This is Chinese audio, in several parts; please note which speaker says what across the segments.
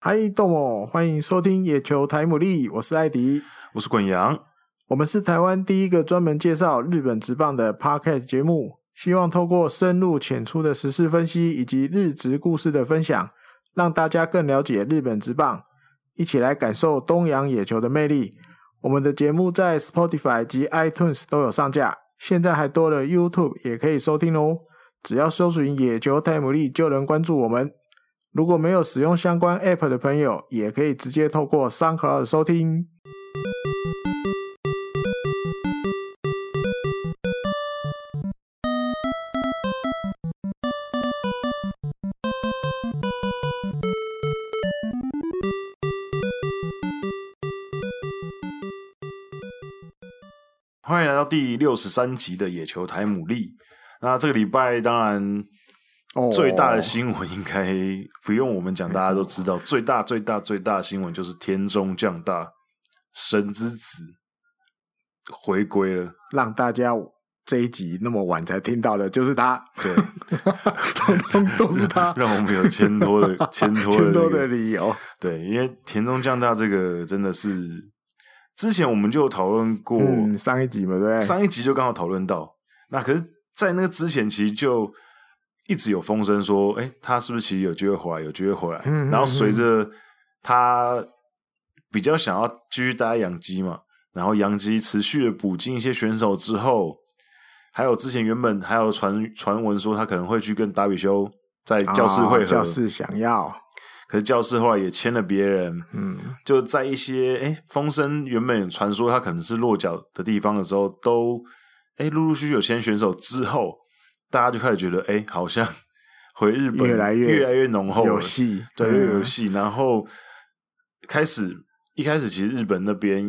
Speaker 1: 嗨，豆某，欢迎收听野球台姆利，我是艾迪，
Speaker 2: 我是滚羊，
Speaker 1: 我们是台湾第一个专门介绍日本职棒的 Podcast 节目，希望透过深入浅出的时事分析以及日职故事的分享，让大家更了解日本职棒，一起来感受东洋野球的魅力。我们的节目在 Spotify 及 iTunes 都有上架，现在还多了 YouTube 也可以收听哦。只要搜寻“野球泰姆利”就能关注我们。如果没有使用相关 App 的朋友，也可以直接透过 SoundCloud 收听。
Speaker 2: 欢迎来到第六十三集的野球台牡蛎。那这个礼拜当然
Speaker 1: 哦
Speaker 2: 最大的新闻应该不用我们讲，大家都知道。最大最大最大的新闻就是天中降大神之子回归了。
Speaker 1: 让大家这一集那么晚才听到的，就是他，
Speaker 2: 对，，
Speaker 1: 通通 都是他
Speaker 2: 让我们有牵拖 的牵拖的那
Speaker 1: 牵
Speaker 2: 个
Speaker 1: 多的理由。
Speaker 2: 对，因为田中降大这个真的是之前我们就有讨论过，
Speaker 1: 嗯，上一集嘛，对不对？
Speaker 2: 上一集就刚好讨论到，那可是，在那个之前，其实就一直有风声说，哎、他是不是其实有机会回来，有机会回来？
Speaker 1: 嗯嗯
Speaker 2: 然后随着他比较想要继续待在养鸡嘛，然后养鸡持续的补进一些选手之后，还有之前原本还有传传闻说他可能会去跟达比修在教室会合，
Speaker 1: 啊教室想要，
Speaker 2: 可是教室后来也签了别人，
Speaker 1: 嗯，
Speaker 2: 就在一些哎风声原本传说他可能是落脚的地方的时候，都哎陆陆续续有签选手之后，大家就开始觉得哎好像回日本
Speaker 1: 越来越
Speaker 2: 越来越浓厚了
Speaker 1: 有戏，
Speaker 2: 对，又有
Speaker 1: 嗯
Speaker 2: 戏，然后开始一开始其实日本那边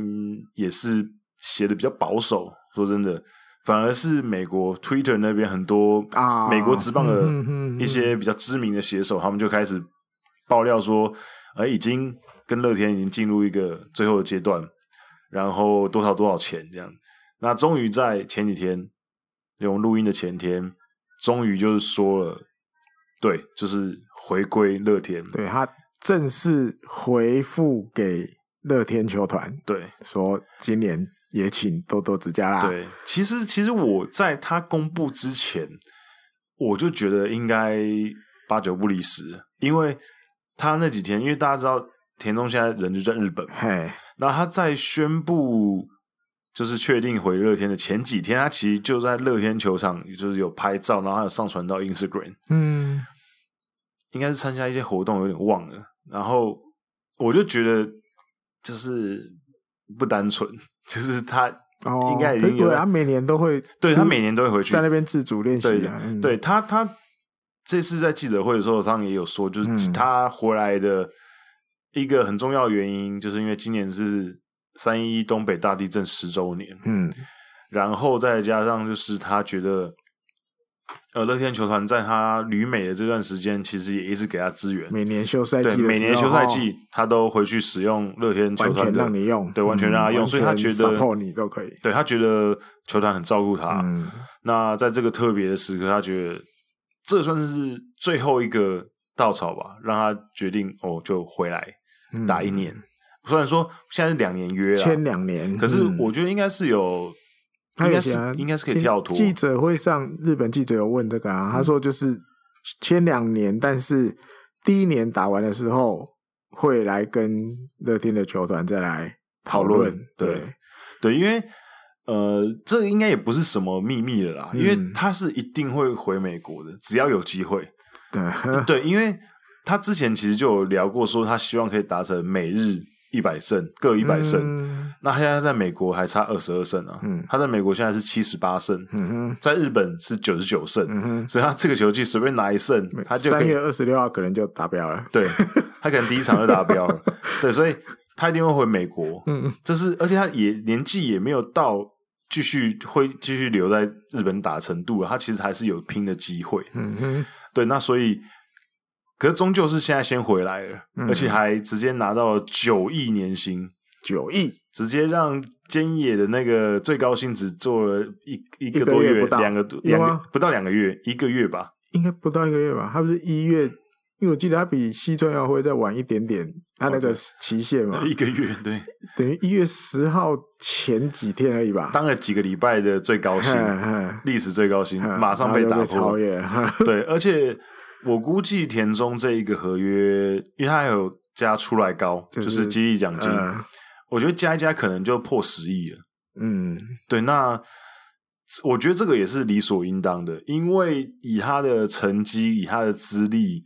Speaker 2: 也是写的比较保守，说真的，反而是美国 Twitter 那边很多
Speaker 1: 啊
Speaker 2: 美国职棒的
Speaker 1: 嗯嗯嗯
Speaker 2: 一些比较知名的写手，他们就开始爆料说，呃，已经跟乐天已经进入一个最后的阶段，然后多少多少钱这样。那终于在前几天，用录音的前天，终于就是说了，对，就是回归乐天，
Speaker 1: 对他正式回复给乐天球团，
Speaker 2: 对
Speaker 1: 说今年也请多多指教啦。，
Speaker 2: 对，其实其实我在他公布之前，我就觉得应该八九不离十，因为他那几天，因为大家知道田中现在人就在日本嘛，
Speaker 1: 嘿，
Speaker 2: 然后他在宣布就是确定回乐天的前几天，他其实就在乐天球场，就是有拍照，然后还有上传到 Instagram，
Speaker 1: 嗯，
Speaker 2: 应该是参加一些活动，有点忘了。然后我就觉得就是不单纯，就是他
Speaker 1: 哦，
Speaker 2: 应该已经有
Speaker 1: 对，
Speaker 2: 了
Speaker 1: 他每年都会，
Speaker 2: 对他每年都会回去
Speaker 1: 在那边自主练习
Speaker 2: 对
Speaker 1: 啊，嗯
Speaker 2: 对，他他这次在记者会的时候，上也有说，就
Speaker 1: 嗯
Speaker 2: 是他回来的一个很重要的原因，就是因为今年是三一东北大地震十周年，
Speaker 1: 嗯，
Speaker 2: 然后再加上就是他觉得，呃，乐天球团在他旅美的这段时间，其实也一直给他资源，
Speaker 1: 每年休赛季
Speaker 2: 对，
Speaker 1: 的时候，
Speaker 2: 每年休赛季他都回去使用乐天球
Speaker 1: 哦完
Speaker 2: 团
Speaker 1: 全
Speaker 2: 的，
Speaker 1: 让你用，
Speaker 2: 对，完全让他用，
Speaker 1: 嗯
Speaker 2: 所以他
Speaker 1: 完
Speaker 2: 觉
Speaker 1: 全
Speaker 2: 得啊
Speaker 1: support 你都可以。
Speaker 2: 对他觉得球团很照顾他，
Speaker 1: 嗯，
Speaker 2: 那在这个特别的时刻，他觉得这算是最后一个稻草吧，让他决定哦，就回来
Speaker 1: 嗯
Speaker 2: 打一年。虽然说现在是两年约
Speaker 1: 签
Speaker 2: 了，
Speaker 1: 两年，
Speaker 2: 可是
Speaker 1: 嗯
Speaker 2: 我觉得应该是有，
Speaker 1: 他
Speaker 2: 应
Speaker 1: 以
Speaker 2: 该是
Speaker 1: 前啊
Speaker 2: 应该是可以
Speaker 1: 听
Speaker 2: 跳脱。嗯
Speaker 1: 记者会上，日本记者有问这个啊，他说就是签两年，但是第一年打完的时候会来跟乐天的球团再来讨
Speaker 2: 讨论
Speaker 1: 对
Speaker 2: 对，对，因为呃，这应该也不是什么秘密了啦，
Speaker 1: 嗯
Speaker 2: 因为他是一定会回美国的，只要有机会。
Speaker 1: 对，
Speaker 2: 对，因为他之前其实就有聊过，说他希望可以达成每日一百胜，各一百胜。
Speaker 1: 嗯
Speaker 2: 那他现在在美国还差二十二胜啊，
Speaker 1: 嗯
Speaker 2: 他在美国现在是七十八胜，
Speaker 1: 嗯哼，
Speaker 2: 在日本是九十九胜，
Speaker 1: 嗯哼，
Speaker 2: 所以他这个球季随便拿一胜，他就可
Speaker 1: 三
Speaker 2: 以
Speaker 1: 月二十六号可能就达标了。
Speaker 2: 对他可能第一场就达标了，对，所以他一定会回美国，
Speaker 1: 嗯，
Speaker 2: 这是而且他也年纪也没有到继续会继续留在日本打程度了，他其实还是有拼的机会，
Speaker 1: 嗯哼，
Speaker 2: 对，那所以。可是终究是现在先回来了，
Speaker 1: 嗯
Speaker 2: 而且还直接拿到了九亿年薪，
Speaker 1: 九亿，
Speaker 2: 直接让菅野的那个最高薪只做了一一
Speaker 1: 一
Speaker 2: 个
Speaker 1: 个
Speaker 2: 多
Speaker 1: 月
Speaker 2: 月，
Speaker 1: 不到
Speaker 2: 两个多
Speaker 1: 有
Speaker 2: 两
Speaker 1: 吗
Speaker 2: 个不到两个月，一个月吧。
Speaker 1: 应该不到一个月吧？他不是一月因为我记得他比西村耀辉再晚一点点，他那
Speaker 2: 哦
Speaker 1: 个
Speaker 2: 对
Speaker 1: 期限嘛，
Speaker 2: 一个月对，
Speaker 1: 等于一月十号前几天而已吧。
Speaker 2: 当了几个礼拜的最高薪，
Speaker 1: 嗯
Speaker 2: 历史最高薪，
Speaker 1: 嗯
Speaker 2: 马上被
Speaker 1: 然
Speaker 2: 打
Speaker 1: 后就
Speaker 2: 破
Speaker 1: 超。越，
Speaker 2: 对，而且我估计田中这一个合约，因为他还有加出来高，
Speaker 1: 就
Speaker 2: 就是是激励奖金，
Speaker 1: 嗯
Speaker 2: 我觉得加一加可能就破十亿了。
Speaker 1: 嗯，
Speaker 2: 对，那我觉得这个也是理所应当的，因为以他的成绩，以他的资历，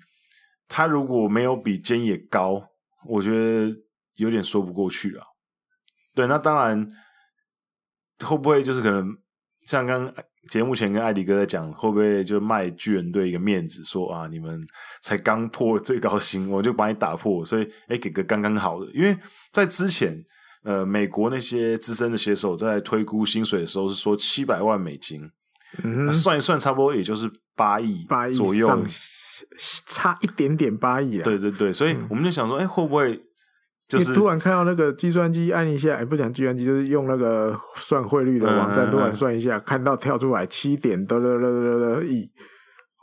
Speaker 2: 他如果没有比菅野高，我觉得有点说不过去啊。对，那当然会不会就是可能像刚刚节目前跟艾迪哥在讲，会不会就卖巨人队一个面子，说啊你们才刚破最高薪，我就把你打破，所以哎给个刚刚好的，因为在之前。呃，美国那些资深的写手在推估薪水的时候是说七百万美金，
Speaker 1: 嗯哼
Speaker 2: 那算一算差不多也就是八亿
Speaker 1: 八亿
Speaker 2: 左右，
Speaker 1: 上差一点点八亿啊。
Speaker 2: 对对对，所以我们就想说，哎、会不会就
Speaker 1: 因
Speaker 2: 是
Speaker 1: 为突然看到那个计算机按一下，哎，不讲计算机，就是用那个算汇率的网
Speaker 2: 嗯嗯
Speaker 1: 站
Speaker 2: 嗯
Speaker 1: 突然算一下，看到跳出来七点得得得得得亿，，E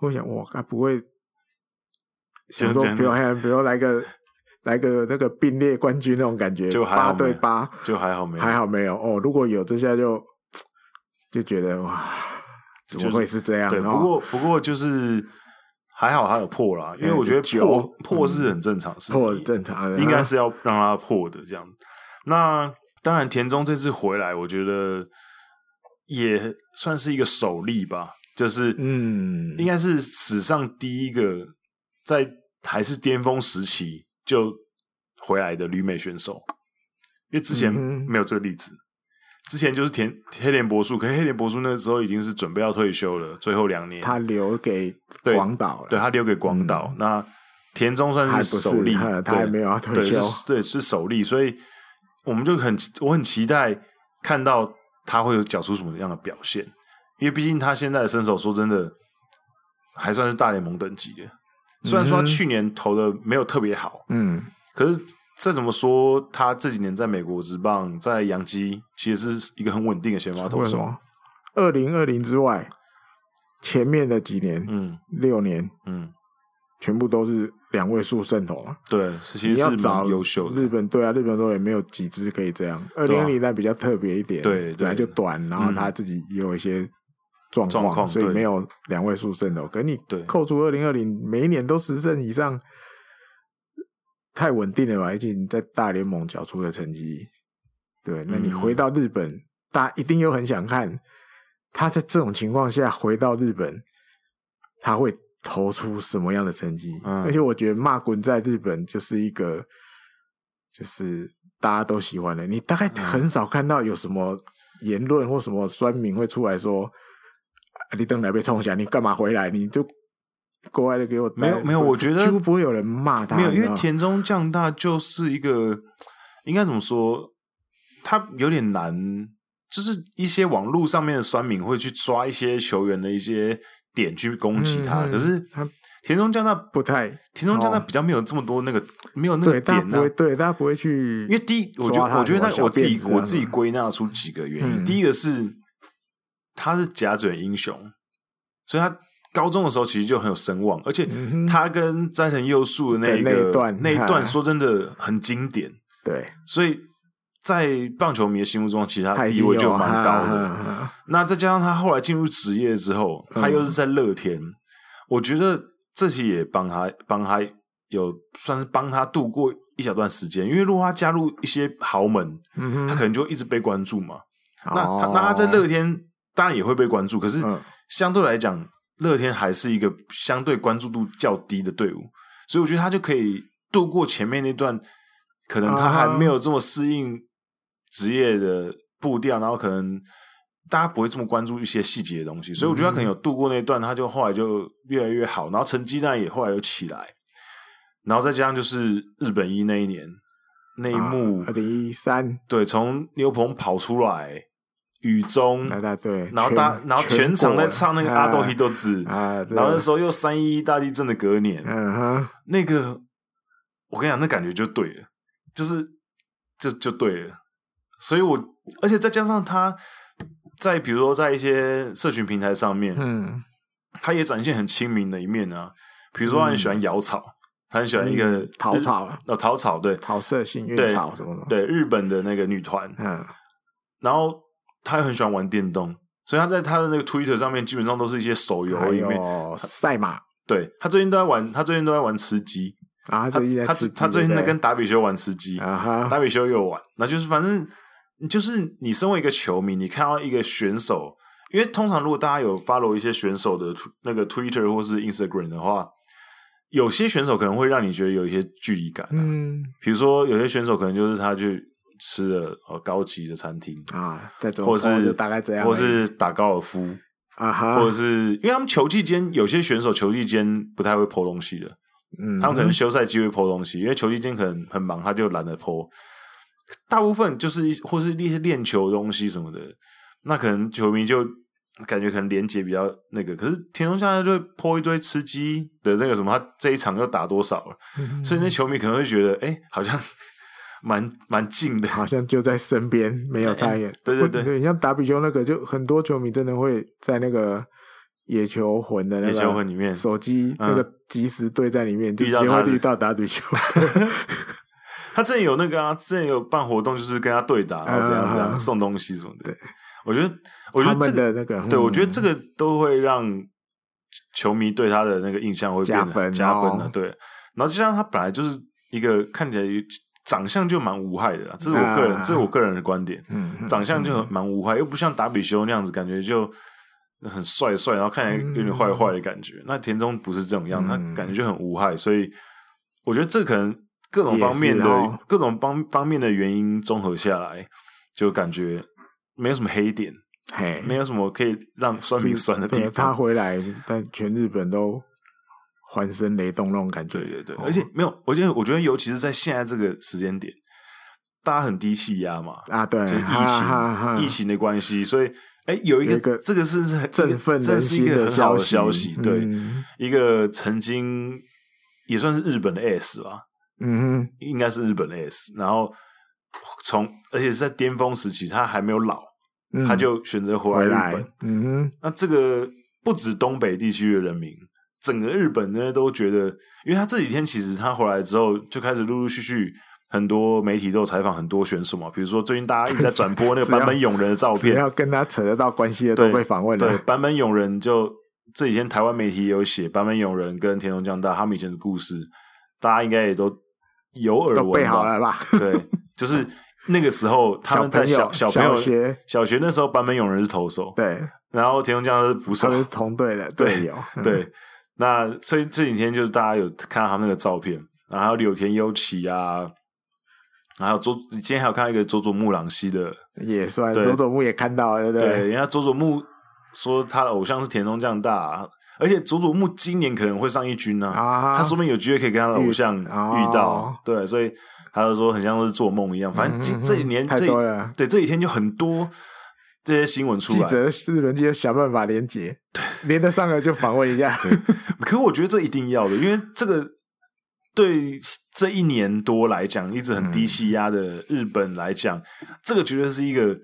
Speaker 1: 我想哇，该不会想说
Speaker 2: 这样
Speaker 1: 比如还比如来个来个那个并列冠军那种感觉，
Speaker 2: 就还
Speaker 1: 八
Speaker 2: 好
Speaker 1: 对
Speaker 2: 没有
Speaker 1: 八，
Speaker 2: 就还好没有
Speaker 1: 还好没有哦。如果有，这下就就觉得哇，怎么会是这样？
Speaker 2: 对，
Speaker 1: 哦
Speaker 2: 不过不过就是还好他有破啦，因为
Speaker 1: 嗯
Speaker 2: 我觉得
Speaker 1: 就
Speaker 2: 破
Speaker 1: 九
Speaker 2: 破是很正常的事情，
Speaker 1: 嗯破啊很正常，
Speaker 2: 应该是要让他破的这样。那当然，田中这次回来，我觉得也算是一个首例吧，就是
Speaker 1: 嗯
Speaker 2: 应该是史上第一个在还是巅峰时期就回来的旅美选手，因为之前
Speaker 1: 嗯哼
Speaker 2: 没有这个例子。之前就是田黑田博树，可是黑田博树那时候已经是准备要退休了，最后两年，
Speaker 1: 他留给
Speaker 2: 对
Speaker 1: 广岛
Speaker 2: 对
Speaker 1: 了，
Speaker 2: 他留给广岛。那田中算
Speaker 1: 嗯还不
Speaker 2: 是
Speaker 1: 是
Speaker 2: 首例
Speaker 1: 嗯，他
Speaker 2: 对
Speaker 1: 还没有要退
Speaker 2: 对
Speaker 1: 休
Speaker 2: 是对是首例，所以我们就很我很期待看到他会有缴出什么样的表现，因为毕竟他现在的身手，说真的还算是大联盟等级的。虽然
Speaker 1: 嗯
Speaker 2: 说
Speaker 1: 哼
Speaker 2: 他去年投的没有特别好，
Speaker 1: 嗯。
Speaker 2: 可是再怎么说，他这几年在美国职棒、在洋基，其实是一个很稳定的先发投
Speaker 1: 啊为什
Speaker 2: 手。
Speaker 1: 么？二零二零之外，前面的几年、
Speaker 2: 嗯
Speaker 1: 六年
Speaker 2: 嗯，
Speaker 1: 全部都是两位数胜投啊。
Speaker 2: 对，是其
Speaker 1: 你
Speaker 2: 实
Speaker 1: 要
Speaker 2: 是
Speaker 1: 找
Speaker 2: 蛮优秀的
Speaker 1: 日。本队啊，日本队也没有几支可以这样。二
Speaker 2: 对
Speaker 1: 零
Speaker 2: 啊
Speaker 1: 二零代比较特别一点，
Speaker 2: 对对嗯
Speaker 1: 本来就短，然后他自己也有一些状
Speaker 2: 状
Speaker 1: 况，
Speaker 2: 况
Speaker 1: 所以
Speaker 2: 对
Speaker 1: 没有两位数胜投。可你
Speaker 2: 对
Speaker 1: 扣除二零二零，每一年都十胜以上，太稳定了吧？而且你在大联盟缴出的成绩，对，那你
Speaker 2: 嗯
Speaker 1: 回到日本，大家一定又很想看他在这种情况下回到日本，他会投出什么样的成绩？
Speaker 2: 嗯
Speaker 1: 而且我觉得骂滚在日本就是一个，就是大家都喜欢的，你大
Speaker 2: 嗯
Speaker 1: 概很少看到有什么言论或什么酸民会出来说，啊你等来被冲下，你干嘛回来？你就国外的给我待
Speaker 2: 没有没有我觉得
Speaker 1: 几乎不会有人骂他，
Speaker 2: 没有，
Speaker 1: 你知
Speaker 2: 因为
Speaker 1: 道吗
Speaker 2: 田中将大就是一个，应该怎么说？他有点难，就是一些网络上面的酸民会去抓一些球员的一些点去攻击他，
Speaker 1: 嗯嗯
Speaker 2: 可是
Speaker 1: 他
Speaker 2: 田中将大
Speaker 1: 不太
Speaker 2: 田中将大
Speaker 1: 哦
Speaker 2: 比较没有这么多那个、没有那
Speaker 1: 对，
Speaker 2: 个
Speaker 1: 大家
Speaker 2: 点啊
Speaker 1: 不
Speaker 2: 呢、
Speaker 1: 会对，大家不会去，
Speaker 2: 因为第一，我觉
Speaker 1: 抓
Speaker 2: 得
Speaker 1: 他
Speaker 2: 我觉得
Speaker 1: 什
Speaker 2: 那
Speaker 1: 么
Speaker 2: 我自己
Speaker 1: 小辫子啊
Speaker 2: 我自己归纳出几个原因，
Speaker 1: 嗯
Speaker 2: 第一个是他是假嘴英雄，所以他高中的时候其实就很有声望，而且
Speaker 1: 嗯哼
Speaker 2: 他跟斋藤佑树的那一
Speaker 1: 的那
Speaker 2: 个
Speaker 1: 一段
Speaker 2: 那一
Speaker 1: 啊
Speaker 2: 段说真的很经典，
Speaker 1: 对，
Speaker 2: 所以在棒球迷的心目中，其实他
Speaker 1: 他已
Speaker 2: 地
Speaker 1: 经
Speaker 2: 位就
Speaker 1: 有
Speaker 2: 蛮高的。
Speaker 1: 哈哈哈
Speaker 2: 那再加上他后来进入职业之后，他又是在乐天，我觉得这些也帮他帮他有算是帮他度过一小段时间，因为如果他加入一些豪门，
Speaker 1: 嗯
Speaker 2: 他
Speaker 1: 哼，
Speaker 2: 可能就一直被关注嘛。那他
Speaker 1: 哦
Speaker 2: 那他在乐天当然也会被关注，可是
Speaker 1: 嗯
Speaker 2: 相对来讲，乐天还是一个相对关注度较低的队伍，所以我觉得他就可以度过前面那段，可能他还没有这么适应职业的步调，然后可能大家不会这么关注一些细节的东西，所以我觉得他可能有度过那段，他就后来就越来越好，然后成绩当然也后来有起来，然后再加上就是日本一那一年那一
Speaker 1: 啊
Speaker 2: 幕，嗯
Speaker 1: 二零一三，
Speaker 2: 对，从牛棚跑出来，雨中，
Speaker 1: 那大对，
Speaker 2: 然后大，然后全场在唱那个阿斗
Speaker 1: 希
Speaker 2: 希多子，
Speaker 1: 啊，对
Speaker 2: 然后那时候又三一一大地震的隔年，
Speaker 1: 嗯哼，
Speaker 2: 那个我跟你讲，那感觉就对了，就是就就对了。所以我，而且再加上他在比如说在一些社群平台上面，
Speaker 1: 嗯，
Speaker 2: 他也展现很亲民的一面啊，比如说他很喜欢摇草，他很喜欢一个
Speaker 1: 嗯桃草啊，
Speaker 2: 哦桃草对
Speaker 1: 桃色幸运
Speaker 2: 对
Speaker 1: 草什么什么，，
Speaker 2: 对日本的那个女团，
Speaker 1: 嗯，
Speaker 2: 然后他很喜欢玩电动，所以他在他的那个 Twitter 上面基本上都是一些手游
Speaker 1: 还
Speaker 2: 里面，
Speaker 1: 有赛马
Speaker 2: 对他最近都在玩，他最近都在玩吃鸡，
Speaker 1: 啊，他
Speaker 2: 他
Speaker 1: 最近在
Speaker 2: 他
Speaker 1: 吃鸡
Speaker 2: 他最近在
Speaker 1: 对不对
Speaker 2: 跟达比修玩吃鸡，
Speaker 1: 啊哈，
Speaker 2: 达比修也有玩，那就是反正就是你身为一个球迷，你看到一个选手，因为通常如果大家有 follow 一些选手的 tw- 那个 Twitter 或是 Instagram 的话，有些选手可能会让你觉得有一些距离感、啊，
Speaker 1: 嗯
Speaker 2: 比如说有些选手可能就是他去吃了呃高级的餐厅，
Speaker 1: 啊，在中
Speaker 2: 或
Speaker 1: 国
Speaker 2: 是
Speaker 1: 就大概这样而已，
Speaker 2: 或是打高尔夫，
Speaker 1: 啊哈，
Speaker 2: 或者是因为他们球季间有些选手球季间不太会剖东西的，
Speaker 1: 嗯，
Speaker 2: 他们可能休赛期会剖东西，因为球季间可能很忙，他就懒得剖。大部分就是一或是一些练球东西什么的，那可能球迷就感觉可能连接比较那个，可是田中现在就会剖一堆吃鸡的那个什么，他这一场又打多少了，
Speaker 1: 嗯
Speaker 2: 所以那球迷可能会觉得，哎、好像 蛮蛮近 的，
Speaker 1: 好像就在身边，没有太远。
Speaker 2: 哎对对对
Speaker 1: 对，像打比丘那个，就很多球迷真的会在那个野球魂的那个
Speaker 2: 野球魂里面嗯
Speaker 1: 手机那个即时对战里面，就
Speaker 2: 遇
Speaker 1: 直
Speaker 2: 到
Speaker 1: 接
Speaker 2: 他
Speaker 1: 会
Speaker 2: 的
Speaker 1: 遇到打比 丘。
Speaker 2: 他之前有那个啊，之前有办活动，就是跟他对打，然后怎样怎样、
Speaker 1: 嗯嗯嗯
Speaker 2: 送东西什么的
Speaker 1: 对。
Speaker 2: 我觉得，我觉
Speaker 1: 他
Speaker 2: 得这
Speaker 1: 们
Speaker 2: 个，
Speaker 1: 的那个，
Speaker 2: 对
Speaker 1: 嗯
Speaker 2: 我觉得这个都会让球迷对他的那个印象会变得
Speaker 1: 加分
Speaker 2: 加分的、
Speaker 1: 哦
Speaker 2: 对，然后就像他本来就是一个看起来长相就蛮无害的啊、这是我个人，
Speaker 1: 啊
Speaker 2: 这是我个人的观点。
Speaker 1: 嗯嗯
Speaker 2: 长相就很蛮无害，又不像达比修那样子，感觉就很帅帅，然后看起来有点坏坏的感觉。那田中不是这种样，他
Speaker 1: 嗯
Speaker 2: 感觉就很无害，所以我觉得这可能各种方
Speaker 1: 也
Speaker 2: 面的、
Speaker 1: 是哦
Speaker 2: 各种方方面的原因综合下来，就感觉没有什么黑 点，
Speaker 1: 嘿，
Speaker 2: 没有什么可以让酸民酸的地
Speaker 1: 对他
Speaker 2: 方。
Speaker 1: 回来，但全日本都欢声雷动那种感觉。
Speaker 2: 对对对，
Speaker 1: 哦
Speaker 2: 而且没有，我觉得我觉得尤其是在现在这个时间点，大家很低气压嘛，
Speaker 1: 啊，对，
Speaker 2: 就是疫情、
Speaker 1: 哈哈哈
Speaker 2: 疫情的关系，所以哎，有一个
Speaker 1: 有一个
Speaker 2: 这个是是很
Speaker 1: 振奋
Speaker 2: 这
Speaker 1: 人
Speaker 2: 是一
Speaker 1: 心
Speaker 2: 个很
Speaker 1: 消
Speaker 2: 好的消息，对，
Speaker 1: 嗯
Speaker 2: 一个曾经也算是日本的 S 吧，
Speaker 1: 嗯哼，
Speaker 2: 应该是日本的 S，然后从而且是在巅峰时期，他还没有老，
Speaker 1: 嗯
Speaker 2: 他就选择回
Speaker 1: 回
Speaker 2: 来
Speaker 1: 来
Speaker 2: 日本。，
Speaker 1: 嗯哼，
Speaker 2: 那这个不止东北地区的人民，整个日本呢都觉得，因为他这几天其实他回来之后，就开始陆陆续续很多媒体都有采访很多选手嘛，比如说最近大家一直在转播那个
Speaker 1: 只要
Speaker 2: 坂本勇人的照
Speaker 1: 只
Speaker 2: 片，
Speaker 1: 要跟他扯得到关系的
Speaker 2: 对
Speaker 1: 都被访问
Speaker 2: 对
Speaker 1: 了。
Speaker 2: 坂本勇人就这几天台湾媒体也有写坂本勇人跟田中将大他们以前的故事，大家应该也都有耳
Speaker 1: 都
Speaker 2: 闻
Speaker 1: 备好
Speaker 2: 吧？
Speaker 1: 了吧？
Speaker 2: 对，就是那个时候他们在小
Speaker 1: 小
Speaker 2: 朋
Speaker 1: 朋
Speaker 2: 友
Speaker 1: 友小学
Speaker 2: 小学那时候坂本勇人是投手，
Speaker 1: 对，
Speaker 2: 然后田中将大是捕
Speaker 1: 他
Speaker 2: 手，
Speaker 1: 们是同队的
Speaker 2: 对
Speaker 1: 队友。嗯，
Speaker 2: 对，那所以这几天就是大家有看到他们那个照片，然后还有柳田优起啊，然后佐今天还有看到一个佐佐木朗希的，
Speaker 1: 嗯也算
Speaker 2: 对
Speaker 1: 佐佐木也看到了，对不
Speaker 2: 对，
Speaker 1: 对？
Speaker 2: 人家佐佐木说他的偶像是田中将大、啊而且佐佐木今年可能会上一军啊，
Speaker 1: 啊
Speaker 2: 他说不定有机会可以跟他的偶像
Speaker 1: 遇
Speaker 2: 遇到，
Speaker 1: 哦
Speaker 2: 对，所以他就说很像是做梦一样，反正
Speaker 1: 嗯
Speaker 2: 这、
Speaker 1: 嗯嗯
Speaker 2: 这几年
Speaker 1: 太
Speaker 2: 这
Speaker 1: 多了
Speaker 2: 对这几天就很多这些新闻出
Speaker 1: 记
Speaker 2: 来，
Speaker 1: 者日本记者想办法连接，连得上了就访问一下。
Speaker 2: 可我觉得这一定要的，因为这个对这一年多来讲，一直很
Speaker 1: 嗯
Speaker 2: 低气压的日本来讲，这个绝对是一个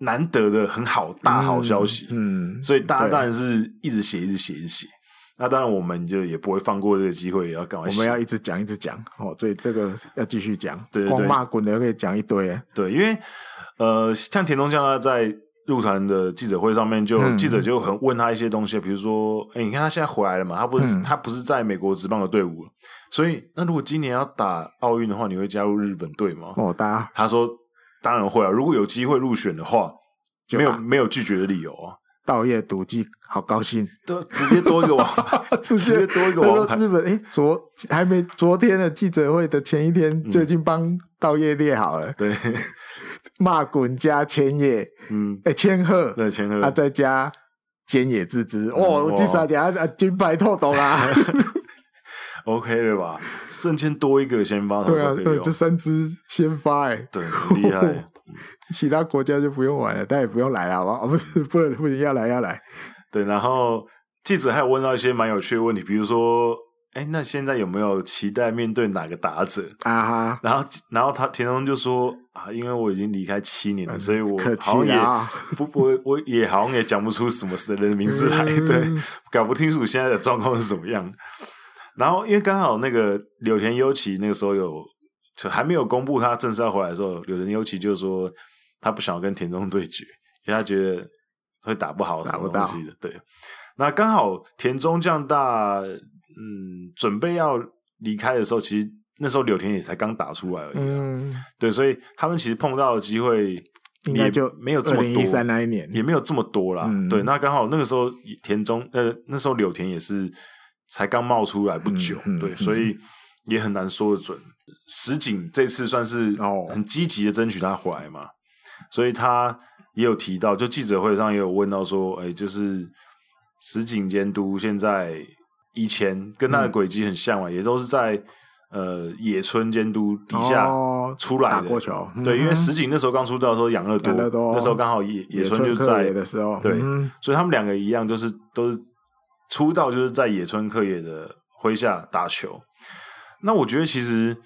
Speaker 2: 难得的很好大好消息。
Speaker 1: 嗯，嗯
Speaker 2: 所以大家
Speaker 1: 对
Speaker 2: 当然是一直写，一直写，一直写。那当然，我们就也不会放过这个机会，也要赶快
Speaker 1: 我
Speaker 2: 写。
Speaker 1: 们要一直讲，一直讲哦，所以这个要继续讲，
Speaker 2: 对对对
Speaker 1: 光骂滚的可以讲一堆。
Speaker 2: 对，因为呃，像田中将他在入团的记者会上面就，
Speaker 1: 嗯
Speaker 2: 记者就很问他一些东西，比如说，哎、你看他现在回来了嘛，他不是、
Speaker 1: 嗯
Speaker 2: 他不是在美国职棒的队伍了，所以那如果今年要打奥运的话，你会加入日本队吗？
Speaker 1: 哦，大家
Speaker 2: 他说当然会啊，如果有机会入选的话，
Speaker 1: 就
Speaker 2: 没有
Speaker 1: 打
Speaker 2: 没有拒绝的理由啊，
Speaker 1: 道业赌技，好高兴，
Speaker 2: 都直接多一个王牌，
Speaker 1: 直
Speaker 2: 接多一个王牌
Speaker 1: 日本哎，昨还没昨天的记者会的前一
Speaker 2: 嗯
Speaker 1: 天就已经帮道业列好了，
Speaker 2: 对，
Speaker 1: 骂滚加千叶，
Speaker 2: 嗯，
Speaker 1: 哎，千鹤，
Speaker 2: 对，前
Speaker 1: 啊，
Speaker 2: 和。
Speaker 1: 再加菅野智之，
Speaker 2: 哇
Speaker 1: 哦，我至少加啊金牌透懂 啦，
Speaker 2: OK 了吧？瞬间多一个先发投
Speaker 1: 对
Speaker 2: 手
Speaker 1: 啊，
Speaker 2: 可以
Speaker 1: 对，
Speaker 2: 用
Speaker 1: 这，三支先发哎，
Speaker 2: 对，很 厉害。
Speaker 1: 其他国家就不用玩了，但也不用来了，好吧？哦，不是，不能不行，要来要来，
Speaker 2: 对，然后记者还有问到一些蛮有趣的问题，比如说，哎，那现在有没有期待面对哪个打者？
Speaker 1: 啊哈，
Speaker 2: 然后，然后他田中就说啊，因为我已经离开七年了，所以我
Speaker 1: 嗯可惜啊
Speaker 2: 好像也、
Speaker 1: 啦
Speaker 2: 不，我我也好像也讲不出什么人的名字来，
Speaker 1: 嗯
Speaker 2: 对，搞不清楚现在的状况是怎么样。然后因为刚好那个柳田优起那个时候有就还没有公布他正式要回来的时候，柳田优起就说他不想要跟田中对决，因为他觉得会打不好什
Speaker 1: 打不
Speaker 2: 么
Speaker 1: 到
Speaker 2: 东西的。对，那刚好田中将大嗯准备要离开的时候，其实那时候柳田也才刚打出来而已、啊，
Speaker 1: 嗯，
Speaker 2: 对，所以他们其实碰到的机会
Speaker 1: 应该
Speaker 2: 也
Speaker 1: 就
Speaker 2: 没有这
Speaker 1: 二
Speaker 2: 么
Speaker 1: 零一
Speaker 2: 多。
Speaker 1: 三那一年，
Speaker 2: 也没有这么多啦。
Speaker 1: 嗯
Speaker 2: 对，那刚好那个时候田中呃那时候柳田也是才刚冒出来不久，
Speaker 1: 嗯嗯
Speaker 2: 对，
Speaker 1: 嗯
Speaker 2: 所以也很难说得准。石井这次算是
Speaker 1: 哦
Speaker 2: 很积极的争取他回来嘛，所以他也有提到，就记者会上也有问到说，哎、就是石井监督现在以前跟
Speaker 1: 嗯
Speaker 2: 他的轨迹很像嘛，也都是在呃野村监督底下
Speaker 1: 哦
Speaker 2: 出来的。
Speaker 1: 打过球，
Speaker 2: 对，因为
Speaker 1: 嗯
Speaker 2: 石井那时候刚出道的时候养乐多，
Speaker 1: 养乐多
Speaker 2: 那时候刚好野
Speaker 1: 野
Speaker 2: 野村就
Speaker 1: 克
Speaker 2: 在
Speaker 1: 也的时候，
Speaker 2: 对
Speaker 1: 嗯
Speaker 2: 所以他们两个一样，就是都是出道就是在野村克也的麾下打球。那我觉得其实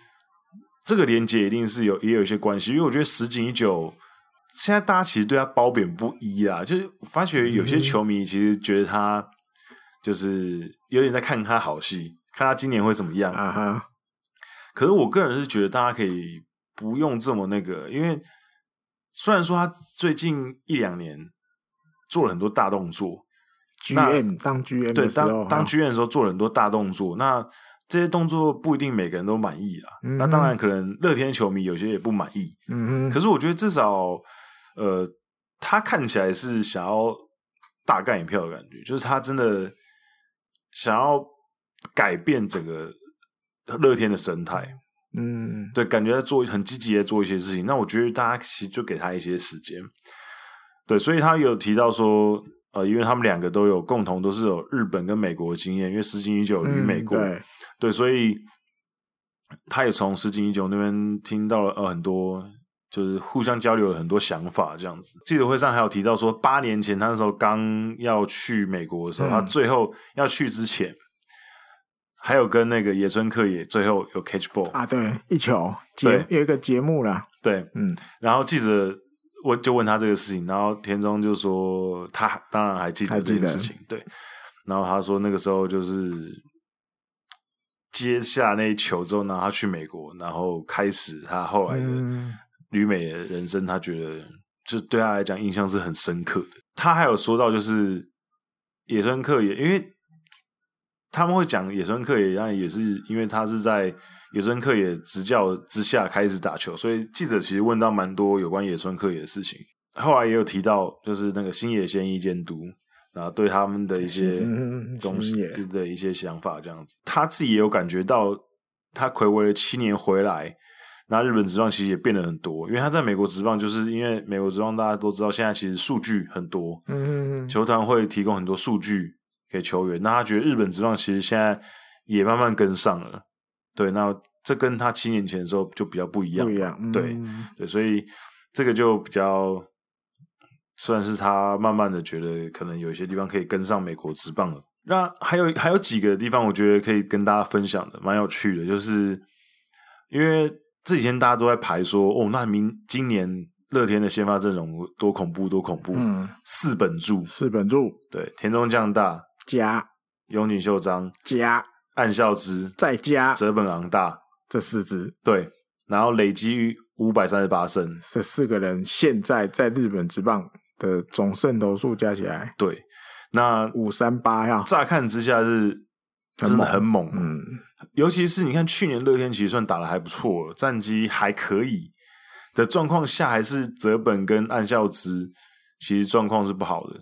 Speaker 2: 这个连接一定是有也有一些关系，因为我觉得石井一久现在大家其实对他褒贬不一啊，就是我发觉有
Speaker 1: 嗯
Speaker 2: 些球迷其实觉得他就是有点在看他好戏，看他今年会怎么样。
Speaker 1: 啊哈，
Speaker 2: 可是我个人是觉得大家可以不用这么那个，因为虽然说他最近一两年做了很多大动作，那
Speaker 1: GM 当 GM
Speaker 2: 对，
Speaker 1: 的时候，
Speaker 2: 当当
Speaker 1: 哈
Speaker 2: G N 的时候做了很多大动作，那这些动作不一定每个人都满意啦。
Speaker 1: 嗯哼
Speaker 2: 那当然，可能乐天球迷有些也不满意。
Speaker 1: 嗯
Speaker 2: 可是我觉得至少，呃，他看起来是想要大干一票的感觉，就是他真的想要改变整个乐天的生态。
Speaker 1: 嗯
Speaker 2: 对，感觉在做很积极的做一些事情。那我觉得大家其实就给他一些时间，对，所以他有提到说，呃，因为他们两个都有共同都是有日本跟美国的经验，因为石井一九于美国，
Speaker 1: 嗯
Speaker 2: 对，所以他也从石井一九那边听到了呃很多，就是互相交流了很多想法这样子。记者会上还有提到说，八年前他那时候刚要去美国的时
Speaker 1: 嗯
Speaker 2: 候，他最后要去之前，还有跟那个野村克也最后有 catch ball，、
Speaker 1: 对啊，对一球节有一个节目啦，
Speaker 2: 对，
Speaker 1: 嗯
Speaker 2: 然后记者问就问他这个事情，然后田中就说他当然还记得
Speaker 1: 还记
Speaker 2: 这
Speaker 1: 得
Speaker 2: 件事情，对。然后他说那个时候就是接下那一球之后，然后他去美国，然后开始他后来的
Speaker 1: 嗯
Speaker 2: 旅美的人生，他觉得就对他来讲印象是很深刻的。他还有说到就是野生克也，因为他们会讲野生克也，那也是因为他是在野生克也执教之下开始打球，所以记者其实问到蛮多有关野生克也的事情。后来也有提到，就是那个星野贤一监督，然后对他们的一些
Speaker 1: 嗯
Speaker 2: 东西
Speaker 1: 星野
Speaker 2: 的一些想法，这样子，他自己也有感觉到，他暌违了七年回来，那日本职棒其实也变了很多，因为他在美国职棒，就是因为美国职棒大家都知道，现在其实数据很多，
Speaker 1: 嗯，
Speaker 2: 球团会提供很多数据给球员。那他觉得日本职棒其实现在也慢慢跟上了，对，那这跟他七年前的时候就比较不一样，
Speaker 1: 不一样，嗯
Speaker 2: 对对，所以这个就比较算是他慢慢的觉得可能有一些地方可以跟上美国职棒了。那还有还有几个地方，我觉得可以跟大家分享的，蛮有趣的，就是因为这几天大家都在排说，哦，那明今年乐天的先发阵容多恐怖，多恐怖，
Speaker 1: 嗯，
Speaker 2: 四本柱，
Speaker 1: 四本柱
Speaker 2: 对，田中将大、
Speaker 1: 加
Speaker 2: 永井秀章、
Speaker 1: 加
Speaker 2: 岸孝之、
Speaker 1: 再加
Speaker 2: 泽本昂大，
Speaker 1: 这四支，
Speaker 2: 对，然后累积五百三十八胜，
Speaker 1: 这四个人现在在日本职棒的总胜投数加起来
Speaker 2: 对，那
Speaker 1: 五三八呀，
Speaker 2: 乍看之下是真的很猛，
Speaker 1: 嗯，
Speaker 2: 尤其是你看去年乐天其实算打的还不错了，战绩还可以的状况下，还是泽本跟岸孝之其实状况是不好的，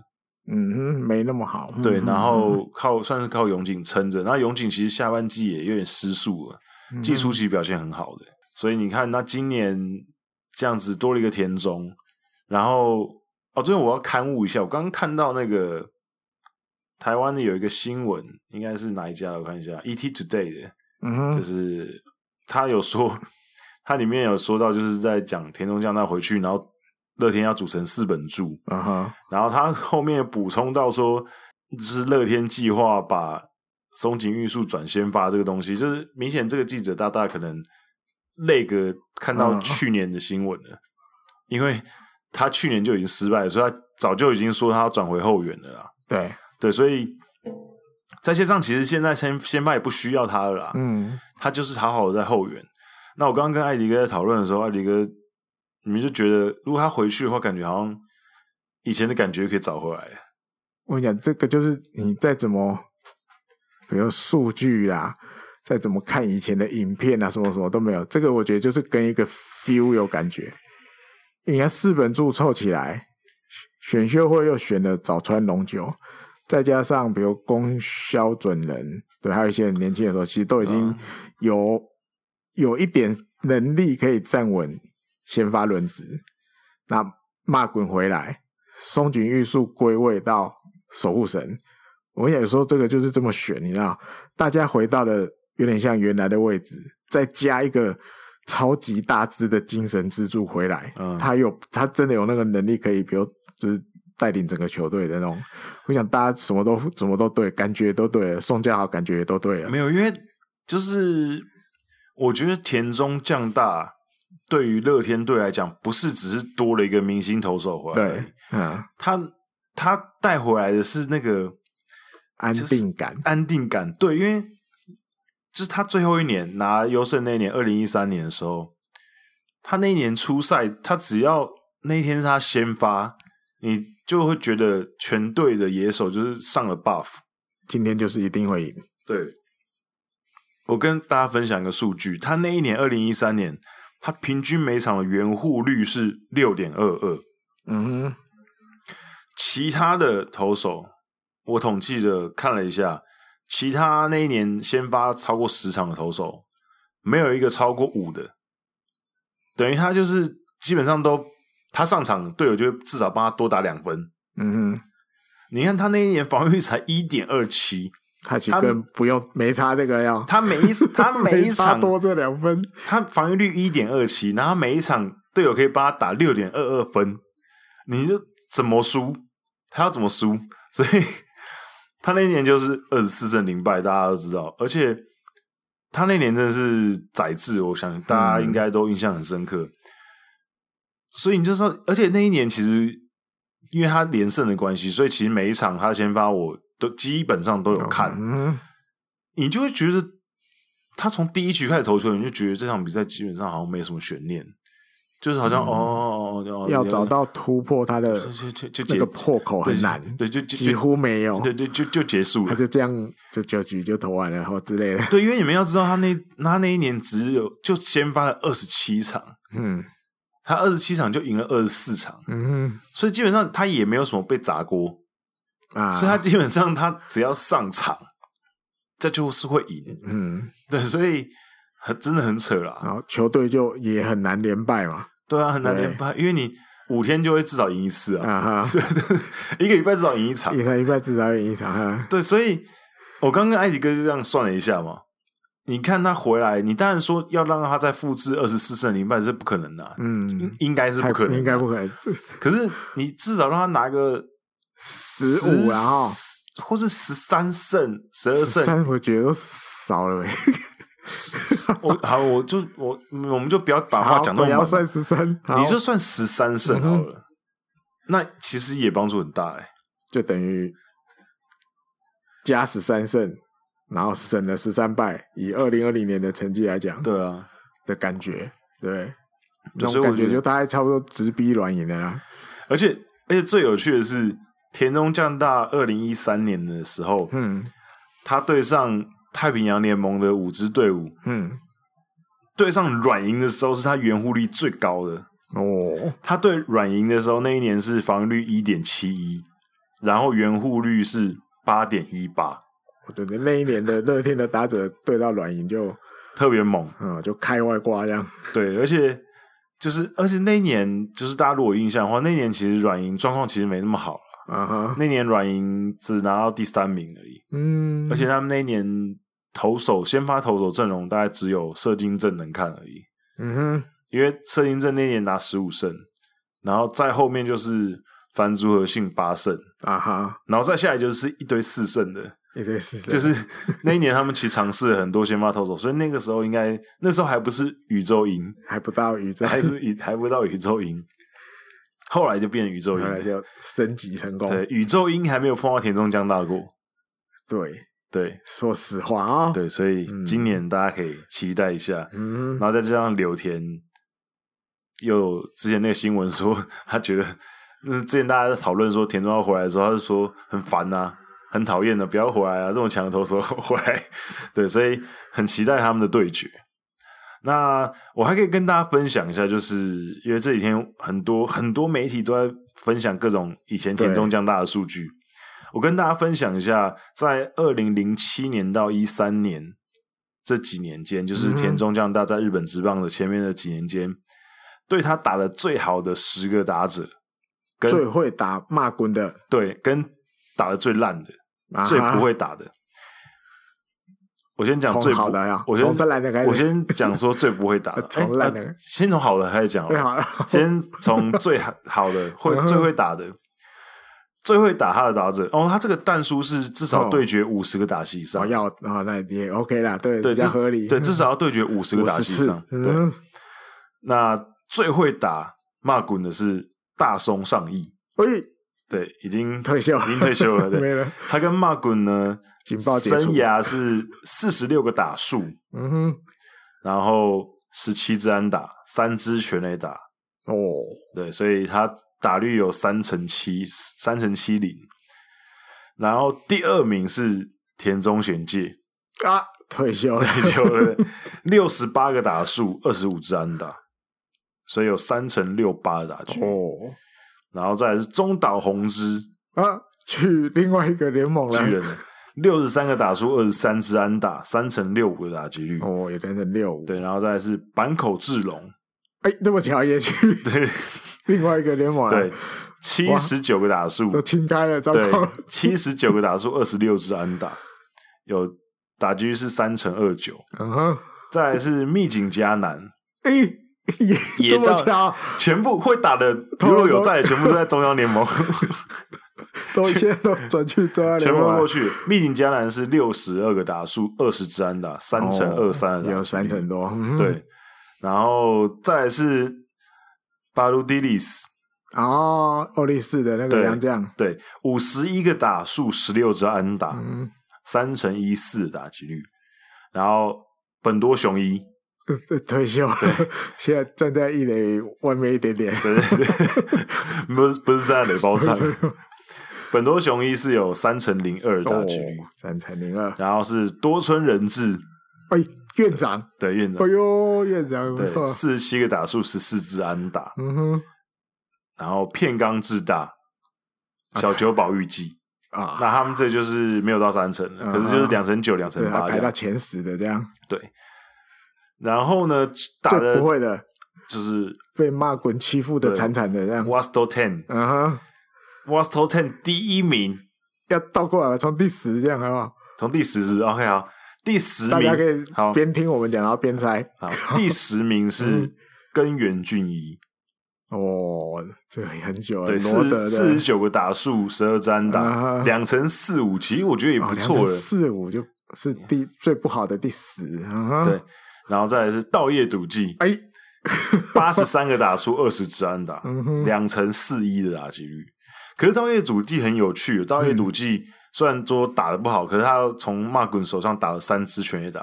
Speaker 1: 嗯哼，没那么好。
Speaker 2: 对，
Speaker 1: 嗯
Speaker 2: 然后靠算是靠永井撑着，那永井其实下半季也有点失速了，
Speaker 1: 嗯
Speaker 2: 季初期表现很好的，所以你看那今年这样子多了一个田中，然后哦，这边我要刊物一下，我刚刚看到那个台湾的有一个新闻，应该是哪一家的？我看一下，ET Today 的，
Speaker 1: 嗯哼，
Speaker 2: 就是他有说， 他里面有说到，就是在讲田中将他回去，然后乐天要组成四本柱，
Speaker 1: 啊哈，
Speaker 2: 然后他 后面补充到说，就是乐天计划把松井玉树转先发这个东西，就是明显这个记者大大可能那个看到
Speaker 1: 嗯
Speaker 2: 去年的新闻了，因为他去年啊就已经失败了，所以他早就已经说他要转回后援了啦。
Speaker 1: 对，
Speaker 2: 对，所以在线上其实现在先先发也不需要他了啦，
Speaker 1: 嗯，
Speaker 2: 他就是好好的在后援。那我刚刚跟艾迪哥在讨论的时候，艾迪哥，你们就觉得如果他回去的话，感觉好像以前的感觉可以找回来。
Speaker 1: 我跟你讲，这个就是你再怎么，比如数据啦，再怎么看以前的影片啊，什么什么都没有。这个我觉得就是跟一个 feel 有感觉。你看四本柱凑起来，选秀会又选了早川龙九，再加上比如宫肖准人，对，还有一些很年轻的时候，其实都已经
Speaker 2: 嗯
Speaker 1: 有、有一点能力可以站稳先发轮值。那骂滚回来，松井玉树归位到守护神。我也说这个就是这么选，你知道，大家回到了有点像原来的位置，再加一个超级大只的精神支柱回来，
Speaker 2: 嗯
Speaker 1: 他有他真的有那个能力，可以比如就是带领整个球队的那种。我想大家什么都什么都对，感觉都对了，宋家豪感觉也都对了
Speaker 2: 没，有，因为就是我觉得田中将大对于乐天队来讲，不是只是多了一个明星投手回来而已
Speaker 1: 对，，嗯，
Speaker 2: 他他带回来的是那个
Speaker 1: 啊安定感，
Speaker 2: 安定感，对，因为就是他最后一年拿优胜那一年，二零一三年的时候，他那一年初赛，他只要那一天是他先发，你就会觉得全队的野手就是上了 buff，
Speaker 1: 今天就是一定会赢，
Speaker 2: 对，我跟大家分享一个数据，他那一年二零一三年，他平均每场的圆护率是六点二二，
Speaker 1: 嗯哼，
Speaker 2: 其他的投手，我统计的看了一下，其他那一年先发超过十场的投手，没有一个超过五的，等于他就是基本上都他上场队友就会至少帮他多打两分。
Speaker 1: 嗯哼。
Speaker 2: 你看他那一年防御率才一点二七，
Speaker 1: 他其实
Speaker 2: 他
Speaker 1: 更不用没差这个要，
Speaker 2: 他每一他 每一
Speaker 1: 没差
Speaker 2: 场
Speaker 1: 多这两分，
Speaker 2: 他防御率一点二七，然后每一场队友可以帮他打六点二二分，你就怎么输？他要怎么输？ 所以他那一年就是二十四胜零败，大家都知道。而且他那年真的是宰制，我想大家应该都印象很深刻。所以你就说，而且那一年其实因为他连胜的关系，所以其实每一场他先发我都基本上都有看。
Speaker 1: 嗯，
Speaker 2: 你就会觉得他从第一局开始投球，你就觉得这场比赛基本上好像没什么悬念，就是好像、哦哦哦哦，哦
Speaker 1: 嗯要找到突破他的
Speaker 2: 就就就就
Speaker 1: 那
Speaker 2: 结
Speaker 1: 个破口很难，
Speaker 2: 对，就就
Speaker 1: 几乎没有
Speaker 2: 就，对就就就结束
Speaker 1: 他
Speaker 2: 了。
Speaker 1: 就这样就九局就投完了或之类的，
Speaker 2: 对，因为你们要知道，他那他那一年只有就先发了二十七场，
Speaker 1: 嗯
Speaker 2: 他二十七场就赢了二十四场，
Speaker 1: 嗯
Speaker 2: 所以基本上他也没有什么被砸锅，
Speaker 1: 哼啊，
Speaker 2: 所以他基本上他只要上场，这就是会赢。
Speaker 1: 嗯，
Speaker 2: 对，所以很真的很扯啦。
Speaker 1: 然后球队就也很难连败嘛，
Speaker 2: 对啊，很难
Speaker 1: 对
Speaker 2: 连败，因为你五天就会至少赢一次啊，
Speaker 1: 啊哈，
Speaker 2: 一个礼拜至少赢一场
Speaker 1: 一。场一败至少有一场，哈
Speaker 2: 对，所以我刚跟艾迪哥就这样算了一下嘛。你看他回来，你当然说要让他再复制二十四胜零败是不可能的啊、
Speaker 1: 嗯，
Speaker 2: 应该是
Speaker 1: 太
Speaker 2: 不可能的，啊
Speaker 1: 应该不可能，
Speaker 2: 可是你至少让他拿个
Speaker 1: 十五然后
Speaker 2: 10或是十三胜、十二胜。
Speaker 1: 三我觉得都少了呗，
Speaker 2: 我好，我就我我们就不要把话
Speaker 1: 好，
Speaker 2: 讲那么
Speaker 1: 不要
Speaker 2: 满
Speaker 1: 算十三，好嗯
Speaker 2: 你就算十三胜好了，那其实也帮助很大哎、
Speaker 1: 就等于加十三胜，然后省了十三败，以二零二零年的成绩来讲
Speaker 2: 对啊，
Speaker 1: 的感觉，对，
Speaker 2: 对
Speaker 1: 那
Speaker 2: 所
Speaker 1: 种
Speaker 2: 以我
Speaker 1: 感觉
Speaker 2: 觉得
Speaker 1: 就大概差不多直逼软银的啦。
Speaker 2: 而且而且最有趣的是，田中将大二零一三年的时候，
Speaker 1: 嗯
Speaker 2: 他对上太平洋联盟的五支队伍，
Speaker 1: 嗯，
Speaker 2: 对上软银的时候是他圆护率最高的。
Speaker 1: 哦，
Speaker 2: 他对软银的时候，那一年是防御率一点七一，然后圆护率是八点一八，
Speaker 1: 我觉得那一年的乐天的打者对到软银就
Speaker 2: 特别猛。
Speaker 1: 嗯就开外挂这样，
Speaker 2: 对，而且就是而且那一年就是大家如果有印象的话，那一年其实软银状况其实没那么好，
Speaker 1: 啊哈，
Speaker 2: 那年软银只拿到第三名而已。
Speaker 1: 嗯，
Speaker 2: 而且他们那一年投手先发投手阵容大概只有射精阵能看而已，
Speaker 1: 嗯哼，
Speaker 2: 因为射精阵那年拿十五胜，然后再后面就是凡竹和信八胜，
Speaker 1: 啊哈，
Speaker 2: 然后再下来就是一堆四胜的，
Speaker 1: 也对是这样，
Speaker 2: 就 是那一年他们其实尝试了很多先发投手，所以那个时候应该那时候还不是宇宙赢，
Speaker 1: 还不到宇宙，
Speaker 2: 还是宇还不到宇宙赢，后来就变成宇宙
Speaker 1: 后
Speaker 2: 赢
Speaker 1: 来哦
Speaker 2: 了。
Speaker 1: 就升级成功，
Speaker 2: 对，宇宙鹰还没有碰到田中将大过，
Speaker 1: 对
Speaker 2: 对
Speaker 1: 说实话啊、
Speaker 2: 对，所以
Speaker 1: 嗯
Speaker 2: 今年大家可以期待一下。
Speaker 1: 嗯
Speaker 2: 然，后再加上柳田，又之前那个新闻说他觉得，那之前大家在讨论说田中要回来的时候，他就说很烦呐、很讨厌的，不要回来啊，这么强的投手 回来，对，所以很期待他们的对决。那我还可以跟大家分享一下，就是因为这几天很多很多媒体都在分享各种以前田中将大的数据。我跟大家分享一下，在二零零七年到一三年这几年间，
Speaker 1: 嗯
Speaker 2: 就是田中将大在日本职棒的前面的几年间，对他打的最好的十个打者，跟
Speaker 1: 最会打骂滚的，
Speaker 2: 对跟打的最烂的、
Speaker 1: 啊哈
Speaker 2: 最不会打的，我先讲
Speaker 1: 从
Speaker 2: 最不
Speaker 1: 好的呀
Speaker 2: 我先
Speaker 1: 从最烂的开始
Speaker 2: 我先讲说最不会打的，
Speaker 1: 从
Speaker 2: 哎
Speaker 1: 烂的啊
Speaker 2: 啊先从好的开始讲好
Speaker 1: 最
Speaker 2: 了，
Speaker 1: 好了，
Speaker 2: 先从最好好的会
Speaker 1: 嗯哼
Speaker 2: 最会打的，最会打他的打者。哦，他这个弹数是至少
Speaker 1: 哦
Speaker 2: 对决五十个打席以上
Speaker 1: 我，要啊，那也 OK 啦，对，
Speaker 2: 对，
Speaker 1: 比较
Speaker 2: 至
Speaker 1: 合理，
Speaker 2: 对，至少要对决五十个
Speaker 1: 五
Speaker 2: 打
Speaker 1: 十
Speaker 2: 席以
Speaker 1: 次
Speaker 2: 上。，对，
Speaker 1: 嗯，
Speaker 2: 那最会打骂滚的是大松上义，
Speaker 1: 喂，
Speaker 2: 对，已经
Speaker 1: 退休
Speaker 2: 已经退休 了，
Speaker 1: 没
Speaker 2: 对。
Speaker 1: 了，
Speaker 2: 他跟骂滚呢，
Speaker 1: 警报结束
Speaker 2: 生涯是四十六个打数，
Speaker 1: 嗯哼，
Speaker 2: 然后十七支安打，三支全垒打，
Speaker 1: 哦，
Speaker 2: 对，所以他打率有三成七，三成七零。然后第二名是田中贤介，
Speaker 1: 啊，退休了，
Speaker 2: 有六十八个打数，二十五支安打，所以有三成六八的打局。
Speaker 1: 哦，
Speaker 2: 然后再来是中岛宏之
Speaker 1: 啊，去另外一个联盟
Speaker 2: 巨
Speaker 1: 了，
Speaker 2: 人，六十三个打数，二十三支安打，三成六五的打击率。
Speaker 1: 哦，也变成六五，
Speaker 2: 对，然后再来是坂口智隆，
Speaker 1: 哎，这么巧 也去
Speaker 2: 对
Speaker 1: 另外一个联盟了，
Speaker 2: 对，七十九个打数
Speaker 1: 都，清开了，糟
Speaker 2: 对
Speaker 1: 糕，，
Speaker 2: 七十九个打数，二十六支安打，有打击率是三乘二九。
Speaker 1: 嗯哼，
Speaker 2: 再来是密景加南，
Speaker 1: 哎，也
Speaker 2: 也
Speaker 1: 这么
Speaker 2: 到
Speaker 1: 巧，
Speaker 2: 全部会打 的，
Speaker 1: 通通
Speaker 2: 如果有在，全部都在中央联盟，
Speaker 1: 都现在都转去中央联
Speaker 2: 全部
Speaker 1: 盟
Speaker 2: 都
Speaker 1: 了
Speaker 2: 过，去。密景加南是六十二个打数，二十支安打，三乘二三，
Speaker 1: 哦
Speaker 2: 啊
Speaker 1: 有三成多，嗯，
Speaker 2: 对。然后再来是巴鲁迪利斯，
Speaker 1: 哦，欧力士的那个
Speaker 2: 对啊
Speaker 1: 洋将，
Speaker 2: 对，五十一个打数，十六支安打，
Speaker 1: 嗯，
Speaker 2: 三乘一四打击率。然后本多雄一，
Speaker 1: 呃退休了， 现在站在一垒外面一点点，
Speaker 2: 对对对，不是不是站在垒包上。本多雄一是有三乘零二打
Speaker 1: 哦
Speaker 2: 击率，，
Speaker 1: 三乘零二，
Speaker 2: 然后是多村仁志
Speaker 1: 哎，院长，
Speaker 2: 的院
Speaker 1: 哎
Speaker 2: 长，
Speaker 1: 呦，院长不
Speaker 2: 对，
Speaker 1: 错，
Speaker 2: 四十七个打数，十四支安打，
Speaker 1: 嗯哼，
Speaker 2: 然后片冈智大、小久保裕纪，
Speaker 1: 啊，
Speaker 2: 那他们这就是没有到三成了，可是就是
Speaker 1: 嗯
Speaker 2: 两成九、两成
Speaker 1: 对他
Speaker 2: 八
Speaker 1: 排
Speaker 2: 这
Speaker 1: 到
Speaker 2: 样。
Speaker 1: 前十的这样，
Speaker 2: 对，然后呢，打
Speaker 1: 最
Speaker 2: 的
Speaker 1: 不会的，
Speaker 2: 就是
Speaker 1: 被骂滚欺负的惨惨的这样，
Speaker 2: Wasto Ten。
Speaker 1: 嗯哼，
Speaker 2: Wasto Ten 第一名，
Speaker 1: 要倒过来从第十这样好不好？
Speaker 2: 从第十是 OK 好，第十
Speaker 1: 大
Speaker 2: 名
Speaker 1: 家可以
Speaker 2: 好
Speaker 1: 边听我们讲，然后边猜。
Speaker 2: 好，第十名是
Speaker 1: 嗯
Speaker 2: 根源俊一，
Speaker 1: 哦，这个也很久了，
Speaker 2: 对，
Speaker 1: 罗德
Speaker 2: 四
Speaker 1: 的
Speaker 2: 四十九个打数，十二安
Speaker 1: 啊
Speaker 2: 打，
Speaker 1: 哈哦
Speaker 2: 两成四五，其实我觉得也不错了。
Speaker 1: 四五就是第最不好的第十，嗯哼
Speaker 2: 对，，然后再来是道业赌技，
Speaker 1: 哎，
Speaker 2: 八十三个打数，二十支安打
Speaker 1: 嗯，哼
Speaker 2: 两成四一的打击率。可是道业赌技很有趣，道业
Speaker 1: 嗯
Speaker 2: 赌技虽然说打的不好，可是他从骂滚手上打了三支全垒打。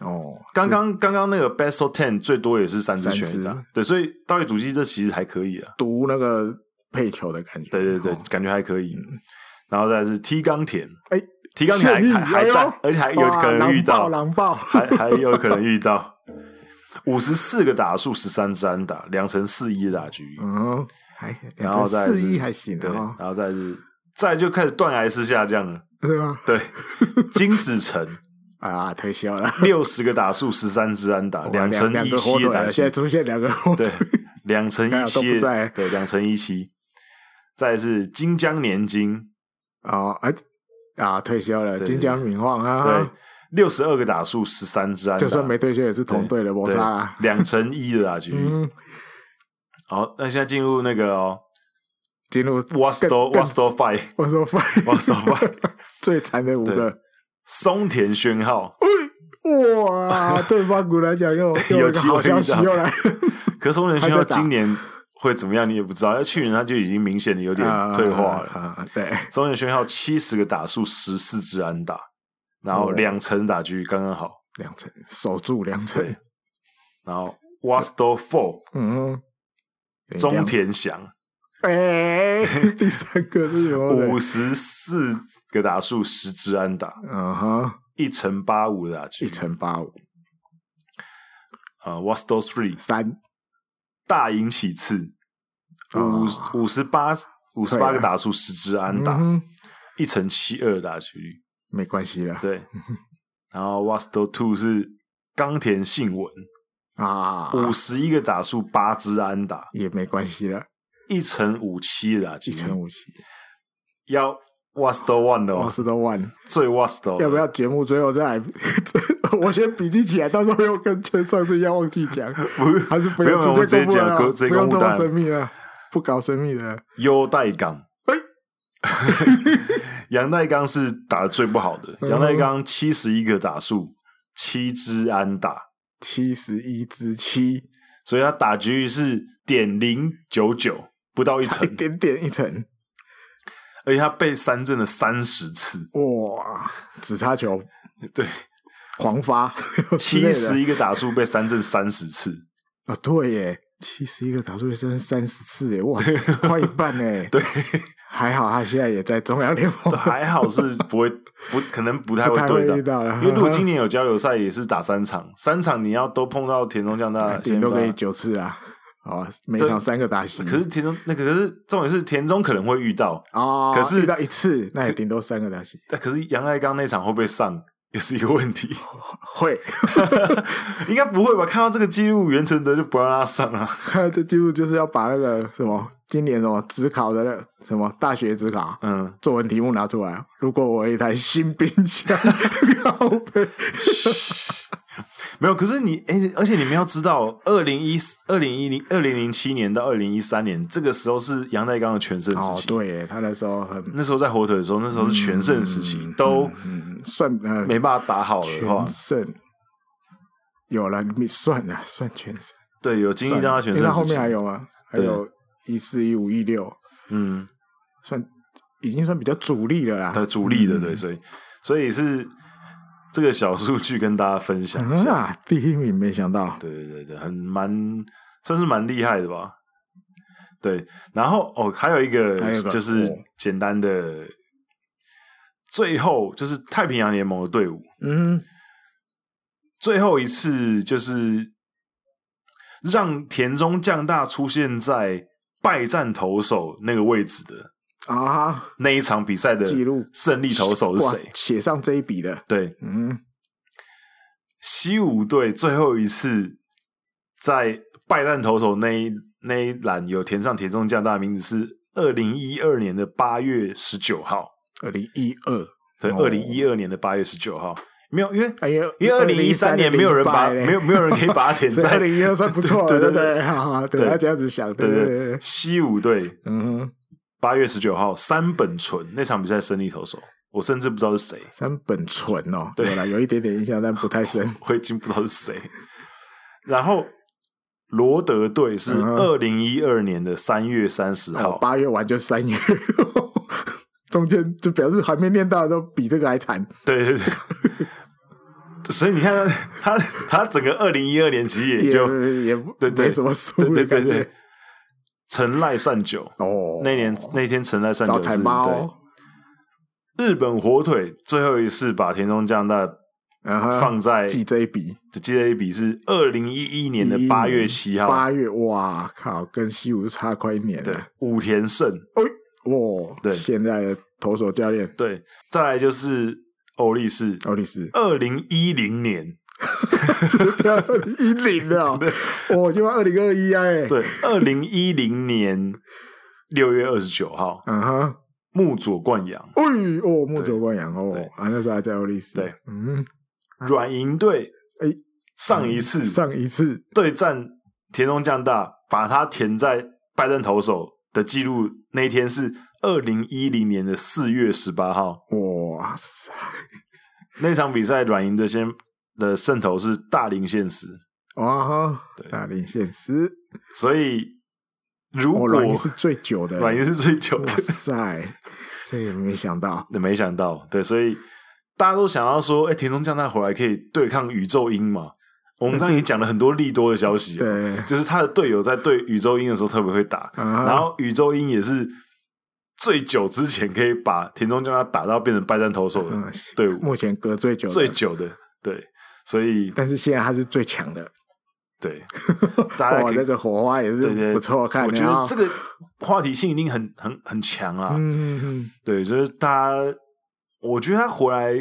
Speaker 1: 哦，
Speaker 2: 刚刚刚刚那个 Best of Ten 最多也是三支全
Speaker 1: 三
Speaker 2: 垒打，对，所以道业赌技这其实还可以啊。
Speaker 1: 读那个配球的感觉，
Speaker 2: 对对对
Speaker 1: 哦，
Speaker 2: 感觉还可以。然后再来是踢冈田，
Speaker 1: 哎，
Speaker 2: 踢冈田
Speaker 1: 现役
Speaker 2: 还还还
Speaker 1: 哎呦
Speaker 2: 在，而且还有可能遇到
Speaker 1: 哇，狼爆，狼爆
Speaker 2: 还还有可能遇到五十四个打数，十三支安打，两成四一的打局，
Speaker 1: 嗯，还
Speaker 2: 然后再来是
Speaker 1: 四一还行
Speaker 2: 对，
Speaker 1: 的
Speaker 2: 然
Speaker 1: 哦，
Speaker 2: 后再来是再来就开始断崖式下降了。
Speaker 1: 对吧？
Speaker 2: 对，金子成
Speaker 1: 啊，退休了，
Speaker 2: 六十个打数，十三支安打，两成
Speaker 1: 两
Speaker 2: 一
Speaker 1: 个火
Speaker 2: 七
Speaker 1: 腿
Speaker 2: 的打
Speaker 1: 了，现在
Speaker 2: 局，
Speaker 1: 出现两个火腿
Speaker 2: 对，两成
Speaker 1: 还
Speaker 2: 一
Speaker 1: 好都不
Speaker 2: 七
Speaker 1: 在
Speaker 2: 的，对，两成一七。再来是金江年金，
Speaker 1: 哦，哎啊，退休了，
Speaker 2: 对
Speaker 1: 金江敏晃
Speaker 2: 对
Speaker 1: 啊，，
Speaker 2: 六十二个打数，十三支安打，
Speaker 1: 就算没退休也是同队的摩
Speaker 2: 对
Speaker 1: 擦啦，
Speaker 2: 两成一的打局。
Speaker 1: 啊嗯，
Speaker 2: 好，那现在进入那个哦
Speaker 1: 进入
Speaker 2: w a s t o w a
Speaker 1: 更
Speaker 2: s t o Five，w
Speaker 1: 我说
Speaker 2: a s t o Five，
Speaker 1: 最惨的五个，
Speaker 2: 松田宣浩。
Speaker 1: 哇，对方古来讲 又又
Speaker 2: 有
Speaker 1: 一个
Speaker 2: 机会
Speaker 1: 好消息
Speaker 2: 遇到
Speaker 1: 又来
Speaker 2: 可是松田宣浩
Speaker 1: 还在打
Speaker 2: 今年会怎么样，你也不知道。因为去年他就已经明显的有
Speaker 1: 啊
Speaker 2: 点退化了。
Speaker 1: 啊，啊对，
Speaker 2: 松田宣浩七十个打数，十四支安打，然后
Speaker 1: 哦
Speaker 2: 两成打狙刚刚好，
Speaker 1: 两成守住两成，
Speaker 2: 对，然后 w a s t o Four
Speaker 1: 嗯，
Speaker 2: 中田翔
Speaker 1: 哎，第三个是什么
Speaker 2: 五
Speaker 1: 的？
Speaker 2: 十四个打数十支安打，
Speaker 1: 嗯哼，
Speaker 2: 一乘八五的打狙，
Speaker 1: 一乘八五
Speaker 2: 啊 w a s t o Three
Speaker 1: 三，
Speaker 2: 大引起次五
Speaker 1: 啊
Speaker 2: 五十八五十
Speaker 1: 退
Speaker 2: 八个
Speaker 1: 了
Speaker 2: 打数十支安
Speaker 1: 嗯
Speaker 2: 打，
Speaker 1: 哼
Speaker 2: 一乘七二的打击率，
Speaker 1: 没关系了
Speaker 2: 对。然后 w a s t o Two 是冈田信文，
Speaker 1: 啊，
Speaker 2: 五十一个打数八支安打，
Speaker 1: 也没关系
Speaker 2: 嗯
Speaker 1: 了，
Speaker 2: 一乘五七的打击
Speaker 1: 一乘
Speaker 2: 率，
Speaker 1: 五七，
Speaker 2: 要 w a s t o One 的
Speaker 1: 我
Speaker 2: 哦，
Speaker 1: 是都万，
Speaker 2: 最 w a s t o
Speaker 1: 要不要节目最后再 来？我先笔记起来，到时候又跟前上次一样忘记 讲，
Speaker 2: 不是
Speaker 1: 还是不
Speaker 2: 没有
Speaker 1: 用
Speaker 2: 没有我们
Speaker 1: 直
Speaker 2: 直
Speaker 1: 接公布
Speaker 2: 接讲
Speaker 1: 了，
Speaker 2: 公直接
Speaker 1: 不用
Speaker 2: 公布
Speaker 1: 这
Speaker 2: 答
Speaker 1: 么
Speaker 2: 案
Speaker 1: 神秘了，不搞神秘的了。
Speaker 2: 优待港。
Speaker 1: 哎
Speaker 2: 杨代刚是打的最不好的，
Speaker 1: 嗯
Speaker 2: 杨代刚七十一个打数，七支安打，
Speaker 1: 七十一之七，
Speaker 2: 所以他打击率是点零九九，不到一
Speaker 1: 差一
Speaker 2: 成，
Speaker 1: 点点一层，
Speaker 2: 而且他被三振了三十 次，
Speaker 1: 哇！只差球
Speaker 2: 对，
Speaker 1: 狂发，之 类
Speaker 2: 七
Speaker 1: 的
Speaker 2: 十一个打数被三振三 十次，
Speaker 1: 啊，对耶，七十一个打出生三十次耶，哇塞，快一半哎。
Speaker 2: 对，
Speaker 1: 还好他现在也在中央联盟，
Speaker 2: 还好是不会不可能不太
Speaker 1: 不
Speaker 2: 会
Speaker 1: 太
Speaker 2: 对
Speaker 1: 会
Speaker 2: 到
Speaker 1: 遇，到了，
Speaker 2: 因为如 果今年有交流赛也是打三场，三场你要都碰到田中将大
Speaker 1: 哎顶
Speaker 2: 先
Speaker 1: 多
Speaker 2: 发
Speaker 1: 可以九次啊，好啊，每
Speaker 2: 对
Speaker 1: 场三个打席，
Speaker 2: 可是田中那个可是重点是田中可能会遇到，
Speaker 1: 哦，
Speaker 2: 可是
Speaker 1: 遇到一次，那也顶多三个打 席，
Speaker 2: 但可是杨代刚那场会不会上也是一个问题。
Speaker 1: 会，
Speaker 2: 应该不会吧？看到这个记录，袁成德就不让他上啊了。
Speaker 1: 这几乎就是要把那个什么今年什么职考的那什么大学职考，
Speaker 2: 嗯，
Speaker 1: 作文题目拿出来。如果我有一台新冰箱， 靠背
Speaker 2: 没有。可是你，哎、而且你们要知道，二零一二零一零、二零零七年到二零一三年，这个时候是杨代刚的全盛时
Speaker 1: 哦，
Speaker 2: 期。
Speaker 1: 对耶，他那时候很
Speaker 2: 那时候在火腿的时候，那时候是全盛时期，都
Speaker 1: 嗯算呃
Speaker 2: 没办法打好的话
Speaker 1: 全，胜，有了你算了算全胜，
Speaker 2: 对，有经历
Speaker 1: 算
Speaker 2: 到他
Speaker 1: 了
Speaker 2: 全
Speaker 1: 因为
Speaker 2: 盛
Speaker 1: 他后
Speaker 2: 时期
Speaker 1: 面。还有吗？还
Speaker 2: 对
Speaker 1: 有一四一五一六，
Speaker 2: 嗯，
Speaker 1: 算已经算比较主力了啦。嗯
Speaker 2: 他主力的对，所以所以是这个小数据跟大家分享一
Speaker 1: 嗯
Speaker 2: 下。
Speaker 1: 啊，第一名没想到，
Speaker 2: 对对对对，很蛮算是蛮厉害的吧。对，然后哦，还有一个
Speaker 1: 还有一个
Speaker 2: 就是
Speaker 1: 哦
Speaker 2: 简单的，最后就是太平洋联盟的队伍，
Speaker 1: 嗯，
Speaker 2: 最后一次就是让田中将大出现在败战投手那个位置的
Speaker 1: 啊，
Speaker 2: 那一场比赛的
Speaker 1: 记录
Speaker 2: 胜利投手是
Speaker 1: 哇
Speaker 2: 谁？
Speaker 1: 写上这一笔的，
Speaker 2: 对，
Speaker 1: 嗯，
Speaker 2: 西武队最后一次在败战投手那一那一栏有填上田中将大的名字是二零一二年的八月十九号，
Speaker 1: 二零一二，
Speaker 2: 对，
Speaker 1: 哦
Speaker 2: 二零一二年的八月十九号，没有，因为
Speaker 1: 哎呀，
Speaker 2: 因为二零一三年没有人把
Speaker 1: 2018嘞
Speaker 2: 没有没有人可以 把它填
Speaker 1: 所以
Speaker 2: 在
Speaker 1: 二零一二算不错
Speaker 2: 对
Speaker 1: 了，对
Speaker 2: 对对
Speaker 1: 不对？哈哈，对，
Speaker 2: 对
Speaker 1: 要这样子想，
Speaker 2: 对
Speaker 1: 对对
Speaker 2: 对
Speaker 1: 对
Speaker 2: 对
Speaker 1: 对，
Speaker 2: 西武队
Speaker 1: 嗯哼，
Speaker 2: 八月十九号三本纯那场比赛胜利投手，我甚至不知道是谁，
Speaker 1: 三本纯哦，
Speaker 2: 对
Speaker 1: 有啦，有一点点印象，但不太深。
Speaker 2: 我已经不知道是谁。然后罗德队是
Speaker 1: 嗯哼
Speaker 2: 二零一二年的三月三十
Speaker 1: 好，
Speaker 2: 号，
Speaker 1: 哦八月完就三月，中间就表示还没念到的都比这个还惨。
Speaker 2: 对对对。所以你看他，他他整个二零一二年其实也
Speaker 1: 也
Speaker 2: 就
Speaker 1: 也
Speaker 2: 对对
Speaker 1: 没什么输
Speaker 2: 对对
Speaker 1: 的
Speaker 2: 对
Speaker 1: 感
Speaker 2: 对
Speaker 1: 觉。，
Speaker 2: 陈赖善久
Speaker 1: 哦，
Speaker 2: 那年那天陈赖善
Speaker 1: 找
Speaker 2: 久
Speaker 1: 彩
Speaker 2: 是
Speaker 1: 猫
Speaker 2: 对
Speaker 1: 哦，
Speaker 2: 日本火腿最后一次把田中将大
Speaker 1: 嗯哼
Speaker 2: 放在
Speaker 1: 记这一笔，
Speaker 2: 记了一笔是二零一一年的
Speaker 1: 11
Speaker 2: 八月七号，
Speaker 1: 八月，哇靠，跟西武差快一年
Speaker 2: 对
Speaker 1: 了。
Speaker 2: 武田胜
Speaker 1: 哇，
Speaker 2: 对
Speaker 1: 现在的投手教练
Speaker 2: 对，再来就是欧力士
Speaker 1: 奥利 斯，
Speaker 2: 二零一零年
Speaker 1: 二零一零了，我就二零二一啊，哎，
Speaker 2: 对二零一零年六月二十九号
Speaker 1: 嗯哼。
Speaker 2: 木佐冠阳
Speaker 1: 哎哦，木
Speaker 2: 对
Speaker 1: 佐冠洋哦
Speaker 2: 对，
Speaker 1: 啊，那时候还在欧力士。
Speaker 2: 对，
Speaker 1: 嗯，
Speaker 2: 软银队
Speaker 1: 哎
Speaker 2: 上一次
Speaker 1: 嗯上一次
Speaker 2: 对战田中将大，把他填在拜登投手的记录那一天是二零一零年的四月十八号，
Speaker 1: 哇塞，
Speaker 2: 那场比赛软银的先的胜投是大林现实，
Speaker 1: 哇哈
Speaker 2: 对，
Speaker 1: 大龄现实，
Speaker 2: 所以如
Speaker 1: 哦，
Speaker 2: 果
Speaker 1: 软银是最久的，
Speaker 2: 软银是最久
Speaker 1: 哇
Speaker 2: 的，
Speaker 1: 塞，这也没想到，
Speaker 2: 没想到对，所以大家都想要说，哎、田中将太回来可以对抗宇宙鹰嘛？我们刚刚也讲了很多利多的消息，啊
Speaker 1: 对，
Speaker 2: 就是他的队友在对宇宙鹰的时候特别会打，
Speaker 1: 啊
Speaker 2: 然后宇宙鹰也是最久之前可以把田中将他打到变成败战投手的
Speaker 1: 嗯
Speaker 2: 队伍，
Speaker 1: 目前隔最久的，
Speaker 2: 最久的，对，所以
Speaker 1: 但是现在他是最强的，
Speaker 2: 对，大家
Speaker 1: 哇，
Speaker 2: 可以
Speaker 1: 这个火花也是
Speaker 2: 对对
Speaker 1: 不错看
Speaker 2: 我
Speaker 1: 的
Speaker 2: 觉
Speaker 1: 啊。
Speaker 2: 得这个话题性一定很很很强啊，
Speaker 1: 嗯嗯嗯，
Speaker 2: 对，就是他，我觉得他回来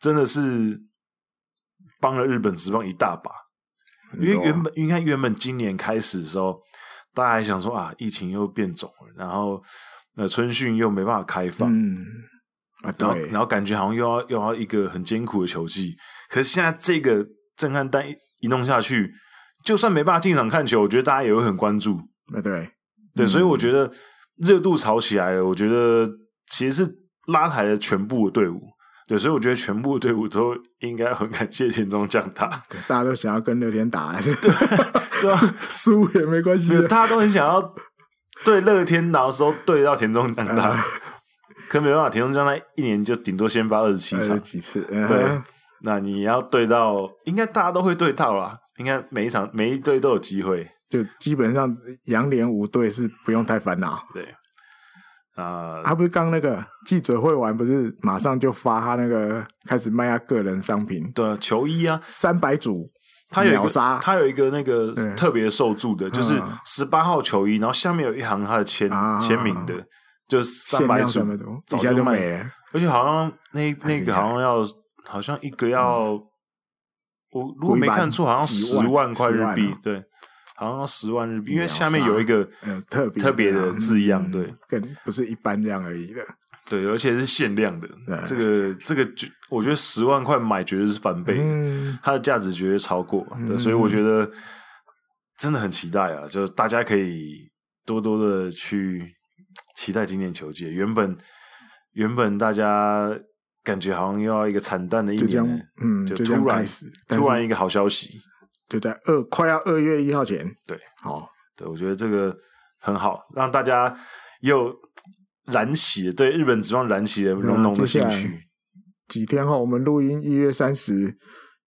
Speaker 2: 真的是帮了日本职棒一大把，因
Speaker 1: 很多啊
Speaker 2: 为原本因为看原本今年开始的时候，大家还想说啊，疫情又变种了，然后呃春训又没办法开放，
Speaker 1: 嗯啊
Speaker 2: 然后
Speaker 1: 对，
Speaker 2: 然后感觉好像又要又要一个很艰苦的球季，可是现在这个震撼弹一一弄下去，就算没办法进场看球，我觉得大家也会很关注，
Speaker 1: 啊对，
Speaker 2: 对，
Speaker 1: 嗯
Speaker 2: 所以我觉得热度炒起来了，我觉得其实是拉抬了全部的队伍。对，所以我觉得全部队伍都应该很感谢田中将 大，
Speaker 1: 大家都想要跟乐天打，
Speaker 2: 对吧、
Speaker 1: 输也没关系
Speaker 2: 没有
Speaker 1: 的。
Speaker 2: 大家都很想要对乐天拿的时候对到田中将
Speaker 1: 嗯
Speaker 2: 大， 可没办法，田中将大一年就顶多先发二十七
Speaker 1: 二
Speaker 2: 场
Speaker 1: 十，呃几次，
Speaker 2: 对
Speaker 1: 嗯，
Speaker 2: 那你要对到，应该大家都会对到啦，应该每一场每一队都有机会，
Speaker 1: 就基本上杨连五队是不用太烦恼。
Speaker 2: 对，啊、
Speaker 1: 他不是刚那个记者会完，不是马上就发他那个开始卖他个人商品
Speaker 2: 对啊球衣啊，
Speaker 1: 三百组，
Speaker 2: 它有一
Speaker 1: 秒
Speaker 2: 个
Speaker 1: 杀
Speaker 2: 它有一个那个
Speaker 1: 对
Speaker 2: 特别受注的，就是
Speaker 1: 嗯
Speaker 2: 十八号球衣，然后下面有一行他的签
Speaker 1: 啊
Speaker 2: 签名的，就是三
Speaker 1: 限
Speaker 2: 百
Speaker 1: 量
Speaker 2: 组
Speaker 1: 三，百组，
Speaker 2: 早
Speaker 1: 一下
Speaker 2: 就
Speaker 1: 就
Speaker 2: 卖
Speaker 1: 没了。
Speaker 2: 而且好像那那
Speaker 1: 厉
Speaker 2: 个
Speaker 1: 害嗯
Speaker 2: 好像要好像一个要，我如果
Speaker 1: 贵
Speaker 2: 没
Speaker 1: 吧
Speaker 2: 看错，好像
Speaker 1: 几
Speaker 2: 十
Speaker 1: 万
Speaker 2: 万块
Speaker 1: 10
Speaker 2: 日
Speaker 1: 万
Speaker 2: 币
Speaker 1: 哦，
Speaker 2: 对，好像要十万日币，因为
Speaker 1: 秒
Speaker 2: 下面
Speaker 1: 杀
Speaker 2: 有一个
Speaker 1: 嗯，特别
Speaker 2: 特别的
Speaker 1: 啊
Speaker 2: 字样
Speaker 1: 嗯
Speaker 2: 对
Speaker 1: 跟不是一般这样而已的。
Speaker 2: 对，而且是限量的，这个这个就我觉得十万块买绝对是翻倍的，
Speaker 1: 嗯，
Speaker 2: 它的价值绝对超过，对，
Speaker 1: 嗯
Speaker 2: 所以我觉得真的很期待啊！就是大家可以多多的去期待今年球季。原本原本大家感觉好像又要一个惨淡的一
Speaker 1: 就这
Speaker 2: 年
Speaker 1: 样
Speaker 2: 了，，
Speaker 1: 嗯，
Speaker 2: 就
Speaker 1: 就
Speaker 2: 突
Speaker 1: 这样
Speaker 2: 然
Speaker 1: 开始，但
Speaker 2: 突
Speaker 1: 是
Speaker 2: 然一个好消息，
Speaker 1: 就在二快要二月一号前，
Speaker 2: 对，
Speaker 1: 好，
Speaker 2: 对我觉得这个很好，让大家又燃起对日本职棒燃起了浓浓的兴
Speaker 1: 啊接下
Speaker 2: 趣
Speaker 1: 来。几天后我们录音一月三十，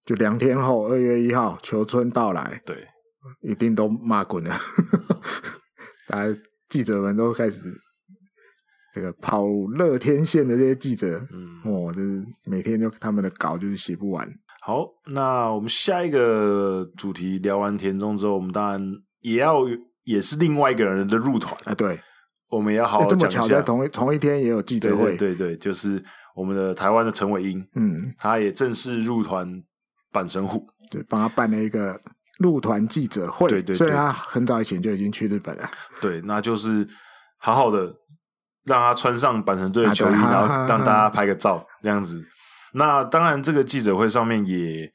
Speaker 1: 就两天后二月一号球春到来，
Speaker 2: 对，
Speaker 1: 一定都骂滚了， 大家记者们都开始这个跑乐天线的这些记者，
Speaker 2: 嗯，
Speaker 1: 哦，就是每天就他们的稿就是写不完，
Speaker 2: 好，那我们下一个主题聊完田中之后，我们当然也要也是另外一个人的入团，
Speaker 1: 啊，对，
Speaker 2: 我们也要好
Speaker 1: 哎
Speaker 2: 好
Speaker 1: 这
Speaker 2: 讲
Speaker 1: 么
Speaker 2: 一
Speaker 1: 巧
Speaker 2: 下
Speaker 1: 在。同一同一天也有记
Speaker 2: 对
Speaker 1: 者
Speaker 2: 对
Speaker 1: 会，
Speaker 2: 对对，就是我们的台湾的陈伟英，
Speaker 1: 嗯，
Speaker 2: 他也正式入团板神虎。
Speaker 1: 就帮他办了一个入团记者会。
Speaker 2: 对对对
Speaker 1: 虽然他很早以前就已经去日本了，
Speaker 2: 对，那就是好好的让他穿上板神队的
Speaker 1: 啊对
Speaker 2: 球衣，
Speaker 1: 哈
Speaker 2: 然后
Speaker 1: 哈哈
Speaker 2: 让大家拍个照，这样子。那当然，这个记者会上面也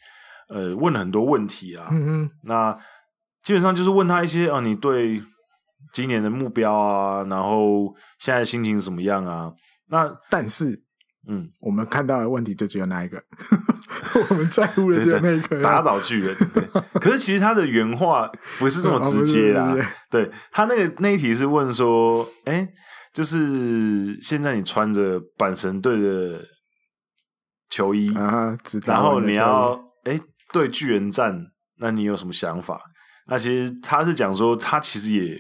Speaker 2: 呃问了很多问题啊，
Speaker 1: 嗯嗯，
Speaker 2: 那基本上就是问他一些啊，你对今年的目标啊，然后现在心情怎么样啊？那
Speaker 1: 但是
Speaker 2: 嗯，
Speaker 1: 我们看到的问题就只有那一个， 我们在乎的
Speaker 2: 对
Speaker 1: 只有那
Speaker 2: 对
Speaker 1: 一，个
Speaker 2: 打倒巨人。对 可是其实他的原话不是这么直接
Speaker 1: 哦
Speaker 2: 啦
Speaker 1: 不是直接。
Speaker 2: 对他那个那一题是问说，哎、就是现在你穿着阪神队的球衣，
Speaker 1: 啊，纸条
Speaker 2: 然后
Speaker 1: 文的
Speaker 2: 你
Speaker 1: 教育
Speaker 2: 要哎、诶对巨人战，那你有什么想法？那其实他是讲说，他其实也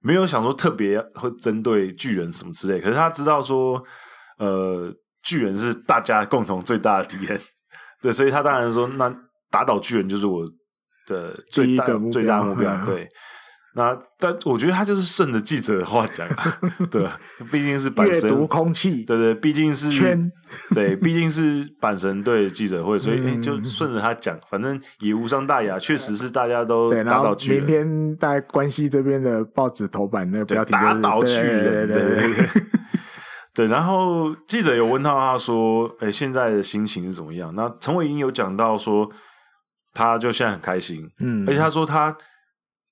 Speaker 2: 没有想说特别会针对巨人什么之类，可是他知道说，呃，巨人是大家共同最大的敌人，对，所以他当然说，那打倒巨人就是我的最大
Speaker 1: 第一个目标
Speaker 2: 最大目 标，
Speaker 1: 嗯
Speaker 2: 对。那但我觉得他就是顺着记者的话讲啊， 对吧，毕 竟是本
Speaker 1: 阅
Speaker 2: 身
Speaker 1: 读空气，
Speaker 2: 对对，毕竟是
Speaker 1: 圈
Speaker 2: 对，毕竟是阪神队记者会，所以、
Speaker 1: 嗯
Speaker 2: 诶就顺着他讲，反正也无伤大雅，确实是大家都
Speaker 1: 对，然
Speaker 2: 打
Speaker 1: 后
Speaker 2: 倒巨
Speaker 1: 明
Speaker 2: 人，
Speaker 1: 天大概关西这边的报纸头版那个标
Speaker 2: 对，
Speaker 1: 题就是
Speaker 2: 打倒巨
Speaker 1: 对
Speaker 2: 人，
Speaker 1: 对对
Speaker 2: 对
Speaker 1: 对
Speaker 2: 对 对。对，然后记者有问到他说：“诶，现在的心情是怎么样？”那陈伟英有讲到说，他就现在很开心，
Speaker 1: 嗯，
Speaker 2: 而且他说他，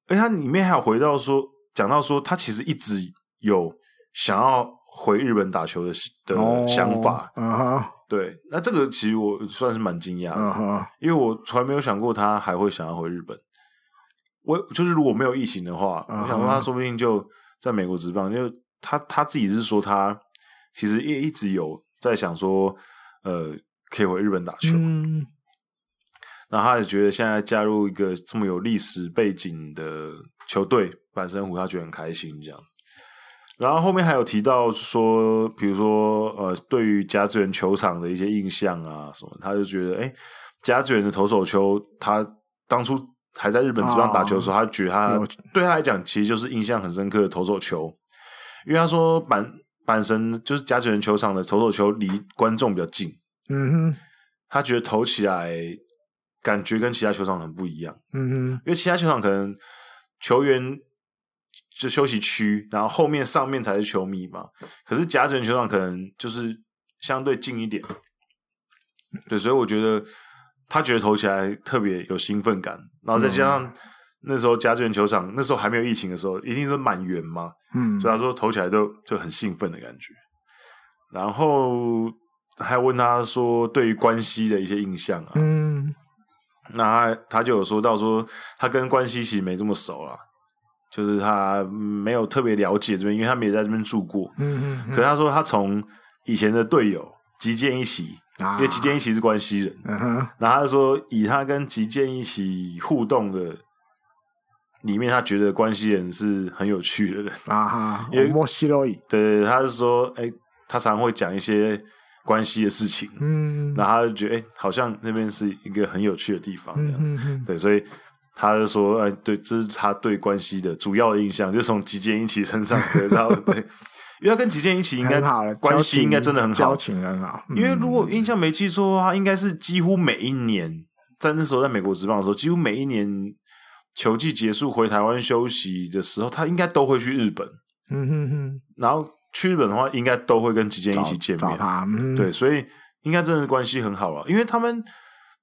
Speaker 2: 而且他里面还有回到说，讲到说他其实一直有想要回日本打球的的想法，
Speaker 1: 哦啊哈，
Speaker 2: 对，那这个其实我算是蛮惊讶的，
Speaker 1: 啊哈，
Speaker 2: 因为我从来没有想过他还会想要回日本。我就是如果没有疫情的话，
Speaker 1: 啊哈
Speaker 2: 我想说他说不定就在美国职棒，就他他自己是说他其实也一直有在想说，呃，可以回日本打球。
Speaker 1: 嗯，
Speaker 2: 那他也觉得现在加入一个这么有历史背景的球队板神虎，他觉得很开心这样。然后后面还有提到说，比如说呃，对于甲子园球场的一些印象啊什么，他就觉得哎，甲子园的投手球，他当初还在日本职棒打球的时候，他觉得他
Speaker 1: 有
Speaker 2: 对他来讲其实就是印象很深刻的投手球，因为他说板板神就是甲子园球场的投手球离观众比较近，
Speaker 1: 嗯哼，
Speaker 2: 他觉得投起来感觉跟其他球场很不一样，
Speaker 1: 嗯
Speaker 2: 因为其他球场可能球员就休息区，然后后面上面才是球迷嘛。可是甲子园球场可能就是相对近一点，对，所以我觉得他觉得投起来特别有兴奋感，然后再加上那时候甲子园球场那时候还没有疫情的时候，一定是满员嘛，
Speaker 1: 哼，
Speaker 2: 所以他说投起来都就很兴奋的感觉。然后还问他说对于关系的一些印象啊，
Speaker 1: 嗯嗯，
Speaker 2: 那他他就有说到说他跟关西其实没这么熟啦，就是他没有特别了解这边，因为他们也在这边住过。
Speaker 1: 嗯
Speaker 2: 可是他说他从以前的队友吉建一起，
Speaker 1: 嗯，
Speaker 2: 因为吉建一起是关西人，
Speaker 1: 嗯哼，
Speaker 2: 然后他就说以他跟吉建一起互动的里面，他觉得关西人是很有趣的人。
Speaker 1: 啊哈，
Speaker 2: 因为
Speaker 1: 莫西洛伊，
Speaker 2: 对，他是说，哎、他常会讲一些关西的事情，
Speaker 1: 嗯，
Speaker 2: 然后他就觉得，哎、好像那边是一个很有趣的地方，这
Speaker 1: 嗯
Speaker 2: 样。
Speaker 1: 嗯嗯，
Speaker 2: 对，所以他就说，哎，对，这是他对关系的主要的印象，就是从吉建一起身上得到的。 对，因为他跟吉建一起应该
Speaker 1: 很好了，
Speaker 2: 关
Speaker 1: 交
Speaker 2: 系
Speaker 1: 情
Speaker 2: 应该真的很好
Speaker 1: 交，情嗯很好，
Speaker 2: 因为如果印象没记错的话，应该是几乎每一年在那时候在美国职棒的时候，几乎每一年球季结束回台湾休息的时候，他应该都会去日本，
Speaker 1: 嗯哼哼，
Speaker 2: 然后去日本的话，应该都会跟吉建一起见
Speaker 1: 找
Speaker 2: 面。
Speaker 1: 他，嗯，
Speaker 2: 对，所以应该真的关系很好了，因为他们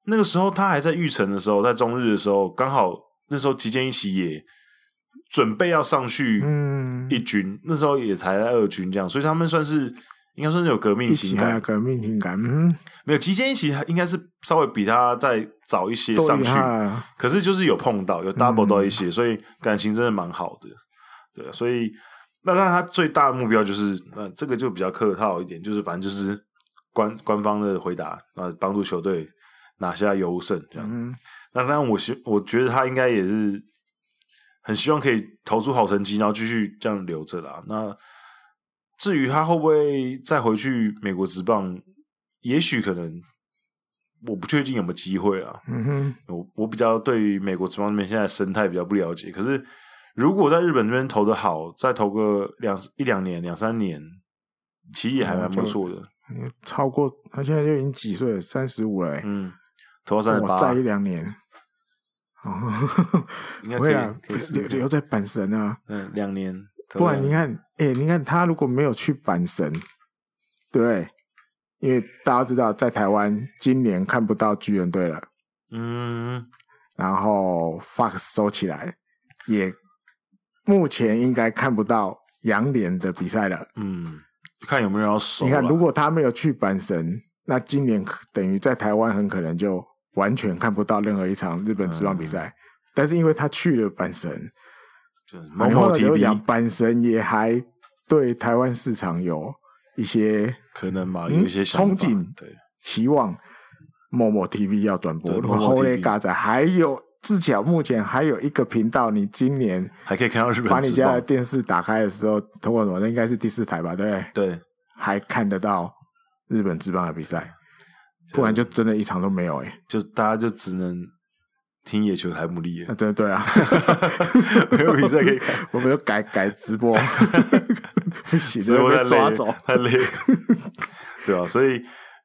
Speaker 2: 那个时候他还在玉城的时候，在中日的时候，刚好那时候集建一起也准备要上去
Speaker 1: 嗯，
Speaker 2: 一军，那时候也才在二军这样，所以他们算是应该算是有革命
Speaker 1: 一
Speaker 2: 情
Speaker 1: 起哎还有
Speaker 2: 感，
Speaker 1: 革命情感，嗯，
Speaker 2: 没有集建一起应该是稍微比他再早一些
Speaker 1: 多
Speaker 2: 上
Speaker 1: 厉
Speaker 2: 去，
Speaker 1: 害啊，
Speaker 2: 可是就是有碰到，有 double 到一些，所以感情真的蛮好的。对啊，所以那那他最大的目标就是，那这个就比较客套一点，就是反正就是官官方的回答，那帮助球队拿下优胜这样。
Speaker 1: 嗯
Speaker 2: 那当然，我希我觉得他应该也是很希望可以投出好成绩，然后继续这样留着啦。那至于他会不会再回去美国职棒，也许可能我不确定有没有机会啊。
Speaker 1: 嗯哼，
Speaker 2: 我我比较对于美国职棒那边现在的生态比较不了解，可是如果在日本这边投的好，再投个两一两年、两三年，其实也
Speaker 1: 哦
Speaker 2: 还蛮不错的。
Speaker 1: 超过他现在就已经几岁了，三十五了欸，
Speaker 2: 嗯，投到三十
Speaker 1: 我再
Speaker 2: 八
Speaker 1: 一，两年，哦，
Speaker 2: 应该
Speaker 1: 不会
Speaker 2: 可以
Speaker 1: 啊，
Speaker 2: 可以试
Speaker 1: 留
Speaker 2: 一下
Speaker 1: 留在阪神啊，
Speaker 2: 嗯两年，投
Speaker 1: 不然
Speaker 2: 两
Speaker 1: 你
Speaker 2: 年
Speaker 1: 看，哎、你看他如果没有去阪神，对不对，因为大家知道在台湾今年看不到巨人队了，
Speaker 2: 嗯，
Speaker 1: 然后 Fox 收起来，也目前应该看不到洋联的比赛了。
Speaker 2: 嗯，看有没有人要收
Speaker 1: 你
Speaker 2: 啦。
Speaker 1: 看，如果他没有去阪神，那今年可等于在台湾很可能就完全看不到任何一场日本职棒比赛。
Speaker 2: 嗯
Speaker 1: 但是因为他去了阪神，
Speaker 2: 就是某
Speaker 1: 然后
Speaker 2: 某
Speaker 1: 来有
Speaker 2: TV
Speaker 1: 讲阪神也还对台湾市场有一些
Speaker 2: 可能吧，
Speaker 1: 嗯
Speaker 2: 有一些想法
Speaker 1: 憧憬
Speaker 2: 对，
Speaker 1: 期望某某 TV 要转播，
Speaker 2: 对
Speaker 1: 然后
Speaker 2: MOMO
Speaker 1: 后来
Speaker 2: TV
Speaker 1: 嘎仔还有至巧目前还有一个频道，你今年
Speaker 2: 还可以看到日
Speaker 1: 把
Speaker 2: 本
Speaker 1: 你
Speaker 2: 职
Speaker 1: 家的
Speaker 2: 棒。
Speaker 1: 电视打开的时候，通过什么？那应该是第四台吧，对不对？
Speaker 2: 对，
Speaker 1: 还看得到日本职棒的比赛，不然就真的一场都没有哎、欸，
Speaker 2: 就大家就只能听野球台姆利
Speaker 1: 那
Speaker 2: 了，
Speaker 1: 真的 对啊，
Speaker 2: 没有比赛可以看。
Speaker 1: 我们就改改直 播，不行，
Speaker 2: 直播
Speaker 1: 被
Speaker 2: 太
Speaker 1: 抓
Speaker 2: 累
Speaker 1: 走
Speaker 2: 了，，太累了，对啊，所以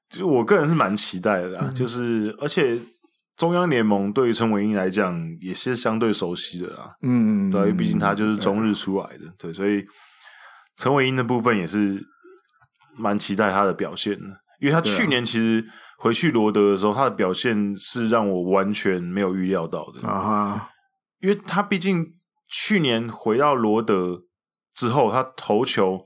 Speaker 2: 就我个人是蛮期待的啦，啊
Speaker 1: 嗯
Speaker 2: 就是而且中央联盟对于陈伟英来讲也是相对熟悉的啦，
Speaker 1: 嗯，
Speaker 2: 对啊、因为毕竟他就是中日出来的，对，所以陈伟英的部分也是蛮期待他的表现的，因为他
Speaker 1: 对啊
Speaker 2: 去年其实回去罗德的时候，他的表现是让我完全没有预料到的，
Speaker 1: 啊哈，
Speaker 2: 因为他毕竟去年回到罗德之后，他投球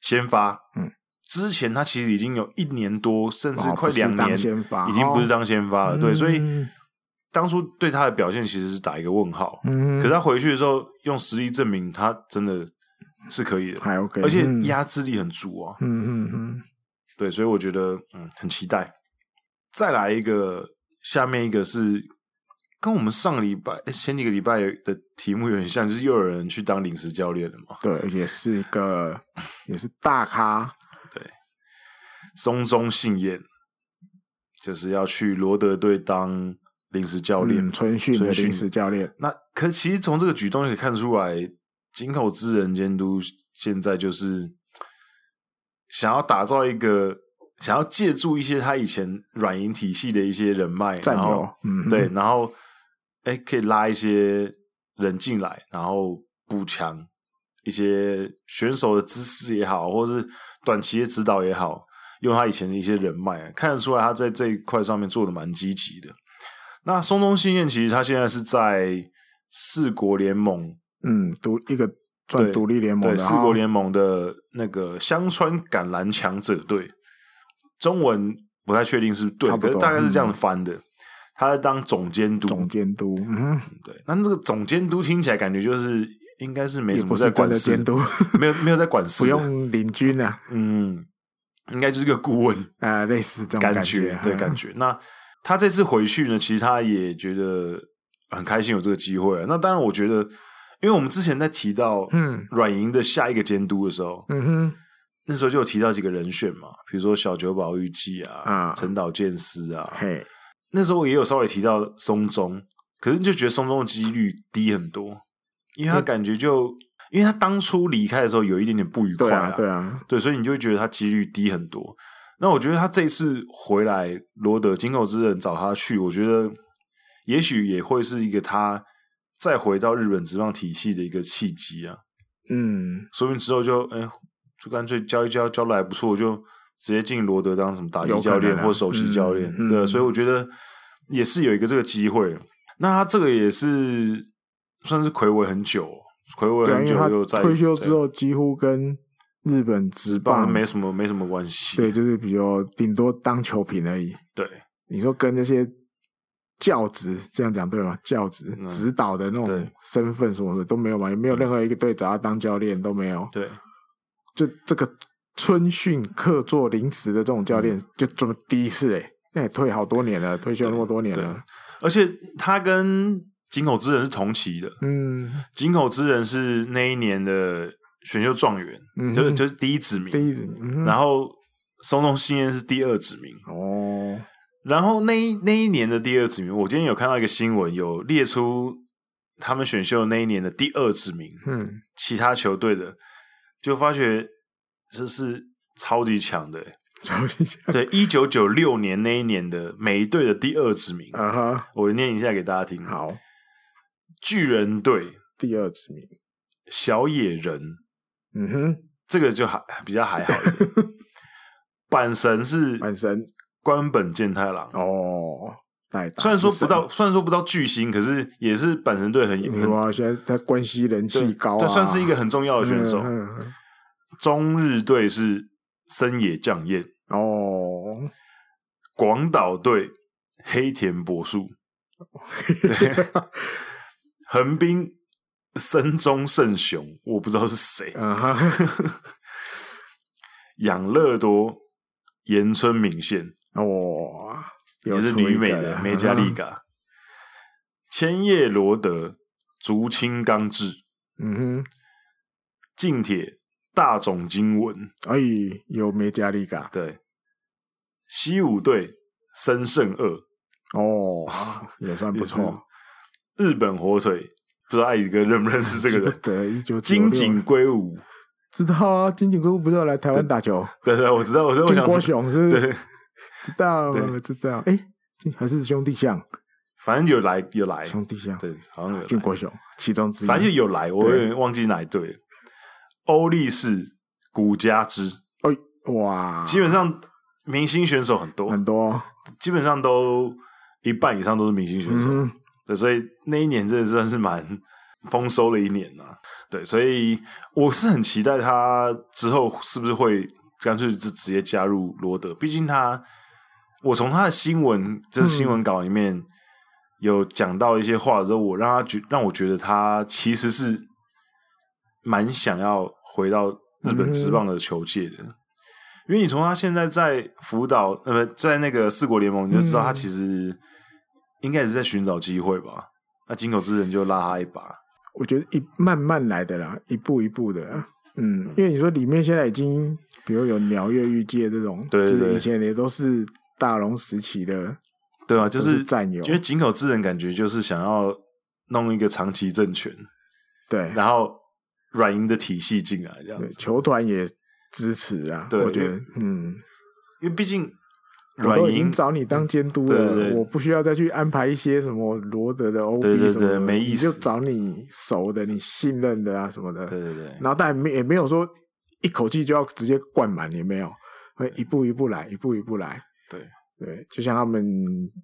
Speaker 2: 先发，
Speaker 1: 嗯，
Speaker 2: 之前他其实已经有一年多，甚至
Speaker 1: 哦
Speaker 2: 快
Speaker 1: 不是
Speaker 2: 两
Speaker 1: 当
Speaker 2: 年，
Speaker 1: 先发
Speaker 2: 已经不是
Speaker 1: 哦
Speaker 2: 当先发了，对，所以
Speaker 1: 嗯
Speaker 2: 当初对他的表现其实是打一个问号。
Speaker 1: 嗯，
Speaker 2: 可是他回去的时候，用实力证明他真的是可以的，
Speaker 1: 还 OK，
Speaker 2: 而且
Speaker 1: 嗯
Speaker 2: 压制力很足啊。
Speaker 1: 嗯嗯嗯。
Speaker 2: 对，所以我觉得嗯，很期待。再来一个，下面一个是跟我们上礼拜诶前几个礼拜的题目有点像，就是又有人去当临时教练了嘛。
Speaker 1: 对，也是一个也是大咖，
Speaker 2: 松中信彦就是要去罗德队当临时教练，
Speaker 1: 嗯，春训的
Speaker 2: 春训
Speaker 1: 临时教练，
Speaker 2: 那可其实从这个举动就可以看出来，井口之人监督现在就是想要打造一个，想要借助一些他以前软银体系的一些人脉，
Speaker 1: 战
Speaker 2: 然后
Speaker 1: 友，嗯，
Speaker 2: 对，，然后哎、可以拉一些人进来，然后补强一些选手的知识也好，或是短期的指导也好，用他以前的一些人脉，啊看得出来他在这一块上面做的蛮积极的。那松中信彦其实他现在是在四国联盟，
Speaker 1: 嗯，独一个算
Speaker 2: 对
Speaker 1: 独立联盟
Speaker 2: 对
Speaker 1: 的，哦
Speaker 2: 四国联盟的那个香川橄榄强者队，中文不太确定是不是对
Speaker 1: 差，不
Speaker 2: 可
Speaker 1: 多嗯
Speaker 2: 是大概是这样翻的。他在当总监督，
Speaker 1: 总监督，嗯哼，
Speaker 2: 对，那这个总监督听起来感觉就是应该是没
Speaker 1: 也
Speaker 2: 什
Speaker 1: 不
Speaker 2: 么
Speaker 1: 是
Speaker 2: 在
Speaker 1: 真
Speaker 2: 管
Speaker 1: 的
Speaker 2: 事，
Speaker 1: 监督，
Speaker 2: 没有没有在管事，
Speaker 1: 不，用领军啊，
Speaker 2: 嗯，应该就是个顾问
Speaker 1: 呃，类似这种
Speaker 2: 感
Speaker 1: 觉，
Speaker 2: 对
Speaker 1: 嗯
Speaker 2: 感觉。那他这次回去呢，其实他也觉得很开心有这个机会啊。那当然，我觉得，因为我们之前在提到
Speaker 1: 嗯
Speaker 2: 软银的下一个监督的时候，
Speaker 1: 嗯哼，
Speaker 2: 那时候就有提到几个人选嘛，比如说小久保裕纪啊
Speaker 1: 啊、
Speaker 2: 陈岛健司啊，
Speaker 1: 嘿，
Speaker 2: 那时候也有稍微提到松中，可是就觉得松中的几率低很多，因为他感觉就，因为他当初离开的时候有一点点不愉快
Speaker 1: 对
Speaker 2: 啦、
Speaker 1: 啊，对啊，
Speaker 2: 对所以你就会觉得他几率低很多。那我觉得他这一次回来，罗德井口之人找他去，我觉得也许也会是一个他再回到日本职棒体系的一个契机啊。
Speaker 1: 嗯，
Speaker 2: 说不定之后就哎、就干脆教一教，教的还不错，就直接进罗德当什么打击
Speaker 1: 有可
Speaker 2: 教
Speaker 1: 能
Speaker 2: 练
Speaker 1: 啊
Speaker 2: 或首席教练。
Speaker 1: 嗯
Speaker 2: 对，
Speaker 1: 嗯
Speaker 2: 所以我觉得也是有一个这个机会。那他这个也是算是魁违很久，魁违
Speaker 1: 对啊，
Speaker 2: 很
Speaker 1: 因为
Speaker 2: 久又
Speaker 1: 他
Speaker 2: 在
Speaker 1: 退休之，后几乎跟日本职
Speaker 2: 职棒
Speaker 1: 棒
Speaker 2: 没什么没什么关系。
Speaker 1: 对，就是比较顶多当球评而已。
Speaker 2: 对
Speaker 1: 你说跟那些教职这样讲对吗？教职、
Speaker 2: 嗯
Speaker 1: 指导的那
Speaker 2: 对嗯
Speaker 1: 种身份什么的都没有嘛，也没有任何一个队找他当教练都没有。
Speaker 2: 对
Speaker 1: 就这个春训客座临时的这种教练，
Speaker 2: 嗯
Speaker 1: 就这么第一次哎、欸，那也退好多年了，退休那么多年
Speaker 2: 对
Speaker 1: 了，，
Speaker 2: 而且他跟井口之人是同期的，
Speaker 1: 嗯，
Speaker 2: 井口之人是那一年的选秀状元，
Speaker 1: 嗯
Speaker 2: 就是就是第一指名，
Speaker 1: 第一次，嗯
Speaker 2: 然后松中信彦是第二指名。
Speaker 1: 哦，
Speaker 2: 然后那一那一年的第二指名，我今天有看到一个新闻，有列出他们选秀那一年的第二指名，
Speaker 1: 嗯，
Speaker 2: 其他球队的，就发觉这是超级强的欸、
Speaker 1: 超级强，
Speaker 2: 对，一九九六年那一年的每一队的第二指名，
Speaker 1: 啊哈，
Speaker 2: 我念一下给大家听。，
Speaker 1: 好，
Speaker 2: 巨人队
Speaker 1: 第二指名，
Speaker 2: 小野人，
Speaker 1: 嗯哼，
Speaker 2: 这个就还比较还好一点。阪神是
Speaker 1: 阪神，
Speaker 2: 关本健太郎，
Speaker 1: 哦，代打
Speaker 2: 虽然说
Speaker 1: 一
Speaker 2: 不
Speaker 1: 神
Speaker 2: 到，虽然说不到巨星，可是也是阪神队很很
Speaker 1: 哇，现在他关系人气高、啊，
Speaker 2: 这算是一个很重要的选手。
Speaker 1: 嗯嗯嗯
Speaker 2: 中日队是森野将彦，
Speaker 1: 哦，
Speaker 2: 广岛队黑田 博树，对，横滨森中胜雄，我不知道是谁，
Speaker 1: 啊 哈，
Speaker 2: 养乐多岩村明宪
Speaker 1: 哦，
Speaker 2: 也
Speaker 1: 又
Speaker 2: 是
Speaker 1: 出一个
Speaker 2: 旅美
Speaker 1: 了
Speaker 2: 的美加利，嘎，千叶罗德竹青刚志
Speaker 1: 嗯
Speaker 2: 近铁大冢经文，
Speaker 1: 哼，哎，有美啊加利嘎，
Speaker 2: 对，西武队森胜二。
Speaker 1: 哦， 也算不
Speaker 2: 也是
Speaker 1: 错，
Speaker 2: 日本火腿，不知道艾宇哥认不认识这个人？
Speaker 1: 对，一九
Speaker 2: 金井圭吾，
Speaker 1: 知道啊，金井圭吾不是要来台湾打球，
Speaker 2: 对对，我知道，我知道，我
Speaker 1: 金
Speaker 2: 想
Speaker 1: 国雄是不是
Speaker 2: 对，
Speaker 1: 知道
Speaker 2: 对
Speaker 1: 知道，哎，还是兄弟象，
Speaker 2: 反正有来有来，
Speaker 1: 兄弟象，
Speaker 2: 哎对，好像有
Speaker 1: 金
Speaker 2: 来，
Speaker 1: 国雄其中之一，
Speaker 2: 反正就有来，我有点忘记哪一队了。欧力士、古家之，
Speaker 1: 哎，哇，
Speaker 2: 基本上明星选手很多，
Speaker 1: 很多，
Speaker 2: 基本上都一半以上都是明星选手，
Speaker 1: 嗯，
Speaker 2: 对，所以那一年真的算是蛮丰收的一年呐、对，所以我是很期待他之后是不是会干脆就直接加入罗德，毕竟他，我从他的新闻就是新闻稿里面有讲到一些话之后，我让他觉让我觉得他其实是蛮想要回到日本职棒的球界的。因为你从他现在在辅导，呃，在那个四国联盟，你就知道他
Speaker 1: 嗯
Speaker 2: 其实应该也是在寻找机会吧。那井口之人就拉他一把，
Speaker 1: 我觉得一慢慢来的啦，一步一步的啦。嗯，因为你说里面现在已经，比如有鸟越狱界这种，
Speaker 2: 对对
Speaker 1: 就是
Speaker 2: 对
Speaker 1: 以前也都是大龙时期的，
Speaker 2: 对啊，就
Speaker 1: 都
Speaker 2: 是
Speaker 1: 战友
Speaker 2: 因，为井口之人感觉就是想要弄一个长期政权，
Speaker 1: 对
Speaker 2: 然后软银的体系进来这样
Speaker 1: 对，
Speaker 2: 子，
Speaker 1: 球团也支持啊。
Speaker 2: 对
Speaker 1: 我觉
Speaker 2: 因
Speaker 1: 得
Speaker 2: 为，
Speaker 1: 嗯，
Speaker 2: 因为毕竟
Speaker 1: 我
Speaker 2: 软
Speaker 1: 都已
Speaker 2: 银嗯
Speaker 1: 经找你当监督了，
Speaker 2: 对对对
Speaker 1: 我不需要再去安排一些什么罗德的 OB
Speaker 2: 对对对
Speaker 1: 什么的，
Speaker 2: 没意思
Speaker 1: 你就找你熟的、你信任的啊什么的。
Speaker 2: 对对对，
Speaker 1: 然后但没也没有说一口气就要直接灌满，也没有，会一步一步来，一步一步来。
Speaker 2: 对
Speaker 1: 对，就像他们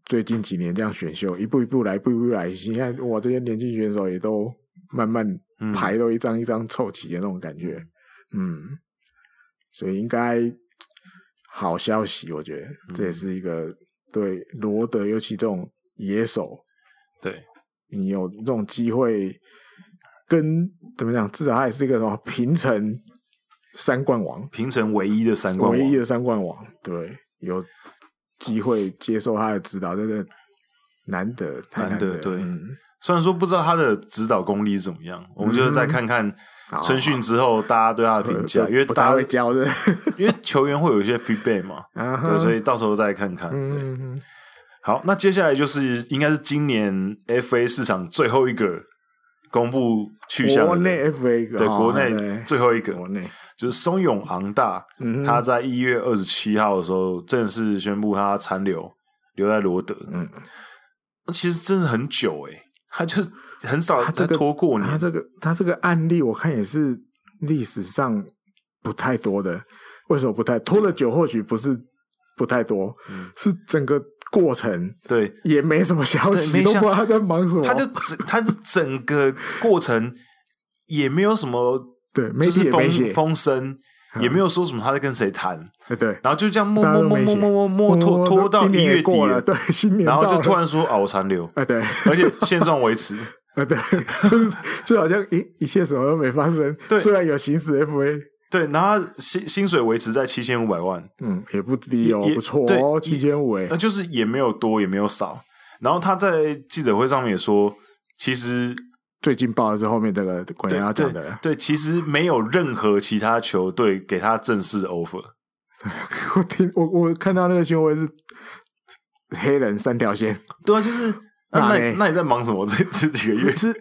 Speaker 1: 最近几年这样选秀，一步一步来，一步一步来。你看，哇，这些年轻选手也都慢慢
Speaker 2: 嗯
Speaker 1: 排都一张一张凑齐的那种感觉。嗯，所以应该好消息，我觉得这也是一个对罗德，尤其这种野手，
Speaker 2: 对，
Speaker 1: 你有这种机会跟怎么讲，至少他也是一个什么平成三冠王，
Speaker 2: 平成唯一的三冠王，
Speaker 1: 唯一的三冠王，对，有机会接受他的指导，真的难得，太
Speaker 2: 难
Speaker 1: 得
Speaker 2: 得对
Speaker 1: 嗯、
Speaker 2: 虽然说不知道他的指导功力是怎么样，我们就是再看看
Speaker 1: 嗯好
Speaker 2: 春训之后大家对他的评价，
Speaker 1: 呃
Speaker 2: 因为
Speaker 1: 不太
Speaker 2: 大
Speaker 1: 会
Speaker 2: 家
Speaker 1: 教的，
Speaker 2: 因为球员会有一些 feedback 嘛，
Speaker 1: 啊哈
Speaker 2: 对，所以到时候再看看。对，
Speaker 1: 嗯，
Speaker 2: 好，那接下来就是应该是今年 FA 市场最后一个公布去向
Speaker 1: 国
Speaker 2: 的人，
Speaker 1: 内 FA
Speaker 2: 对
Speaker 1: 哦
Speaker 2: 国
Speaker 1: 对
Speaker 2: 内最后一个
Speaker 1: 国内，
Speaker 2: 就是松永昂大，
Speaker 1: 嗯
Speaker 2: 他在一月二十七号的时候正式宣布他残留，留在罗德。
Speaker 1: 嗯，
Speaker 2: 那其实真的很久诶、他就很少
Speaker 1: 他这
Speaker 2: 在
Speaker 1: 个
Speaker 2: 拖过你
Speaker 1: 他。这个他这个案例，我看也是历史上不太多的。为什么不太拖
Speaker 2: 啊
Speaker 1: 了久？或许不是不太多，
Speaker 2: 嗯
Speaker 1: 是整个过程
Speaker 2: 对，
Speaker 1: 也没什么消息，
Speaker 2: 对没
Speaker 1: 都
Speaker 2: 像
Speaker 1: 不知道他在忙什么。
Speaker 2: 他就整他的整个过程也没有什么，
Speaker 1: 对媒
Speaker 2: 就
Speaker 1: 体
Speaker 2: 是
Speaker 1: 也没嗯
Speaker 2: 风
Speaker 1: 写，
Speaker 2: 风声，也没有说什么他在跟谁谈，
Speaker 1: 对对，
Speaker 2: 然后就这样默
Speaker 1: 大家
Speaker 2: 默
Speaker 1: 都
Speaker 2: 默
Speaker 1: 没写
Speaker 2: 默默默默拖拖到
Speaker 1: 一
Speaker 2: 一
Speaker 1: 年也
Speaker 2: 月底
Speaker 1: 过了，
Speaker 2: 了，
Speaker 1: 对，新年
Speaker 2: 然后
Speaker 1: 到
Speaker 2: 就
Speaker 1: 了
Speaker 2: 突然说啊，我残 留，
Speaker 1: 哎对
Speaker 2: 而且现状维持，
Speaker 1: 哎对，就是就好像一一切什么都没发生。
Speaker 2: 对
Speaker 1: 虽然有行使 FA，
Speaker 2: 对，然后他薪薪水维持在七千五百万，
Speaker 1: 嗯，也不低哦，
Speaker 2: 也
Speaker 1: 不错哦，
Speaker 2: 对
Speaker 1: 七千五哎
Speaker 2: 那，就是也没有多也没有少。然后他在记者会上面也说，其实
Speaker 1: 最近报的是后面这个果
Speaker 2: 对
Speaker 1: 然要
Speaker 2: 对
Speaker 1: 讲的了。
Speaker 2: 对，其实没有任何其他球队给他正式的 offer。
Speaker 1: 我听我我看到那个新闻是黑人三条线，
Speaker 2: 对啊，就是那
Speaker 1: 那
Speaker 2: 那
Speaker 1: 嘞
Speaker 2: 你那你在忙什么？这这几 个月？
Speaker 1: 是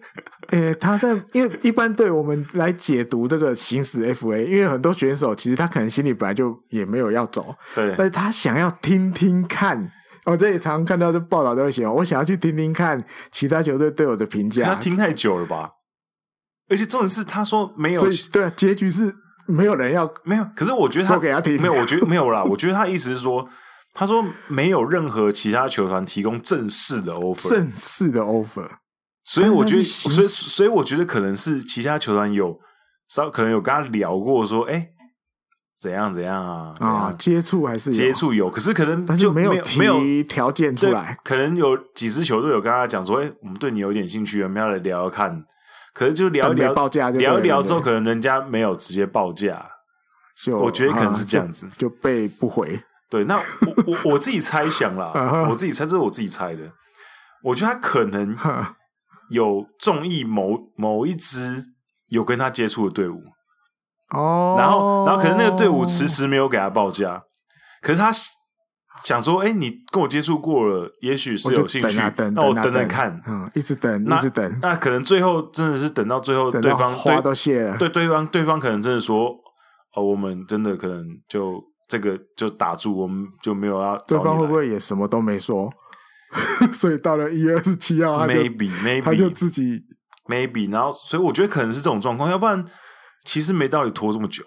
Speaker 1: 呃、他在因为一般对我们来解读这个行使 FA，因为很多选手其实他可能心里本来就也没有要走，
Speaker 2: 对
Speaker 1: 但是他想要听听看。我、这里常常看到这报道都会写，我想要去听听看其他球队对我的评
Speaker 2: 他
Speaker 1: 价，
Speaker 2: 听太久了吧？而且重点是，他说没有
Speaker 1: 所以对啊，结局是没有人要
Speaker 2: 没有，可是我觉得他
Speaker 1: 说给他听
Speaker 2: 没有，我 觉得没有啦。我觉得他意思是说，他说没有任何其他球团提供正式的 offer，
Speaker 1: 正式的 offer，
Speaker 2: 所以我觉
Speaker 1: 但是
Speaker 2: 得，
Speaker 1: 行
Speaker 2: 所以所以我觉得可能是其他球团有稍可能有跟他聊过说，哎、怎样怎样啊，怎样
Speaker 1: 啊，接触还是有
Speaker 2: 接，触有，可是可能
Speaker 1: 但是
Speaker 2: 就没
Speaker 1: 没有
Speaker 2: 没有
Speaker 1: 提条件出
Speaker 2: 对，
Speaker 1: 来，
Speaker 2: 可能有几支球队有跟他讲说，哎、我们对你有点兴趣，我们要来聊聊看。可是就聊一
Speaker 1: 但
Speaker 2: 聊
Speaker 1: 没报价就对了
Speaker 2: 聊一聊之后，
Speaker 1: 对
Speaker 2: 可能人家没有直接报价。
Speaker 1: 就
Speaker 2: 我觉得可
Speaker 1: 啊
Speaker 2: 能是这样子
Speaker 1: 就就被不回。
Speaker 2: 对，那我我 我自己猜想
Speaker 1: 啊哈
Speaker 2: 啦，我自己猜，这是我自己猜的。我觉得他可能
Speaker 1: 哈，
Speaker 2: 有中意某某一支有跟他接触的队伍，
Speaker 1: 哦，
Speaker 2: 然后然后可能那个队伍迟迟没有给他报价，可是他想说，哎、你跟我接触过了，也许
Speaker 1: 我
Speaker 2: 是
Speaker 1: 就
Speaker 2: 有兴
Speaker 1: 等
Speaker 2: 趣，
Speaker 1: 啊等，
Speaker 2: 那我
Speaker 1: 啊
Speaker 2: 等等看。
Speaker 1: 嗯，一直等，
Speaker 2: 那
Speaker 1: 一直等，
Speaker 2: 那可能最后真的是等到最后，
Speaker 1: 等
Speaker 2: 对
Speaker 1: 到
Speaker 2: 方
Speaker 1: 花
Speaker 2: 对
Speaker 1: 都谢了，
Speaker 2: 对对方对方可能真的说，哦，我们真的可能就这个就打住，我们就没有要
Speaker 1: 对
Speaker 2: 找
Speaker 1: 方
Speaker 2: 你
Speaker 1: 会不
Speaker 2: 来
Speaker 1: 会也什么都没说？ 所以到了一月二十七号，他就
Speaker 2: maybe
Speaker 1: 他就
Speaker 2: maybe
Speaker 1: 自己
Speaker 2: maybe，然后所以我觉得可能是这种状况，要不然其实没道理拖这么久。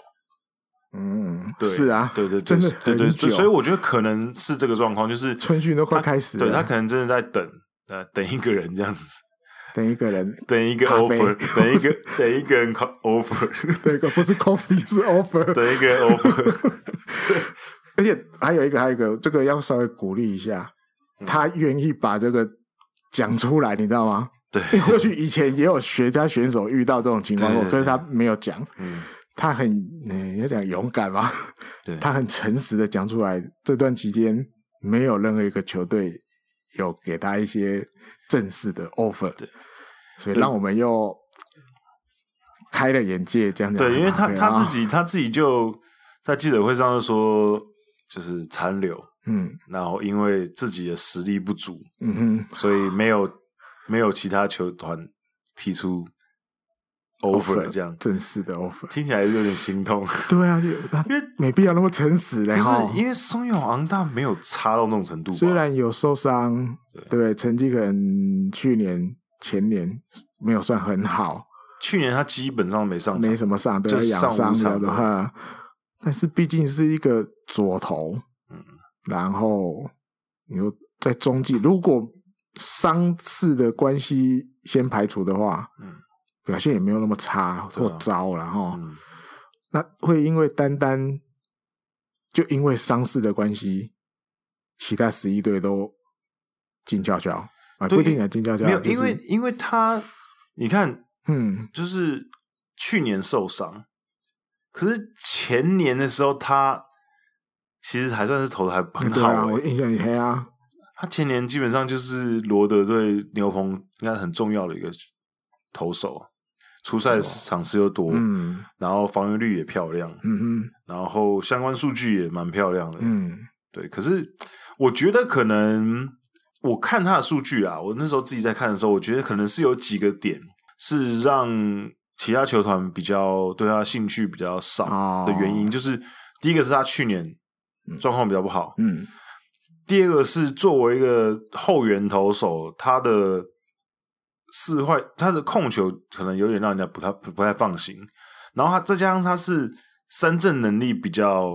Speaker 1: 嗯，
Speaker 2: 对，
Speaker 1: 是啊，
Speaker 2: 对对对
Speaker 1: 真的
Speaker 2: 对对，
Speaker 1: 很
Speaker 2: 所
Speaker 1: 久
Speaker 2: 以所以我觉得可能是这个状况，就是
Speaker 1: 春训都快
Speaker 2: 他
Speaker 1: 开始
Speaker 2: 对
Speaker 1: 了
Speaker 2: 他可能真的在等呃等一个人这样子，
Speaker 1: 等一个人，
Speaker 2: 等一个
Speaker 1: 咖啡
Speaker 2: offer，等一个 等一个人 offer，
Speaker 1: 对，不是 coffee 是 offer，
Speaker 2: 等一个人 offer。
Speaker 1: 而且还有一个还有一个，这个要稍微鼓励一下，
Speaker 2: 嗯
Speaker 1: 他愿意把这个讲出来，你知道 吗？
Speaker 2: 对，
Speaker 1: 因为或许以前也有学家选手遇到这种情况过，
Speaker 2: 对对对
Speaker 1: 可是他没有讲。
Speaker 2: 嗯，
Speaker 1: 他很，嗯，要讲勇敢吧，
Speaker 2: 对
Speaker 1: 他很诚实的讲出来，这段期间没有任何一个球队有给他一些正式的 offer，
Speaker 2: 对
Speaker 1: 所以
Speaker 2: 对
Speaker 1: 让我们又开了眼界，这样讲
Speaker 2: 对，因为他
Speaker 1: 对啊
Speaker 2: 他自，己他自己就在记者会上就说，就是残留，
Speaker 1: 嗯
Speaker 2: 然后因为自己的实力不足，
Speaker 1: 嗯哼，
Speaker 2: 所以没
Speaker 1: 啊
Speaker 2: 有没有其他球团提出 offer 这样，
Speaker 1: 正式的 offer，
Speaker 2: 听起来有点心痛，
Speaker 1: 对啊，就他
Speaker 2: 因为
Speaker 1: 没必要那么诚实
Speaker 2: 不
Speaker 1: 嘞哈。
Speaker 2: 是因为松永昂大没有差到那种程度吧，
Speaker 1: 虽然有受伤，
Speaker 2: 对
Speaker 1: 对，成绩可能去年、前年没有算很好，
Speaker 2: 去年他基本上没上场
Speaker 1: 没，什么上，对
Speaker 2: 就，
Speaker 1: 养
Speaker 2: 上
Speaker 1: 伤
Speaker 2: 午
Speaker 1: 比较
Speaker 2: 场
Speaker 1: 多
Speaker 2: 吧
Speaker 1: 哈。 但是毕竟是一个左投，
Speaker 2: 嗯
Speaker 1: 然后你又在中继，如果伤势的关系先排除的话，
Speaker 2: 嗯
Speaker 1: 表现也没有那么差
Speaker 2: 对
Speaker 1: 或
Speaker 2: 啊
Speaker 1: 糟了哈。
Speaker 2: 嗯，
Speaker 1: 那会因为单单就因为伤势的关系，其他十一队都静悄悄啊，
Speaker 2: 对
Speaker 1: 不一定讲静悄悄，
Speaker 2: 没有，
Speaker 1: 就是
Speaker 2: 因为因为他你看
Speaker 1: 嗯
Speaker 2: 就是去年受伤，可是前年的时候他其实还算是投的还很
Speaker 1: 对
Speaker 2: 好、
Speaker 1: 啊，
Speaker 2: 欸
Speaker 1: 我印象里黑啊，
Speaker 2: 他前年基本上就是罗德对牛棚应该很重要的一个投手啊，出赛场次又多，
Speaker 1: 哦嗯
Speaker 2: 然后防御率也漂亮，
Speaker 1: 嗯
Speaker 2: 然后相关数据也蛮漂亮的，
Speaker 1: 哼嗯
Speaker 2: 对，可是我觉得可能我看他的数据啊，我那时候自己在看的时候，我觉得可能是有几个点是让其他球团比较对他兴趣比较
Speaker 1: 哦
Speaker 2: 少的原因，就是第一个是他去年状况比较不好，
Speaker 1: 嗯
Speaker 2: 第二个是作为一个后援投手，他的四坏他的控球可能有点让人家不太不不太放心，然后他再加上他是三振能力比较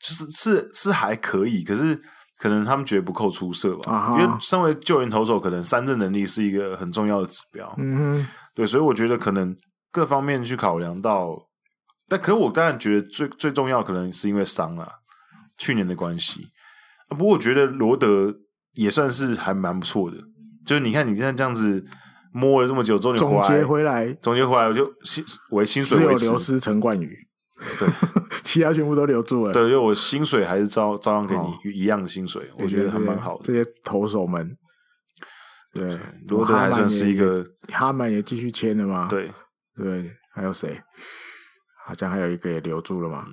Speaker 2: 就是是是还可以，可是可能他们觉得不够出色吧，
Speaker 1: 啊哈
Speaker 2: 因为身为救援投手，可能三振能力是一个很重要的指标，
Speaker 1: 嗯哼。
Speaker 2: 对，所以我觉得可能各方面去考量到，但可我当然觉得最最重要可能是因为伤啦，去年的关系。啊不过我觉得罗德也算是还蛮不错的，就是你看你现在这样子摸了这么久之后，你
Speaker 1: 总结
Speaker 2: 回来，
Speaker 1: 回来，
Speaker 2: 总结回来，我就薪为薪水
Speaker 1: 只有
Speaker 2: 维持，
Speaker 1: 流失陈冠宇，对，其他全部都留住了。
Speaker 2: 对，就我薪水还是照照样给你
Speaker 1: 哦
Speaker 2: 一样的薪水，
Speaker 1: 对，
Speaker 2: 我觉得还蛮好
Speaker 1: 这
Speaker 2: 的。
Speaker 1: 些投手们，对，
Speaker 2: 罗德还算是一个
Speaker 1: 哈曼也继续签了嘛？
Speaker 2: 对，
Speaker 1: 对，还有谁？好像还有一个也留住了嘛，
Speaker 2: 嗯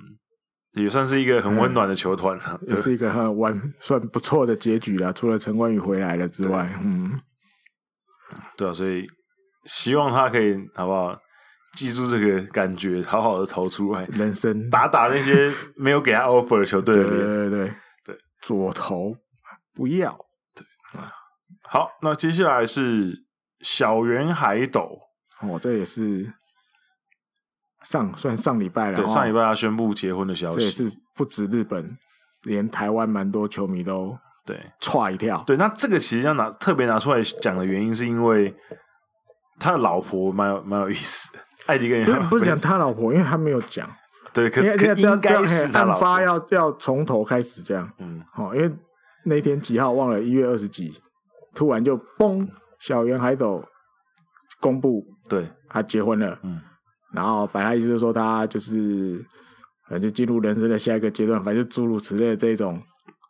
Speaker 2: 也算是一个很温暖的球 团啊。
Speaker 1: 也是一个很完算不错的结局了。除了陈冠宇回来了之外，嗯，
Speaker 2: 对啊，所以希望他可以好不好记住这个感觉，好好的投出来，
Speaker 1: 人生
Speaker 2: 打打那些没有给他 offer 的球队
Speaker 1: 对
Speaker 2: 的
Speaker 1: 对
Speaker 2: 脸。
Speaker 1: 对
Speaker 2: 对，
Speaker 1: 左投不要，
Speaker 2: 好，那接下来是小圆海斗，
Speaker 1: 哦，这也是上算上礼拜了，
Speaker 2: 对，
Speaker 1: 哦
Speaker 2: 上礼拜他宣布结婚的消
Speaker 1: 这也
Speaker 2: 息，
Speaker 1: 是不止日本，连台湾蛮多球迷都
Speaker 2: 对
Speaker 1: 歘一跳。
Speaker 2: 对。那这个其实要拿特别拿出来讲的原因，是因为他的老婆蛮有蛮有意思的，艾迪跟
Speaker 1: 不
Speaker 2: 人
Speaker 1: 是
Speaker 2: 家
Speaker 1: 不是讲他老婆，因为他没有讲，
Speaker 2: 对，可
Speaker 1: 因为
Speaker 2: 可
Speaker 1: 这样
Speaker 2: 应该
Speaker 1: 这
Speaker 2: 是
Speaker 1: 样
Speaker 2: 他
Speaker 1: 案
Speaker 2: 老
Speaker 1: 发
Speaker 2: 婆，
Speaker 1: 要要从头开始这样。
Speaker 2: 嗯，
Speaker 1: 哦，因为那天几号忘了，一月二十几，突然就嘣，小圆海斗公布
Speaker 2: 对，
Speaker 1: 他结婚了，
Speaker 2: 嗯，
Speaker 1: 然后反正他意思就是说他就是反正就进入人生的下一个阶段，反正就诸如此类的这种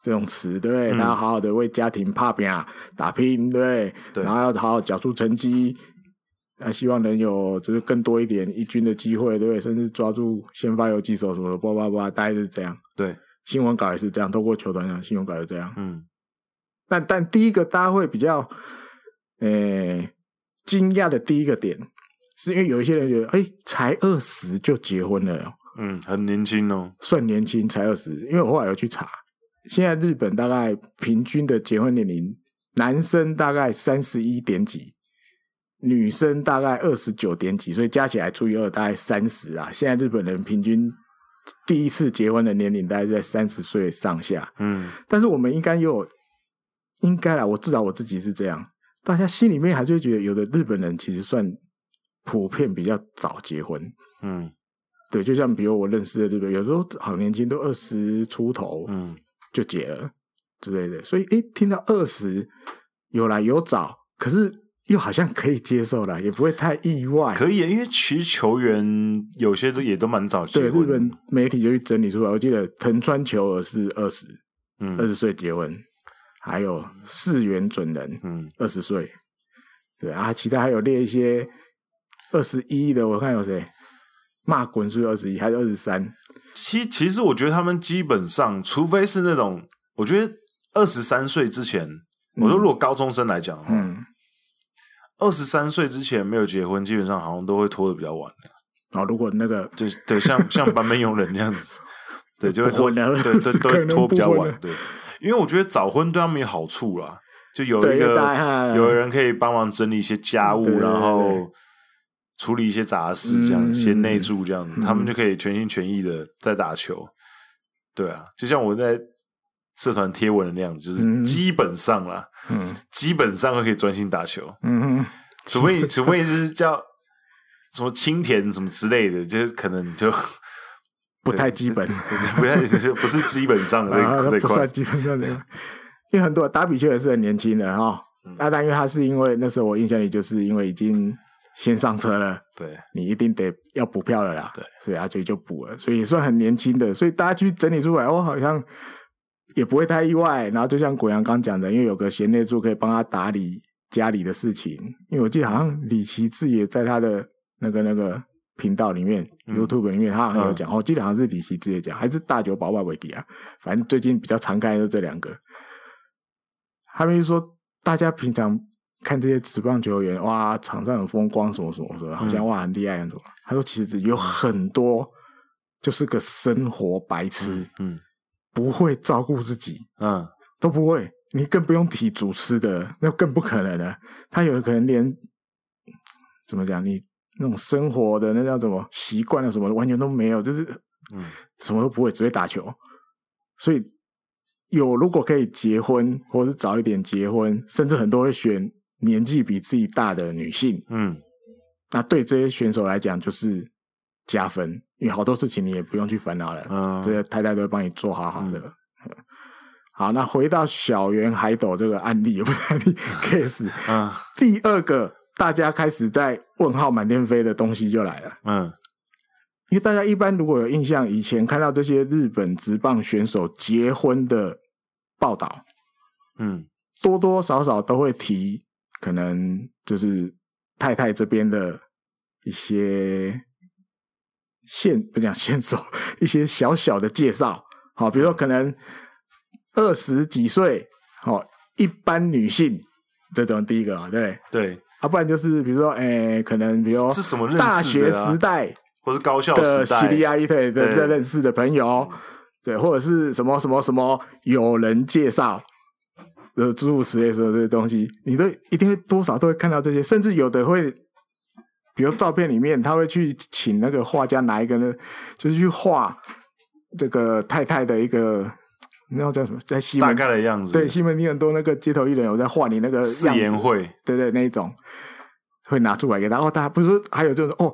Speaker 1: 这种词，对不对？
Speaker 2: 嗯
Speaker 1: 他要好好的为家庭怕拼啊打拼，对不
Speaker 2: 对
Speaker 1: 然后要好好缴出成绩。那希望能有就是更多一点一军的机会，对不对？甚至抓住先发游击手什么的，叭叭叭，大概是这样。
Speaker 2: 对，
Speaker 1: 新闻稿也是这样，透过球团讲新闻稿也这样。
Speaker 2: 嗯，
Speaker 1: 但但第一个大家会比较，呃，惊讶的第一个点，是因为有一些人觉得，哎、才二十就结婚了哦，
Speaker 2: 嗯，很年轻哦，
Speaker 1: 算年轻，才二十。因为我后来有去查，现在日本大概平均的结婚年龄，男生大概三十一点几，女生大概二十九点几，所以加起来除以二，大概三十啊。现在日本人平均第一次结婚的年龄大概是在三十岁上下。
Speaker 2: 嗯，
Speaker 1: 但是我们应该也有，应该啦，我至少我自己是这样，大家心里面还是会觉得，有的日本人其实算普遍比较早结婚。
Speaker 2: 嗯，
Speaker 1: 对，就像比如我认识的日本，有时候好年轻，都二十出头
Speaker 2: 嗯，
Speaker 1: 就结了之类的，所以诶，听到二十有来有早，可是又好像可以接受了，也不会太意外。
Speaker 2: 可以，啊因为其实球员有些都也都蛮早结
Speaker 1: 对，日
Speaker 2: 婚的，
Speaker 1: 本媒体就去整理出来，我记得藤川球儿是二十二
Speaker 2: 嗯
Speaker 1: 十岁结婚，还有四原准人
Speaker 2: 嗯，
Speaker 1: 二十岁，对啊，其他还有列一些二十一的，我看有谁，骂滚是二十一还是二十三？
Speaker 2: 其其实我觉得他们基本上，除非是那种，我觉得二十三岁之前，我说如果高中生来讲，嗯，
Speaker 1: 嗯，
Speaker 2: 二十三岁之前没有结婚，基本上好像都会拖的比较晚，
Speaker 1: 然后如果那个
Speaker 2: 对对，像像版本佣人这样子，对，就会
Speaker 1: 不
Speaker 2: 拖，
Speaker 1: 婚了
Speaker 2: 对 对，
Speaker 1: 只
Speaker 2: 都
Speaker 1: 可
Speaker 2: 会
Speaker 1: 能
Speaker 2: 拖
Speaker 1: 不
Speaker 2: 比较
Speaker 1: 婚
Speaker 2: 晚
Speaker 1: 了，
Speaker 2: 对，因为我觉得早婚对他们有好处啦，就有
Speaker 1: 对
Speaker 2: 一
Speaker 1: 因为大
Speaker 2: 个
Speaker 1: 家
Speaker 2: 有人可以帮忙整理一些家务，
Speaker 1: 对对对
Speaker 2: 然
Speaker 1: 对
Speaker 2: 后处理一些杂事，这样
Speaker 1: 嗯
Speaker 2: 贤内助这样，他们
Speaker 1: 嗯
Speaker 2: 就可以全心全意的在打球。对啊，就像我在社团贴文的那样子，就是
Speaker 1: 嗯
Speaker 2: 基本上啦，
Speaker 1: 嗯
Speaker 2: 基本上都可以专心打球。
Speaker 1: 嗯哼
Speaker 2: 除非除非是叫什么青田什么之类的，就是可能就
Speaker 1: 不太基本，
Speaker 2: 不太就不是基本上的
Speaker 1: 啊，
Speaker 2: 这
Speaker 1: 那
Speaker 2: 这
Speaker 1: 不
Speaker 2: 块
Speaker 1: 算，基本上的，因为很多打比丘也是很年轻的哈。那但因为他是因为那时候我印象里就是因为已经先上车了，
Speaker 2: 对，
Speaker 1: 你一定得要补票了啦，
Speaker 2: 对，
Speaker 1: 所以他啊所以就补了，所以也算很年轻的，所以大家去整理出来，哦，好像也不会太意外。然后就像果阳刚讲的，因为有个贤内助可以帮他打理家里的事情，因为我记得好像李奇志也在他的那个那个频道里面、
Speaker 2: 嗯
Speaker 1: y o u t u b e 里面，他好像有
Speaker 2: 嗯
Speaker 1: 讲，我、记得好像是李奇志也讲，还是大久保外维迪啊，反正最近比较常看的就这两个。他们就说，大家平常看这些职棒球员，哇，场上很风光，什么什么什么，好像哇很厉害很多。他说，其实有很多就是个生活白痴，
Speaker 2: 嗯
Speaker 1: 不会照顾自己，
Speaker 2: 嗯
Speaker 1: 都不会。你更不用提主吃的，那更不可能了。他有的可能连怎么讲，你那种生活的那叫什么习惯啊什么的，完全都没有，就是
Speaker 2: 嗯
Speaker 1: 什么都不会，只会打球。所以有如果可以结婚，或者是早一点结婚，甚至很多会选年纪比自己大的女性，
Speaker 2: 嗯，
Speaker 1: 那对这些选手来讲就是加分，因为好多事情你也不用去烦恼了，
Speaker 2: 嗯
Speaker 1: 这些太太都会帮你做好好的。好，那回到小圆海斗这个案例，也不是案例 case，
Speaker 2: 嗯
Speaker 1: 第二个大家开始在问号满天飞的东西就来了。
Speaker 2: 嗯
Speaker 1: 因为大家一般如果有印象，以前看到这些日本职棒选手结婚的报道，
Speaker 2: 嗯
Speaker 1: 多多少少都会提，可能就是太太这边的一些线，不讲线索，一些小小的介绍。好，比如说可能二十几岁，好，一般女性这种第一个啊，对不对，
Speaker 2: 对，
Speaker 1: 啊，不然就是比如说，诶、可能比如说
Speaker 2: 是什么认识的啊
Speaker 1: 大学时代。
Speaker 2: 或是高校
Speaker 1: 的
Speaker 2: 时
Speaker 1: 西利
Speaker 2: 代，
Speaker 1: 亚伊对
Speaker 2: 对
Speaker 1: 的的认识的朋友，对，或者是什么什么什么有人介绍，呃，诸如此类所有这些东西，你都一定会多少都会看到这些，甚至有的会，比如照片里面他会去请那个画家拿一个呢，就是去画这个太太的一个。那叫什么？在西
Speaker 2: 大
Speaker 1: 门
Speaker 2: 概的样子，
Speaker 1: 对西门町很多那个街头艺人有在画你那个
Speaker 2: 誓
Speaker 1: 样子
Speaker 2: 言会，
Speaker 1: 对对，那一种会拿出来给他。哦，大家不是说还有就是哦，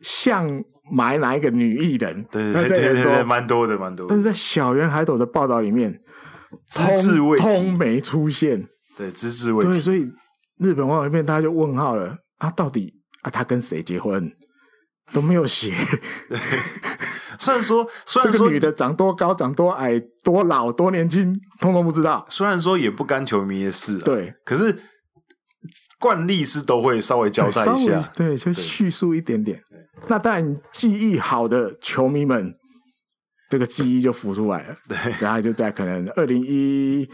Speaker 1: 像买哪一个女艺人，
Speaker 2: 对
Speaker 1: 那
Speaker 2: 对
Speaker 1: 这
Speaker 2: 对
Speaker 1: 也
Speaker 2: 对
Speaker 1: 很多
Speaker 2: 对，蛮多的蛮多
Speaker 1: 但是
Speaker 2: 的，
Speaker 1: 在小圆海斗的报道里面，
Speaker 2: 只字未
Speaker 1: 通通
Speaker 2: 提，
Speaker 1: 没出现。
Speaker 2: 对只字未
Speaker 1: 对，
Speaker 2: 提，
Speaker 1: 所以日本网友片大家就问号了啊，到底啊他跟谁结婚？都没有 写，
Speaker 2: 虽然说虽
Speaker 1: 这
Speaker 2: 然
Speaker 1: 个
Speaker 2: 说
Speaker 1: 女的长多高、长多矮、多老、多年轻，通通不知道。
Speaker 2: 虽然说也不干球迷的事，，
Speaker 1: 对，
Speaker 2: 可是啊惯例是都会稍微交代
Speaker 1: 稍
Speaker 2: 一下
Speaker 1: 微，对，就叙述一点点。那当然，记忆好的球迷们，这个记忆就浮出来了。
Speaker 2: 对，
Speaker 1: 然后就在可能二零一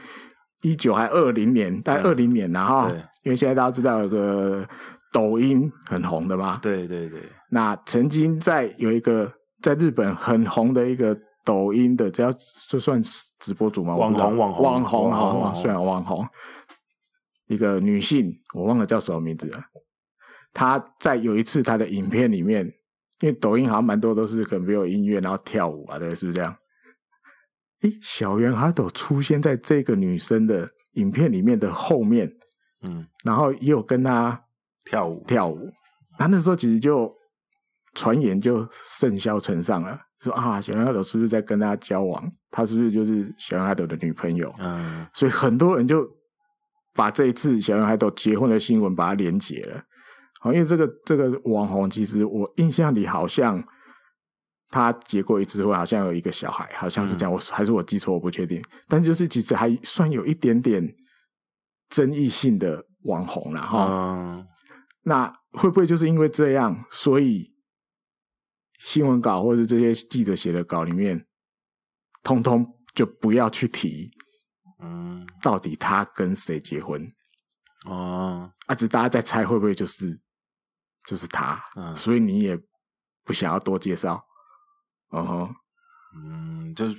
Speaker 1: 一九还二零年，大概二零年然后
Speaker 2: 对
Speaker 1: 因为现在大家知道有个抖音很红的嘛，
Speaker 2: 对对对，
Speaker 1: 那曾经在有一个在日本很红的一个抖音的，只要就算直播主嘛，我不知道
Speaker 2: 网红网红
Speaker 1: 网红
Speaker 2: 网
Speaker 1: 网
Speaker 2: 红
Speaker 1: 红，虽然网红，一个女性，我忘了叫什么名字了。她在有一次她的影片里面，因为抖音好像蛮多都是可能没有音乐，然后跳舞啊，对，是不是这样？诶，小圆哈斗出现在这个女生的影片里面的后面，
Speaker 2: 嗯，
Speaker 1: 然后也有跟她
Speaker 2: 跳舞，
Speaker 1: 跳舞。那那时候其实就传言就甚嚣尘上了，说啊，小杨阿斗是不是在跟他交往？他是不是就是小杨阿斗的女朋友？
Speaker 2: 嗯
Speaker 1: 所以很多人就把这一次小男孩都结婚的新闻把它连结了。好，因为这个这个网红，其实我印象里好像他结过一次婚，好像有一个小孩，好像是这样。我还是我记错，我不确定。但就是其实还算有一点点争议性的网红了哈。
Speaker 2: 嗯，
Speaker 1: 那会不会就是因为这样，所以新闻稿或者这些记者写的稿里面，通通就不要去提
Speaker 2: 嗯，
Speaker 1: 到底他跟谁结婚
Speaker 2: 哦，
Speaker 1: 啊？只大家在猜会不会就是就是他，
Speaker 2: 嗯
Speaker 1: 所以你也不想要多介绍。哦吼，
Speaker 2: 嗯，就是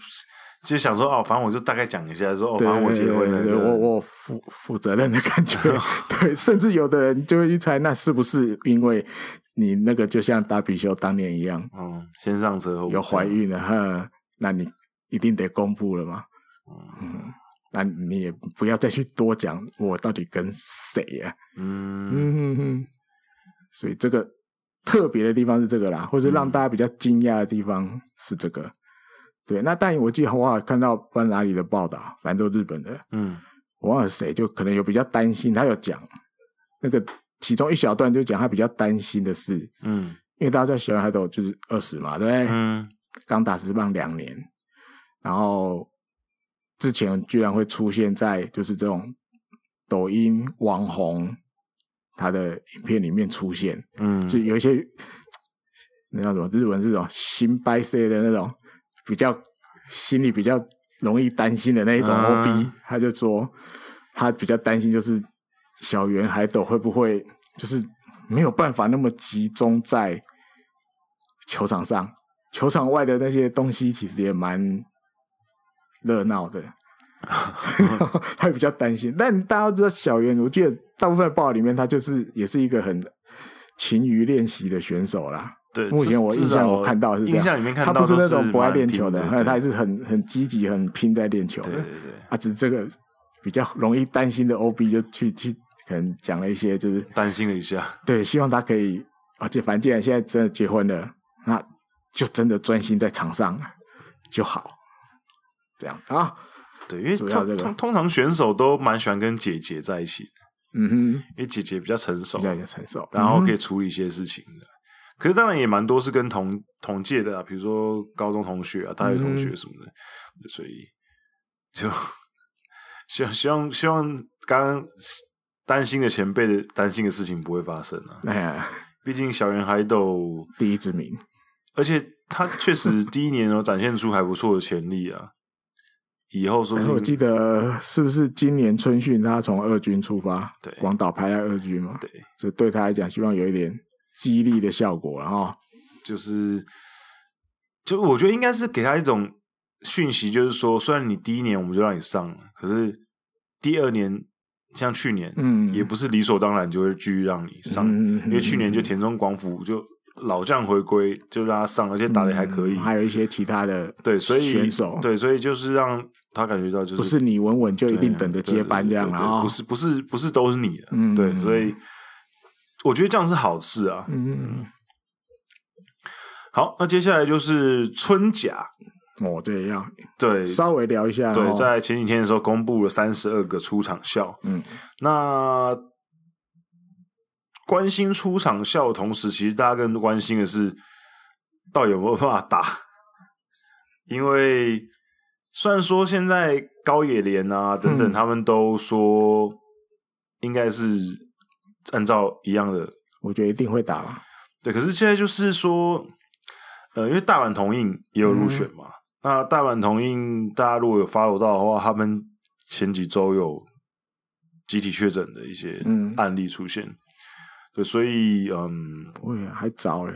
Speaker 2: 就想说哦，反正我就大概讲一下，说哦，
Speaker 1: 对
Speaker 2: 反正我
Speaker 1: 对
Speaker 2: 结婚了，
Speaker 1: 对对
Speaker 2: 这样
Speaker 1: 我我负负责任的 感觉，对，甚至有的人就会去猜，那是不是因为你那个就像达比修当年一样，
Speaker 2: 嗯，先上车，
Speaker 1: 有怀，孕了，哼，那你一定得公布了嘛。嗯，那你也不要再去多讲我到底跟谁呀、
Speaker 2: 嗯
Speaker 1: 嗯哼哼。所以这个特别的地方是这个啦，或者让大家比较惊讶的地方是这个。对，那但我记得我好像看到不知道哪里的报道，反正都日本的，
Speaker 2: 嗯
Speaker 1: 我忘了谁，就可能有比较担心，他有讲那个其中一小段就讲他比较担心的是，
Speaker 2: 嗯
Speaker 1: 因为大家在喜欢海斗就是二十嘛，对不对？
Speaker 2: 嗯
Speaker 1: 刚打职棒两年，然后之前居然会出现在就是这种抖音网红他的影片里面出现，
Speaker 2: 嗯
Speaker 1: 就有一些那叫什么日文这种新掰 C 的那种比较心里比较容易担心的那一种
Speaker 2: 嗯
Speaker 1: OB，、他就说他比较担心就是小圆海斗会不会就是没有办法那么集中在球场上，球场外的那些东西其实也蛮热闹的。他比较担心，但大家都知道小圆，我记得大部分的报道里面，他就是也是一个很勤于练习的选手啦。
Speaker 2: 对，
Speaker 1: 目
Speaker 2: 至
Speaker 1: 前我印
Speaker 2: 至少
Speaker 1: 象我看到是这
Speaker 2: 印
Speaker 1: 样，
Speaker 2: 象里面看
Speaker 1: 他
Speaker 2: 到
Speaker 1: 不是
Speaker 2: 都
Speaker 1: 那种不爱
Speaker 2: 蛮
Speaker 1: 练
Speaker 2: 拼
Speaker 1: 球的，
Speaker 2: 对
Speaker 1: 他也是很很积极、很拼在练球
Speaker 2: 对
Speaker 1: 的
Speaker 2: 对。对，
Speaker 1: 啊，只是这个比较容易担心的 OB 就去去可能讲了一些，就是
Speaker 2: 担心了一下，
Speaker 1: 对，希望他可以，而且反正既然现在真的结婚了，那就真的专心在场上就好，这样啊，
Speaker 2: 对，因为
Speaker 1: 主要这
Speaker 2: 通
Speaker 1: 个
Speaker 2: 通通常选手都蛮喜欢跟姐姐在一起的，
Speaker 1: 嗯
Speaker 2: 因为姐姐比较成熟
Speaker 1: 哼，比，较有嗯成熟，
Speaker 2: 然后可
Speaker 1: 以
Speaker 2: 以处理一些事情的。可是当然也蛮多是跟同同届的啊，比如说高中同学啊、大学同学什么的，所以就 希望希望希望刚刚担心的前辈的担心的事情不会发生啊。
Speaker 1: 哎呀，
Speaker 2: 毕竟小圆海斗，
Speaker 1: 第一之名，
Speaker 2: 而且他确实第一年有哦展现出还不错的潜力啊。以后说
Speaker 1: 但
Speaker 2: 不
Speaker 1: 是我
Speaker 2: 定
Speaker 1: 记得是不是今年春训他从二军出发，
Speaker 2: 对
Speaker 1: 广岛排在二军嘛，
Speaker 2: 对，
Speaker 1: 所以对他来讲，希望有一点激励的效果了哈。
Speaker 2: 就是，就我觉得应该是给他一种讯息，就是说，虽然你第一年我们就让你上了，可是第二年，像去年，
Speaker 1: 嗯
Speaker 2: 也不是理所当然就会继续让你上，
Speaker 1: 嗯
Speaker 2: 因为去年就田中广辅就老将回归，就让他上，而且打的还可以，
Speaker 1: 嗯还有一些其他的
Speaker 2: 对，所以
Speaker 1: 选手，
Speaker 2: 对，所以就是让他感觉到就是
Speaker 1: 不是你稳稳就
Speaker 2: 对
Speaker 1: 一定等着接班这样
Speaker 2: 对
Speaker 1: 了
Speaker 2: 对对
Speaker 1: 啊、
Speaker 2: 不是不是不是都是你的，
Speaker 1: 嗯
Speaker 2: 对，所以我觉得这样是好事啊，
Speaker 1: 嗯，
Speaker 2: 好，那接下来就是春甲，
Speaker 1: 哦，对，要
Speaker 2: 对
Speaker 1: 稍微聊一下
Speaker 2: 对，
Speaker 1: 哦，
Speaker 2: 在前几天的时候公布了三十二个出场校。
Speaker 1: 嗯
Speaker 2: 那关心出场校的同时，其实大家更关心的是，到底有没有办法打？因为虽然说现在高野连啊等等，
Speaker 1: 嗯
Speaker 2: 他们都说应该是按照一样的
Speaker 1: 我觉得一定会打吧。
Speaker 2: 对，可是现在就是说，呃，因为大阪同印也有入
Speaker 1: 嗯
Speaker 2: 选嘛，那大阪同印大家如果有 follow 到的话，他们前几周有集体确诊的一些
Speaker 1: 嗯
Speaker 2: 案例出现，对，所以嗯，
Speaker 1: 我也还早嘞，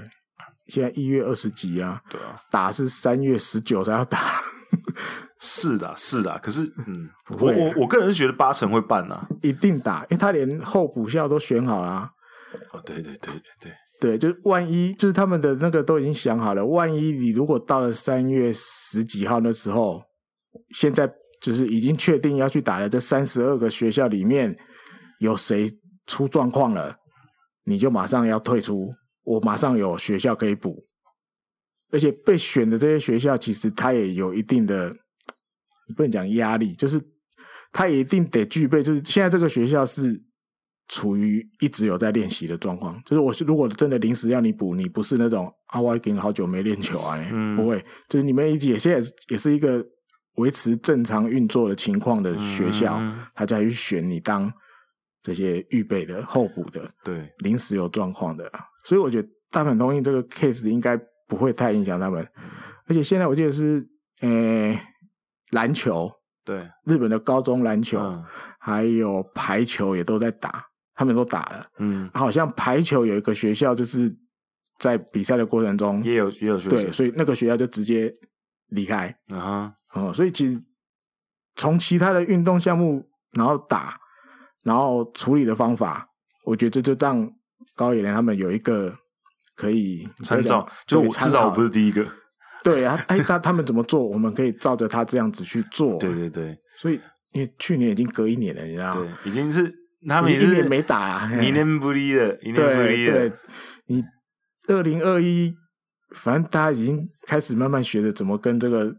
Speaker 1: 现在一月二十几啊，
Speaker 2: 对啊，
Speaker 1: 打是三月十九才要打。
Speaker 2: 是的，是的，可是嗯，
Speaker 1: 不
Speaker 2: 我
Speaker 1: 会啊
Speaker 2: 我我个人是觉得八成会办啊呐、
Speaker 1: 一定打，因为他连候补校都选好啦、啊
Speaker 2: 哦，对对对对对，
Speaker 1: 对，就是万一就是他们的那个都已经想好了，万一你如果到了三月十几号那时候，现在就是已经确定要去打的这三十二个学校里面，有谁出状况了，你就马上要退出，我马上有学校可以补，而且被选的这些学校其实他也有一定的，不能讲压力，就是他一定得具备，就是现在这个学校是处于一直有在练习的状况。就是我是如果真的临时要你补，你不是那种啊，我已经好久没练球啊、欸
Speaker 2: 嗯
Speaker 1: 不会，就是你们也现在也是一个维持正常运作的情况的呃学校，
Speaker 2: 嗯
Speaker 1: 他才去选你当这些预备的候补的。
Speaker 2: 对，
Speaker 1: 临时有状况的啊，所以我觉得大阪同意这个 case 应该不会太影响他们。
Speaker 2: 嗯
Speaker 1: 而且现在我记得是，呃，篮球，
Speaker 2: 对，
Speaker 1: 日本的高中篮球，
Speaker 2: 嗯
Speaker 1: 还有排球也都在打，他们都打了。
Speaker 2: 嗯，
Speaker 1: 好像排球有一个学校就是在比赛的过程中，
Speaker 2: 也有也有学
Speaker 1: 对，
Speaker 2: 生，
Speaker 1: 所以那个学校就直接离开
Speaker 2: 啊哈，
Speaker 1: 哦、所以其实从其他的运动项目，然后打，然后处理的方法，我觉得这就让高野连他们有一个可以
Speaker 2: 参照，就是
Speaker 1: 对
Speaker 2: 我
Speaker 1: 参
Speaker 2: 至少我
Speaker 1: 考
Speaker 2: 不是第一个，
Speaker 1: 对啊，哎，他他们怎么做，我们可以照着他这样子去做。
Speaker 2: 对，对对
Speaker 1: 所以你去年已经隔一年了，你知道
Speaker 2: 对
Speaker 1: 吗？，
Speaker 2: 已经是他们
Speaker 1: 已
Speaker 2: 也
Speaker 1: 啊经一
Speaker 2: 是
Speaker 1: 年没打啊，嘿
Speaker 2: 一年不离的，一年不
Speaker 1: 对
Speaker 2: 离的
Speaker 1: 对，，你二零二一，反正大家已经开始慢慢学着怎么跟这个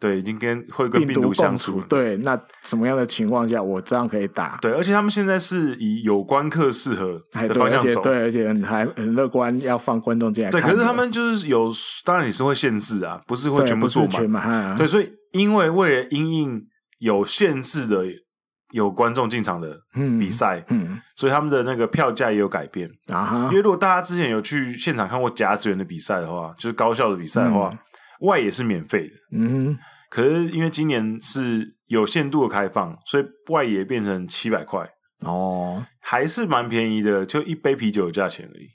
Speaker 2: 对，已经跟会跟病
Speaker 1: 毒
Speaker 2: 相
Speaker 1: 共
Speaker 2: 处
Speaker 1: 处。
Speaker 2: 了，
Speaker 1: 对，那什么样的情况下我这样可以打？
Speaker 2: 对，而且他们现在是以有关课适合
Speaker 1: 哎，
Speaker 2: 的
Speaker 1: 对，
Speaker 2: 方
Speaker 1: 而
Speaker 2: 向
Speaker 1: 且
Speaker 2: 走，
Speaker 1: 对，而且很还很乐观，要放观众进来
Speaker 2: 对，
Speaker 1: 看的。
Speaker 2: 可是他们就是有，当然你是会限制啊，不是会
Speaker 1: 对
Speaker 2: 全部
Speaker 1: 不
Speaker 2: 做
Speaker 1: 是
Speaker 2: 满
Speaker 1: 全，满，啊
Speaker 2: 对，所以因为为了因应有限制的有观众进场的
Speaker 1: 嗯
Speaker 2: 比，赛，
Speaker 1: 嗯
Speaker 2: 所以他们的那个票价也有改变。
Speaker 1: 啊哈
Speaker 2: 因，为如果大家之前有去现场看过甲子园的比赛的话，就是高校的比赛的话，外也是免费的。
Speaker 1: 嗯
Speaker 2: 可是因为今年是有限度的开放，所以外野变成七百块，
Speaker 1: 哦，
Speaker 2: 还是蛮便宜的，就一杯啤酒的价钱而已。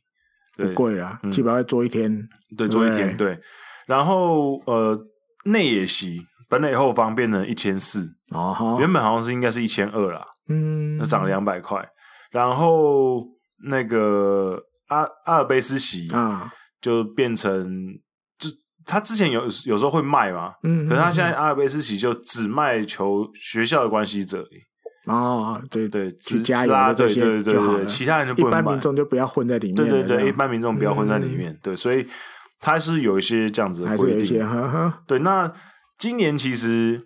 Speaker 1: 不
Speaker 2: 对，
Speaker 1: 贵啦
Speaker 2: 嗯，
Speaker 1: 七百块坐一天，
Speaker 2: 对，坐一天对。然后呃，内野席本垒后方变成一千四，
Speaker 1: 哦哈，
Speaker 2: 原本好像是应该是一千二啦，
Speaker 1: 嗯
Speaker 2: 那涨了两百块。然后那个阿阿尔卑斯席
Speaker 1: 啊，
Speaker 2: 就变成就他之前有有时候会卖嘛，
Speaker 1: 嗯，
Speaker 2: 可是他现在
Speaker 1: 嗯
Speaker 2: 阿尔卑斯席就只卖球学校的关系者而已，
Speaker 1: 嗯哦，对，
Speaker 2: 对，
Speaker 1: 去
Speaker 2: 只
Speaker 1: 加油
Speaker 2: 拉
Speaker 1: 的
Speaker 2: 对
Speaker 1: 这
Speaker 2: 对
Speaker 1: 些
Speaker 2: 对
Speaker 1: 就好
Speaker 2: 对，
Speaker 1: 了
Speaker 2: 其他人就
Speaker 1: 一
Speaker 2: 不能
Speaker 1: 般
Speaker 2: 买
Speaker 1: 民。众就不要混在里面
Speaker 2: 对
Speaker 1: 了，
Speaker 2: 对
Speaker 1: 这样嗯
Speaker 2: 对，一般民众不要混在里面。对，所以它是有一些这样子的
Speaker 1: 还是有
Speaker 2: 规
Speaker 1: 一些，
Speaker 2: 定。
Speaker 1: 哈哈，
Speaker 2: 对，那今年其实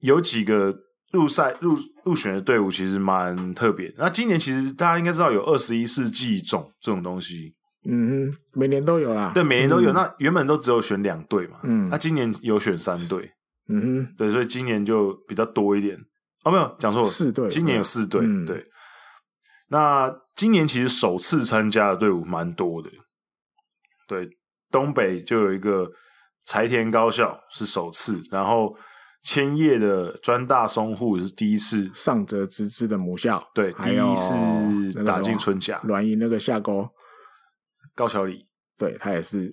Speaker 2: 有几个入赛入入选的队伍其实蛮特别的。那今年其实大家应该知道有二十一世纪种这种东西，
Speaker 1: 嗯哼，每年都有啦，
Speaker 2: 对，每年都有。
Speaker 1: 嗯，
Speaker 2: 那原本都只有选两队嘛，
Speaker 1: 嗯
Speaker 2: 那今年有选三队，
Speaker 1: 嗯
Speaker 2: 对，所以今年就比较多一点。哦，没有讲错了，
Speaker 1: 四队
Speaker 2: 今年有四队，
Speaker 1: 嗯
Speaker 2: 对。那今年其实首次参加的队伍蛮多的，对，东北就有一个柴田高校是首次，然后千叶的专大松户也是第一次
Speaker 1: 哼，，上泽直之的母校，
Speaker 2: 对，
Speaker 1: 还
Speaker 2: 第
Speaker 1: 有
Speaker 2: 一次打进春甲，
Speaker 1: 软银那个下钩，
Speaker 2: 高桥里，
Speaker 1: 对他也是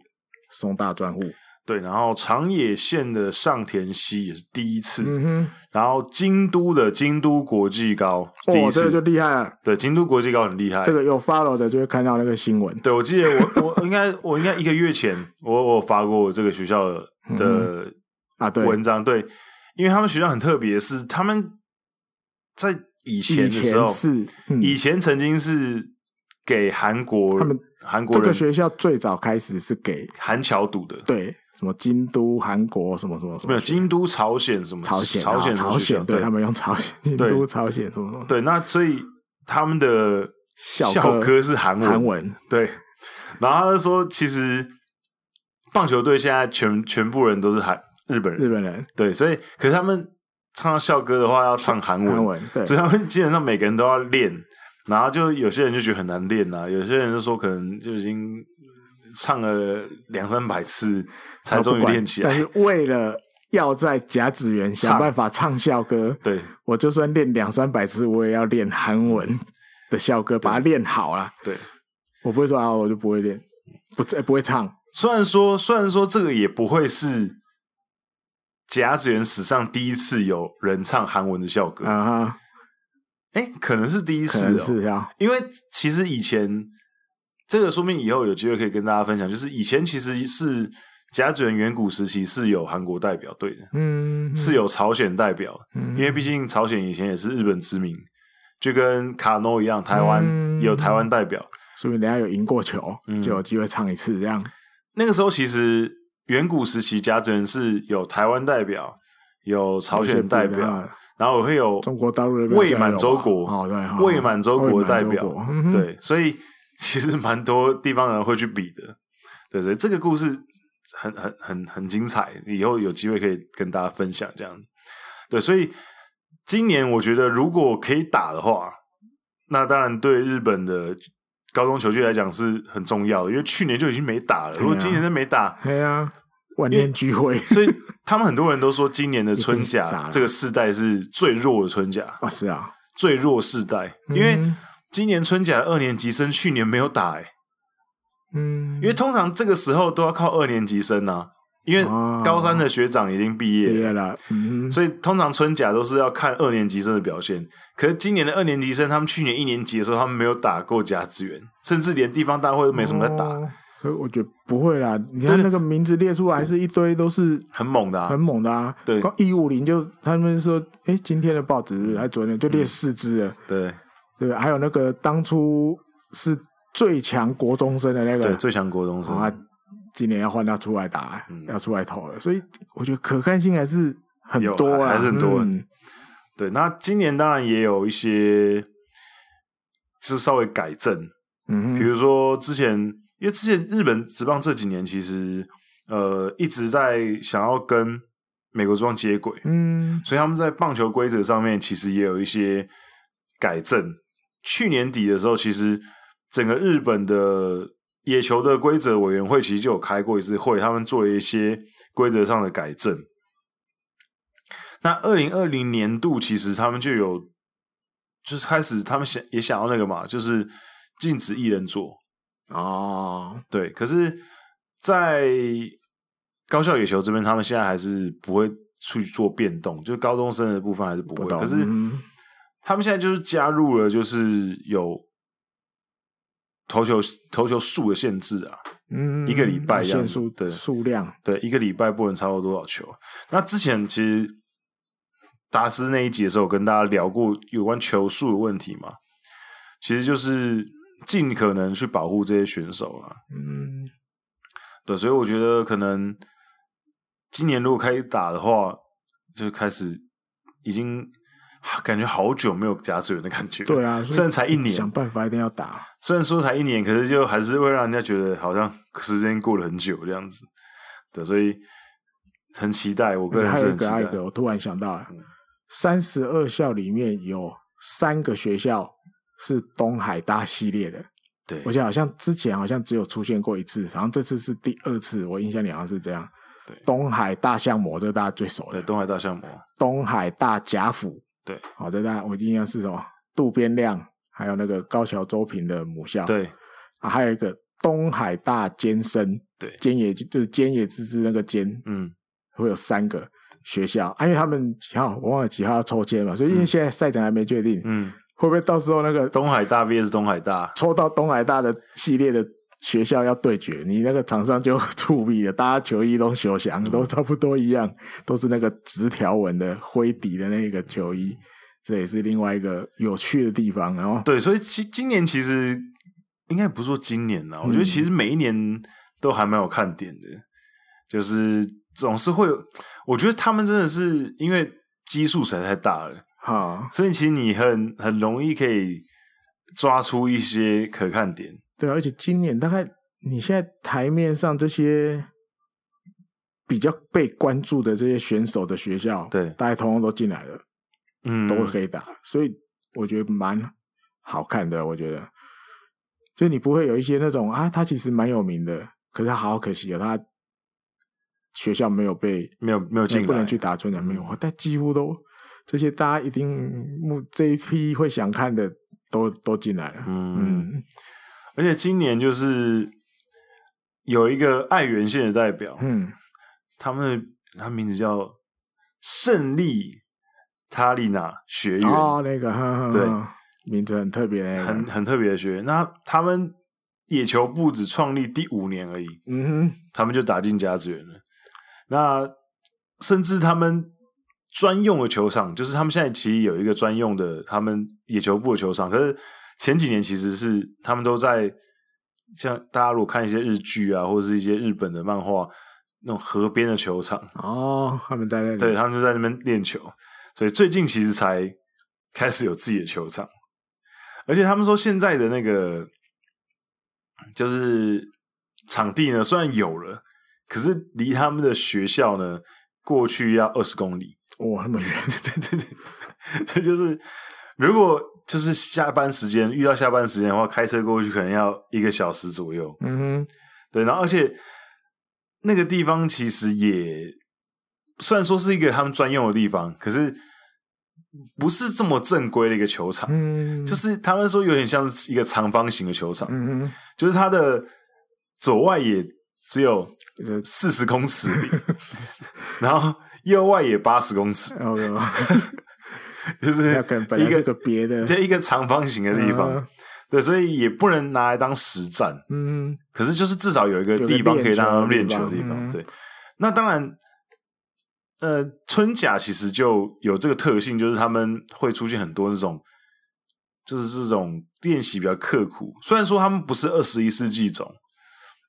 Speaker 1: 松大专户，
Speaker 2: 对，然后长野县的上田西也是第一次，
Speaker 1: 嗯
Speaker 2: 然后京都的京都国际高
Speaker 1: 哼，
Speaker 2: 第一
Speaker 1: 哦，
Speaker 2: 次，
Speaker 1: 这个就厉害了。
Speaker 2: 对京都国际高很厉害。
Speaker 1: 这个有 follow 的就会看到那个新闻，
Speaker 2: 对我记得我我应该我应该一个月前我我有发过我这个学校的的
Speaker 1: 啊，嗯对，
Speaker 2: 文章，对，因为他们学校很特别，是他们在以前
Speaker 1: 以
Speaker 2: 的时候
Speaker 1: 前，是、嗯、
Speaker 2: 以前曾经是给韩国
Speaker 1: 他们
Speaker 2: 韩
Speaker 1: 这
Speaker 2: 国
Speaker 1: 个
Speaker 2: 人
Speaker 1: 学校最早开始是给
Speaker 2: 韩侨读的，
Speaker 1: 对什么京都、韩国什么什么什么
Speaker 2: 没有京都朝鲜什么
Speaker 1: 朝鲜、
Speaker 2: 朝鲜
Speaker 1: 啊
Speaker 2: 什么
Speaker 1: 朝
Speaker 2: 学校
Speaker 1: 鲜，
Speaker 2: 对
Speaker 1: 他们用朝鲜、京都、朝鲜什么什么
Speaker 2: 对，那所以他们的
Speaker 1: 校
Speaker 2: 校
Speaker 1: 歌
Speaker 2: 歌是韩文，
Speaker 1: 韩文，
Speaker 2: 对，然后他就说，其实棒球队现在全全部人都是韩日本
Speaker 1: 日
Speaker 2: 人，
Speaker 1: 本人
Speaker 2: 对，所以可是他们唱到校歌的话要唱韩文，
Speaker 1: 韩文对
Speaker 2: 所以他们基本上每个人都要练，然后就有些人就觉得很难练啊，有些人就说可能就已经唱了两三百次才
Speaker 1: 然后
Speaker 2: 终
Speaker 1: 不
Speaker 2: 于
Speaker 1: 管
Speaker 2: 练起
Speaker 1: 但
Speaker 2: 来，
Speaker 1: 是为了要在甲子园想
Speaker 2: 唱
Speaker 1: 办法唱校歌，
Speaker 2: 对
Speaker 1: 我就算练两三百次，我也要练韩文的校歌，把它练好了。
Speaker 2: 对。
Speaker 1: 我不会说啊，我就不会练，不呃不会唱，
Speaker 2: 虽然说，虽然说这个也不会是甲子园史上第一次有人唱韩文的校歌，哎、
Speaker 1: 啊哈，
Speaker 2: 可能是第一
Speaker 1: 可
Speaker 2: 次、
Speaker 1: 能
Speaker 2: 哦，
Speaker 1: 是要
Speaker 2: 因为其实以前这个，说明以后有机会可以跟大家分享，就是以前其实是甲子园远古时期是有韩国代表队的，
Speaker 1: 嗯
Speaker 2: 是有朝鲜代表，
Speaker 1: 嗯
Speaker 2: 因为毕竟朝鲜以前也是日本殖民，就跟卡诺一样，台湾、
Speaker 1: 嗯
Speaker 2: 也有台湾代表。
Speaker 1: 说明人家有赢过球，
Speaker 2: 嗯
Speaker 1: 就有机会唱一次这样。
Speaker 2: 那个时候其实远古时期甲子园是有台湾代表，有朝鲜代表，，然后会有
Speaker 1: 中国大陆的代表
Speaker 2: 未满洲国，
Speaker 1: 哦对哦
Speaker 2: 未满洲国的代
Speaker 1: 未满
Speaker 2: 表
Speaker 1: 洲国嗯哼，
Speaker 2: 对，所以其实蛮多地方人会去比的，对，所以这个故事很很很很精彩，以后有机会可以跟大家分享这样，对，所以今年我觉得如果可以打的话，那当然对日本的高中球季来讲是很重要的，因为去年就已经没打了，如
Speaker 1: 啊
Speaker 2: 果今年再没打，
Speaker 1: 对啊，万念俱灰
Speaker 2: 所以他们很多人都说今年的 春
Speaker 1: 一定是打
Speaker 2: 假
Speaker 1: 了
Speaker 2: 这个世代是最弱的春假，
Speaker 1: 啊，是啊，
Speaker 2: 最弱世代， 因为今年春假的二年级生去年没有打、欸，
Speaker 1: 嗯，
Speaker 2: 因为通常这个时候都要靠二年级生啊，因为
Speaker 1: 哦
Speaker 2: 高三的学长已经毕业
Speaker 1: 毕
Speaker 2: 了，
Speaker 1: 业了，嗯，
Speaker 2: 所以通常春假都是要看二年级生的表现。可是今年的二年级生，他们去年一年级的时候，他们没有打过甲子园，甚至连地方大会都没什么在打，
Speaker 1: 哦。可我觉得不会啦，你
Speaker 2: 对
Speaker 1: 看
Speaker 2: 对
Speaker 1: 那个名字列出来是一堆都是
Speaker 2: 很猛的、啊
Speaker 1: 很。猛的啊。
Speaker 2: 对
Speaker 1: 光一五零就他们说，哎，今天的报纸是不是
Speaker 2: 嗯
Speaker 1: 还昨天就列四支了，
Speaker 2: 对
Speaker 1: 对吧？还有那个当初是最强国中生的那
Speaker 2: 对，
Speaker 1: 个，
Speaker 2: 最强嗯国中
Speaker 1: 好啊
Speaker 2: 生，，
Speaker 1: 今年要换他出来打，要出来投了，所以我觉得可看性还是很
Speaker 2: 有
Speaker 1: 多啊，
Speaker 2: 还是很多
Speaker 1: 嗯
Speaker 2: 对。那今年当然也有一些是稍微改正，
Speaker 1: 嗯
Speaker 2: 比
Speaker 1: 哼，
Speaker 2: 如说之前，因为之前日本职棒这几年其实呃一直在想要跟美国职棒接轨，
Speaker 1: 嗯，
Speaker 2: 所以他们在棒球规则上面其实也有一些改正。去年底的时候，其实整个日本的野球的规则委员会其实就有开过一次会，他们做了一些规则上的改正。那二零二零年度，其实他们就有就是开始，他们想也想要那个嘛，就是禁止一人做，
Speaker 1: 哦，
Speaker 2: 对，可是，在高校野球这边，他们现在还是不会去做变动，就是高中生的部分还是不会。
Speaker 1: 不懂
Speaker 2: 可是
Speaker 1: 嗯
Speaker 2: 他们现在就是加入了，就是有投球投球数的限制啊，
Speaker 1: 嗯，
Speaker 2: 一个礼拜这样
Speaker 1: 限
Speaker 2: 子
Speaker 1: 数
Speaker 2: 对
Speaker 1: 数量，
Speaker 2: 对，一个礼拜不能超过多少球。那之前其实达斯那一集的时候，有跟大家聊过有关球速的问题嘛，其实就是尽可能去保护这些选手啊啦。
Speaker 1: 嗯，
Speaker 2: 对，所以我觉得可能今年如果开始打的话，就开始已经啊感觉好久没有甲子园的感觉。
Speaker 1: 对， 啊，所以
Speaker 2: 虽然才一年
Speaker 1: 想办法一定要打，
Speaker 2: 虽然说才一年，可是就还是会让人家觉得好像时间过了很久这样子。对，所以很期待，我
Speaker 1: 而
Speaker 2: 个
Speaker 1: 且
Speaker 2: 人
Speaker 1: 还
Speaker 2: 是
Speaker 1: 有一
Speaker 2: 很期
Speaker 1: 个，还
Speaker 2: 待
Speaker 1: 有一。个，我突然想到，啊
Speaker 2: 嗯
Speaker 1: 三十二校里面有三个学校是东海大系列的，
Speaker 2: 对
Speaker 1: 我，记得好像之前好像只有出现过一次，好像这次是第二次，我印象里好像是这样
Speaker 2: 对。
Speaker 1: 东海大象魔，这个大家最熟
Speaker 2: 对
Speaker 1: 的。
Speaker 2: 东海大象魔，
Speaker 1: 东海大贾府，
Speaker 2: 对，
Speaker 1: 好、这大家我印象是什么？渡边亮，还有那个高桥周平的母校，
Speaker 2: 对
Speaker 1: 啊，还有一个东海大尖生，
Speaker 2: 对，
Speaker 1: 尖野就是尖野之之那个尖，
Speaker 2: 嗯，
Speaker 1: 会有三个学校，啊，因为他们几号我忘了几号要抽签嘛，所以因为现在赛程还没确定，
Speaker 2: 嗯，
Speaker 1: 会不会到时候那个
Speaker 2: 东海大 VS 东海大，
Speaker 1: 抽到东海大的系列的学校要对决，你那个场上就触壁了，大家球衣都休想，都差不多一样，都是那个直条纹的灰底的那个球衣，这也是另外一个有趣的地方。然后，
Speaker 2: 对，所以其今年其实应该不是说今年啦，我觉得
Speaker 1: 嗯
Speaker 2: 其实每一年都还蛮有看点的，就是总是会有，我觉得他们真的是因为基数实在太大了，
Speaker 1: 哈，
Speaker 2: 所以其实你很很容易可以抓出一些可看点。
Speaker 1: 对啊，而且今年大概你现在台面上这些。比较被关注的这些选手的学校，
Speaker 2: 对
Speaker 1: 大概通通都进来了。
Speaker 2: 嗯，
Speaker 1: 都可以打，所以我觉得蛮好看的。我觉得，就你不会有一些那种啊，他其实蛮有名的，可是他好可惜哦，他学校没有被
Speaker 2: 没有没有进来，嗯
Speaker 1: 不能去打春奖，没有，但几乎都这些大家一定目这一批会想看的都都进来了。
Speaker 2: 嗯，
Speaker 1: 嗯
Speaker 2: 而且今年就是有一个爱媛县的代表，
Speaker 1: 嗯，
Speaker 2: 他们他名字叫胜利塔丽娜学院，
Speaker 1: 哦，那个，呵呵
Speaker 2: 对
Speaker 1: 呵名字很特别的那个，
Speaker 2: 很很特别的学院。那他们野球部只创立第五年而已，
Speaker 1: 嗯哼，
Speaker 2: 他们就打进甲子园了。那甚至他们专用的球场，就是他们现在其实有一个专用的他们野球部的球场，可是前几年其实是他们都在像大家如果看一些日剧啊，或者是一些日本的漫画，那种河边的球场，
Speaker 1: 哦，他们待在
Speaker 2: 对
Speaker 1: 里，
Speaker 2: 他们就在那边练球，所以最近其实才开始有自己的球场，而且他们说现在的那个就是场地呢，虽然有了，可是离他们的学校呢，过去要二十公里，
Speaker 1: 哇，那么远，
Speaker 2: 对对对，这就是如果就是下班时间遇到下班时间的话，开车过去可能要一个小时左右，
Speaker 1: 嗯哼，
Speaker 2: 对，然后而且那个地方其实也虽然说是一个他们专用的地方，可是不是这么正规的一个球场，
Speaker 1: 嗯，
Speaker 2: 就是他们说有点像是一个长方形的球场，
Speaker 1: 嗯哼，
Speaker 2: 就是它的左外野只有
Speaker 1: 这
Speaker 2: 四十公 尺里， 然后右外野八十公尺，
Speaker 1: 哦哟，
Speaker 2: 就
Speaker 1: 嗯
Speaker 2: 是
Speaker 1: 那可能本来
Speaker 2: 一
Speaker 1: 是
Speaker 2: 个
Speaker 1: 个别的
Speaker 2: 就一个长方形的地方。
Speaker 1: 嗯
Speaker 2: 对，所以也不能拿来当实战，
Speaker 1: 嗯，
Speaker 2: 可是就是至少有一个
Speaker 1: 有个
Speaker 2: 地方可以让他
Speaker 1: 练
Speaker 2: 练
Speaker 1: 球
Speaker 2: 球
Speaker 1: 的
Speaker 2: 的
Speaker 1: 地
Speaker 2: 地
Speaker 1: 方
Speaker 2: 方。
Speaker 1: 嗯
Speaker 2: 对，那当然，呃，春甲其实就有这个特性，就是他们会出现很多这种，就是这种练习比较刻苦。虽然说他们不是二十一世纪种，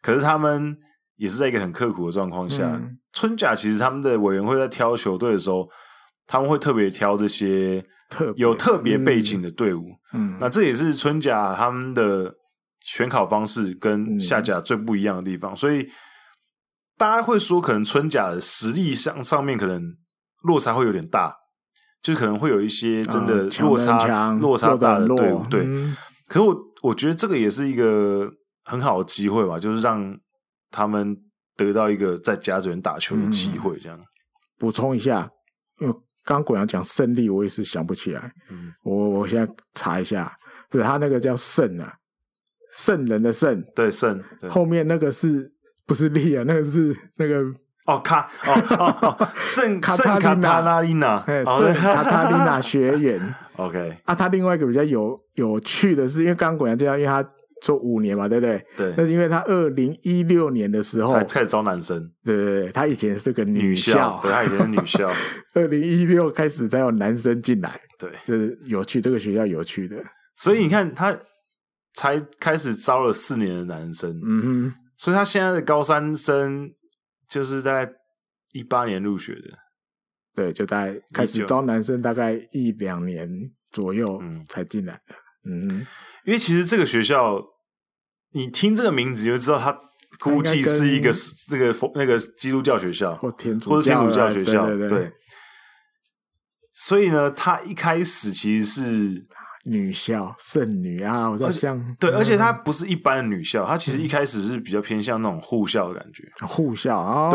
Speaker 2: 可是他们也是在一个很刻苦的状况下。
Speaker 1: 嗯
Speaker 2: 春甲其实他们的委员会在挑球队的时候，他们会特别挑这些
Speaker 1: 特别
Speaker 2: 有特别背景的队伍。
Speaker 1: 嗯，
Speaker 2: 那这也是春甲他们的选考方式
Speaker 1: 嗯
Speaker 2: 跟下甲最不一样的地方，所以大家会说，可能春甲的实力上上面可能落差会有点大，就是可能会有一些真的
Speaker 1: 啊强
Speaker 2: 落
Speaker 1: 很
Speaker 2: 差、
Speaker 1: 强
Speaker 2: 落差大的
Speaker 1: 弱
Speaker 2: 队
Speaker 1: 很
Speaker 2: 伍
Speaker 1: 弱。
Speaker 2: 对，
Speaker 1: 嗯
Speaker 2: 可是我我觉得这个也是一个很好的机会吧，就是让他们得到一个在甲子园打球的机
Speaker 1: 嗯
Speaker 2: 会，这样。
Speaker 1: 补充一下，因为刚果阳讲胜利，我也是想不起来。
Speaker 2: 嗯
Speaker 1: 我我现在查一下，不是他那个叫圣啊，圣人的圣，
Speaker 2: 对，胜对
Speaker 1: 后面那个是不是利啊？那个是那个
Speaker 2: 哦卡哦哦哦 圣
Speaker 1: 卡
Speaker 2: 圣
Speaker 1: 塔
Speaker 2: 卡
Speaker 1: 琳娜
Speaker 2: 塔拉丽娜，
Speaker 1: 哎
Speaker 2: 哦
Speaker 1: 圣卡塔琳娜学员
Speaker 2: OK，
Speaker 1: 啊。他另外一个比较有有趣的是，因为刚果阳这样，因为他做五年嘛，对不对？
Speaker 2: 对，
Speaker 1: 那是因为他二零一六年的时候，
Speaker 2: 才开始招男生，
Speaker 1: 对对对，他以前是个
Speaker 2: 女
Speaker 1: 校，
Speaker 2: 对，她以前是女 校，
Speaker 1: 二零一六开始才有男生进来，
Speaker 2: 对，
Speaker 1: 这是有趣，这个学校有趣的，
Speaker 2: 所以你看，她才开始招了四年的男生，
Speaker 1: 嗯哼。
Speaker 2: 所以她现在的高三生就是在一八年入学的，
Speaker 1: 对，就大概开始
Speaker 2: 19
Speaker 1: 招男生，大概一两年左右
Speaker 2: 嗯
Speaker 1: 才进来的。嗯，
Speaker 2: 因为其实这个学校，你听这个名字你就知道，它估计是一个那个佛那个基督教学校，
Speaker 1: 或天主
Speaker 2: 或者天主
Speaker 1: 教
Speaker 2: 教
Speaker 1: 啊
Speaker 2: 学
Speaker 1: 对
Speaker 2: 校，
Speaker 1: 对对
Speaker 2: 所以呢，他一开始其实是
Speaker 1: 女校剩女啊，我在想，
Speaker 2: 对，而且
Speaker 1: 嗯
Speaker 2: 她不是一般的女校，她其实一开始是比较偏向那种护校的感觉，
Speaker 1: 嗯护校哦，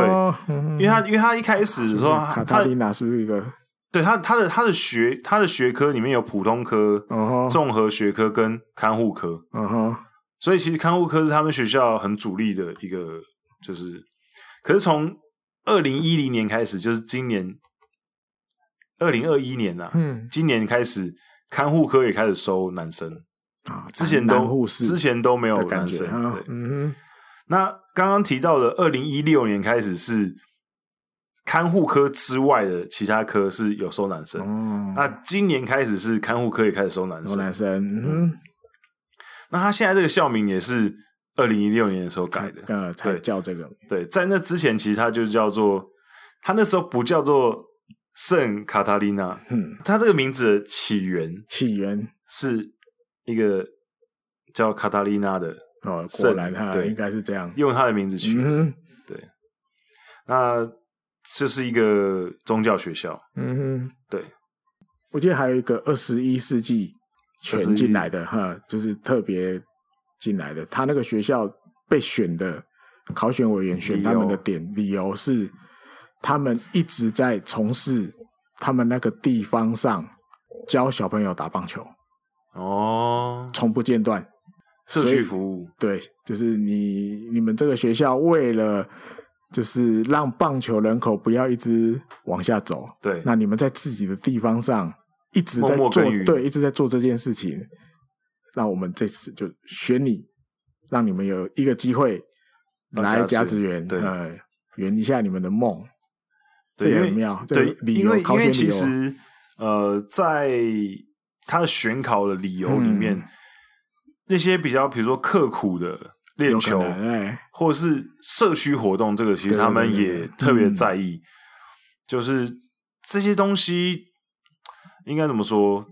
Speaker 1: 对，因
Speaker 2: 因为她因为她一开始的时候，
Speaker 1: 卡
Speaker 2: 她
Speaker 1: 塔
Speaker 2: 她
Speaker 1: 琳娜是不是一个？
Speaker 2: 对她她的她的学她的学科里面有普通科、
Speaker 1: 哦吼，
Speaker 2: 综合学科跟看护科，
Speaker 1: 嗯哼，
Speaker 2: 所以其实看护科是他们学校很主力的一个，就是，可是从二零一零年开始，就是今年二零二一年呐、啊，
Speaker 1: 嗯
Speaker 2: 今年开始看护科也开始收男生，
Speaker 1: 啊，
Speaker 2: 之前
Speaker 1: 男
Speaker 2: 都
Speaker 1: 护士
Speaker 2: 之前都没有
Speaker 1: 的感
Speaker 2: 男
Speaker 1: 觉
Speaker 2: 生，
Speaker 1: 啊
Speaker 2: 对，，
Speaker 1: 嗯
Speaker 2: 那刚刚提到的，二零一六年开始是看护科之外的其他科是有收男生。
Speaker 1: 哼，
Speaker 2: 那
Speaker 1: 哦，
Speaker 2: 今年开始是看护科也开始收男
Speaker 1: 有
Speaker 2: 生。
Speaker 1: 男生，嗯，
Speaker 2: 那他现在这个校名也是二零一六年的时候改
Speaker 1: 才
Speaker 2: 的。
Speaker 1: 呃才
Speaker 2: 对
Speaker 1: 叫这个，
Speaker 2: 对，在那之前其实他就叫做，他那时候不叫做圣卡塔琳娜，
Speaker 1: 嗯，
Speaker 2: 他这个名字的起源
Speaker 1: 起源
Speaker 2: 是一个叫卡塔琳娜的，
Speaker 1: 哦，果
Speaker 2: 圣
Speaker 1: 然哈，
Speaker 2: 对
Speaker 1: 应该是这样，
Speaker 2: 用他的名字取的。
Speaker 1: 嗯哼
Speaker 2: 那这是一个宗教学校，
Speaker 1: 嗯哼，
Speaker 2: 对，
Speaker 1: 我记得还有一个二十一世纪选进来的哈，就是特别进来的。他那个学校被选的考选委员选
Speaker 2: 理由
Speaker 1: 他们的点理由是，他们一直在从事他们那个地方上教小朋友打棒球，
Speaker 2: 哦，
Speaker 1: 从不间断。
Speaker 2: 社
Speaker 1: 所以
Speaker 2: 区服务，
Speaker 1: 对，就是你你们这个学校为了就是让棒球人口不要一直往下走，
Speaker 2: 对，
Speaker 1: 那你们在自己的地方上一直在做，
Speaker 2: 默默耕耘
Speaker 1: 对，一直在做这件事情。那我们这次就选你，让你们有一个机会
Speaker 2: 到
Speaker 1: 来
Speaker 2: 甲
Speaker 1: 甲
Speaker 2: 子
Speaker 1: 子园，
Speaker 2: 对
Speaker 1: 呃，圆一下你们的梦。这
Speaker 2: 对，
Speaker 1: 也
Speaker 2: 因
Speaker 1: 很妙
Speaker 2: 为
Speaker 1: 这个
Speaker 2: 对，
Speaker 1: 理
Speaker 2: 因
Speaker 1: 由
Speaker 2: 为
Speaker 1: 考
Speaker 2: 因为
Speaker 1: 选理
Speaker 2: 其
Speaker 1: 由
Speaker 2: 实呃，在他的选考的理由里面，
Speaker 1: 嗯
Speaker 2: 那些比较比如说刻苦的，练
Speaker 1: 有可
Speaker 2: 球，
Speaker 1: 能哎，
Speaker 2: 或者是社区活动，这个其实他们
Speaker 1: 对对对
Speaker 2: 也
Speaker 1: 对
Speaker 2: 特别
Speaker 1: 嗯
Speaker 2: 在意，就是这些东西应该怎么说？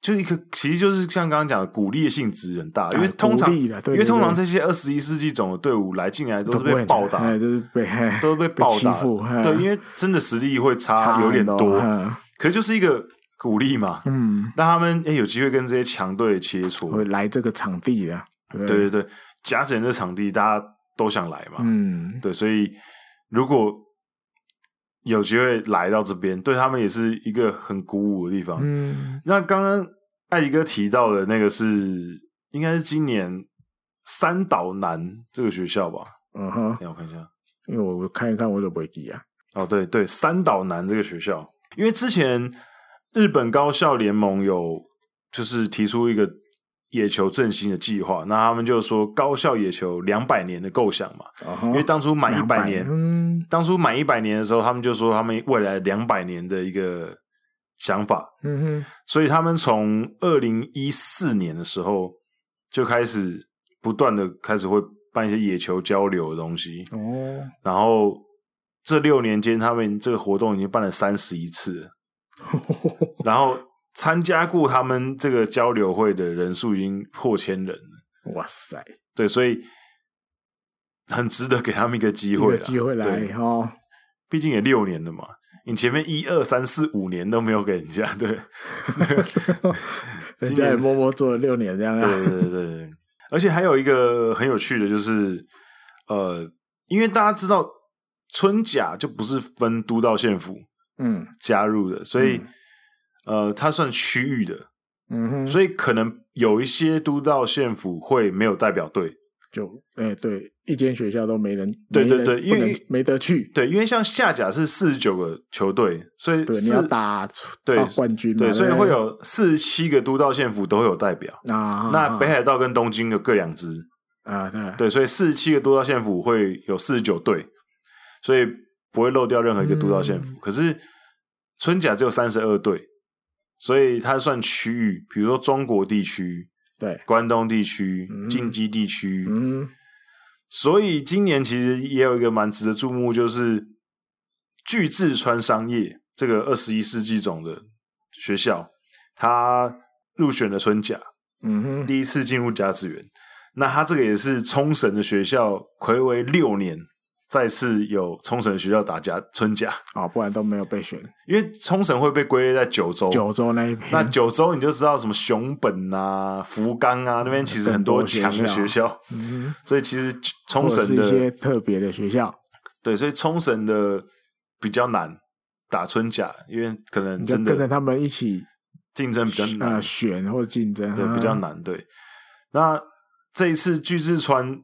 Speaker 2: 就是一个，其实就是像刚刚讲的，鼓励性质很啊大，因为
Speaker 1: 哎
Speaker 2: 通常，
Speaker 1: 鼓励啦对
Speaker 2: 因为
Speaker 1: 对
Speaker 2: 通常
Speaker 1: 对
Speaker 2: 这些二十一世纪总的队伍来进来都
Speaker 1: 都
Speaker 2: 是
Speaker 1: 不会
Speaker 2: 被
Speaker 1: 很
Speaker 2: 暴打，
Speaker 1: 哎，就是被嘿
Speaker 2: 都是被暴
Speaker 1: 欺
Speaker 2: 打，
Speaker 1: 负，嘿
Speaker 2: 对，因为真的实力会差
Speaker 1: 差
Speaker 2: 有点
Speaker 1: 很
Speaker 2: 多，
Speaker 1: 嗯
Speaker 2: 可就是一个鼓励嘛，
Speaker 1: 嗯，
Speaker 2: 让他们哎、有机会跟这些强队切磋，
Speaker 1: 会来这个场地的，对
Speaker 2: 对对对，甲子园这场地大家都想来嘛，
Speaker 1: 嗯，
Speaker 2: 对，所以如果有机会来到这边，对他们也是一个很鼓舞的地方。
Speaker 1: 嗯，
Speaker 2: 那刚刚艾迪哥提到的那个是，应该是今年三岛南这个学校吧？
Speaker 1: 嗯哼，
Speaker 2: 让我看一下，
Speaker 1: 因为我看一看我的维基啊，
Speaker 2: 哦，对对，三岛南这个学校，因为之前日本高校联盟有就是提出一个野球振兴的计划，那他们就说高校野球两百年的构想嘛，
Speaker 1: 嗯
Speaker 2: 因
Speaker 1: 哼
Speaker 2: 为当初满一百
Speaker 1: 200
Speaker 2: 年，
Speaker 1: 嗯
Speaker 2: 当初满一百年的时候，他们就说他们未来两百年的一个想法，
Speaker 1: 嗯哼，
Speaker 2: 所以他们从二零一四年的时候就开始不断的开始会办一些野球交流的东西，
Speaker 1: 哦，
Speaker 2: 然后这六年间，他们这个活动已经办了三十一次 了，然后参加过他们这个交流会的人数已经破千人了，
Speaker 1: 哇塞，
Speaker 2: 对，所以很值得给他们一个机
Speaker 1: 一
Speaker 2: 会
Speaker 1: 个
Speaker 2: 啦，
Speaker 1: 机会来
Speaker 2: 对
Speaker 1: 哦，
Speaker 2: 毕竟也六年了嘛，你前面一二三四五年都没有给人家， 对，
Speaker 1: 人
Speaker 2: 今
Speaker 1: 家也
Speaker 2: 年
Speaker 1: 默默做了六年这样
Speaker 2: 对
Speaker 1: 啊，
Speaker 2: 对对对对，而且还有一个很有趣的就是，呃，因为大家知道春甲就不是分都道县府
Speaker 1: 嗯
Speaker 2: 加入的，所以、
Speaker 1: 嗯
Speaker 2: 呃，它算区域的，
Speaker 1: 嗯哼，
Speaker 2: 所以可能有一些都道县府会没有代表队，
Speaker 1: 就哎、对，一间学校都没人，
Speaker 2: 对对
Speaker 1: 没人
Speaker 2: 对因为
Speaker 1: 不能没得去，
Speaker 2: 对，因为像下甲是四十九个球队，所以
Speaker 1: 对，你
Speaker 2: 四
Speaker 1: 要打
Speaker 2: 对
Speaker 1: 到冠军嘛，
Speaker 2: 对，所以
Speaker 1: 不
Speaker 2: 会有四十七个都道县府都会有代表。
Speaker 1: 啊，
Speaker 2: 那北海道跟东京有各两支，
Speaker 1: 啊，对
Speaker 2: 对，所以四十七个都道县府会有四十九队，所以不会漏掉任何一个都道县
Speaker 1: 嗯
Speaker 2: 府。可是春甲只有三十二队，所以它算区域，比如说中国地区、
Speaker 1: 对，
Speaker 2: 关东地区、
Speaker 1: 嗯
Speaker 2: 近畿地区。
Speaker 1: 嗯，
Speaker 2: 所以今年其实也有一个蛮值得注目，就是巨志川商业这个二十一世纪种的学校，它入选了春甲。
Speaker 1: 嗯哼，
Speaker 2: 第一次进入甲子园。那他这个也是冲绳的学校，暌违六年再次有冲绳的学校打甲春甲，
Speaker 1: 哦，不然都没有被选。
Speaker 2: 因为冲绳会被归类在九州。
Speaker 1: 九州那一边，
Speaker 2: 哦那九州你就知道什么熊本啊、福冈啊那边其实很多强的学
Speaker 1: 很多学
Speaker 2: 校，
Speaker 1: 嗯哼
Speaker 2: 所以其实
Speaker 1: 或
Speaker 2: 冲
Speaker 1: 者
Speaker 2: 绳
Speaker 1: 是一些
Speaker 2: 的
Speaker 1: 特别的学校，
Speaker 2: 对，所以冲绳的比较难打春甲，因为可能
Speaker 1: 你就
Speaker 2: 真
Speaker 1: 跟着
Speaker 2: 的
Speaker 1: 他们一起
Speaker 2: 竞争比较难
Speaker 1: 呃，选或竞争，
Speaker 2: 对，
Speaker 1: 嗯
Speaker 2: 比较。难。对，那这一次巨志川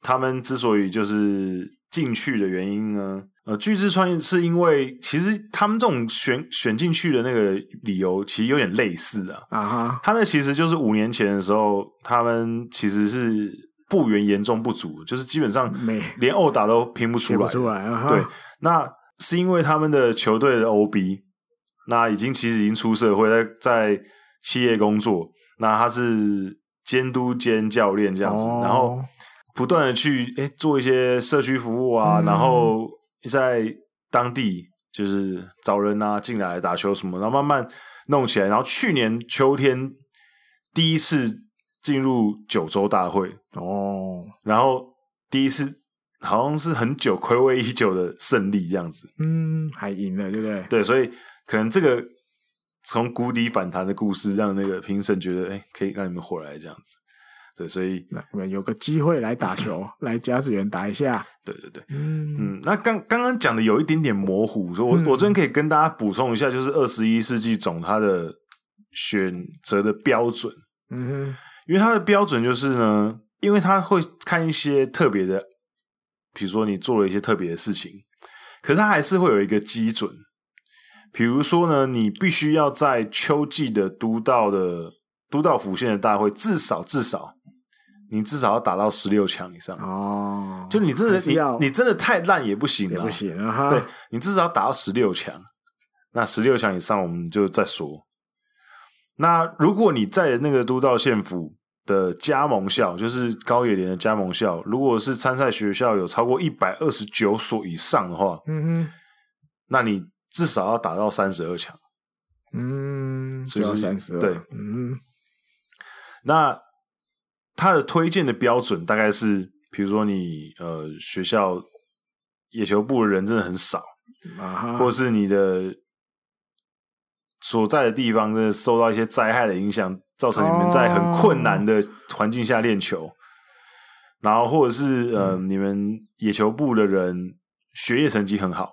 Speaker 2: 他们之所以就是进去的原因呢，呃，巨志川是因为其实他们这种选选进去的那个理由其实有点类似啊。
Speaker 1: 啊哈，
Speaker 2: 他那其实就是五年前的时候，他们其实是部员严重不足，就是基本上
Speaker 1: 没
Speaker 2: 连殴打都拼不出
Speaker 1: 写
Speaker 2: 来
Speaker 1: 不
Speaker 2: 的。
Speaker 1: 出来啊哈，
Speaker 2: 对，那是因为他们的球队的 OB，那已经其实已经出社会，在在企业工作，那他是监督兼教练这样子，
Speaker 1: 哦
Speaker 2: 然后不断的去诶做一些社区服务啊，
Speaker 1: 嗯
Speaker 2: 然后在当地就是找人啊进来打球什么，然后慢慢弄起来，然后去年秋天第一次进入九州大会，
Speaker 1: 哦，
Speaker 2: 然后第一次好像是很久暌违已久的胜利这样子。
Speaker 1: 嗯，还赢了，对不对？
Speaker 2: 对，所以可能这个从谷底反弹的故事，让那个评审觉得，哎、可以让你们回来这样子。对，所以
Speaker 1: 那我们有个机会来打 球，来甲子园打一下，
Speaker 2: 对对对，
Speaker 1: 嗯，
Speaker 2: 嗯，那刚刚刚讲的有一点点模糊，所以我、
Speaker 1: 嗯
Speaker 2: 我这边可以跟大家补充一下，就是二十一世纪总它的选择的标准，
Speaker 1: 嗯
Speaker 2: 因为它的标准就是呢，因为它会看一些特别的，比如说你做了一些特别的事情，可是它还是会有一个基准。比如说呢，你必须要在秋季的都道的都道府县的大会，至少至少你至少要打到十六强以上。
Speaker 1: 哼，哦，
Speaker 2: 就你真
Speaker 1: 还
Speaker 2: 的
Speaker 1: 是要
Speaker 2: 你你真的太烂也不行
Speaker 1: 也
Speaker 2: 了
Speaker 1: 不，行啊哈，
Speaker 2: 对你至少打到十六强，那十六强以上我们就再说。那如果你在那个都道县府的加盟校，就是高野联的加盟校，如果是参赛学校有超过一百二十九所以上的话，
Speaker 1: 嗯哼，
Speaker 2: 那你至少要打到三十二强。
Speaker 1: 嗯，
Speaker 2: 所以
Speaker 1: 就要
Speaker 2: 是
Speaker 1: 三十二，
Speaker 2: 对
Speaker 1: 嗯
Speaker 2: 那他的推荐的标准大概是，比如说你呃学校野球部的人真的很少，
Speaker 1: 啊哈，
Speaker 2: 或是你的所在的地方真的受到一些灾害的影响，造成你们在很困
Speaker 1: 哦
Speaker 2: 难的环境下练球，然后或者是呃、
Speaker 1: 嗯
Speaker 2: 你们野球部的人学业成绩很好，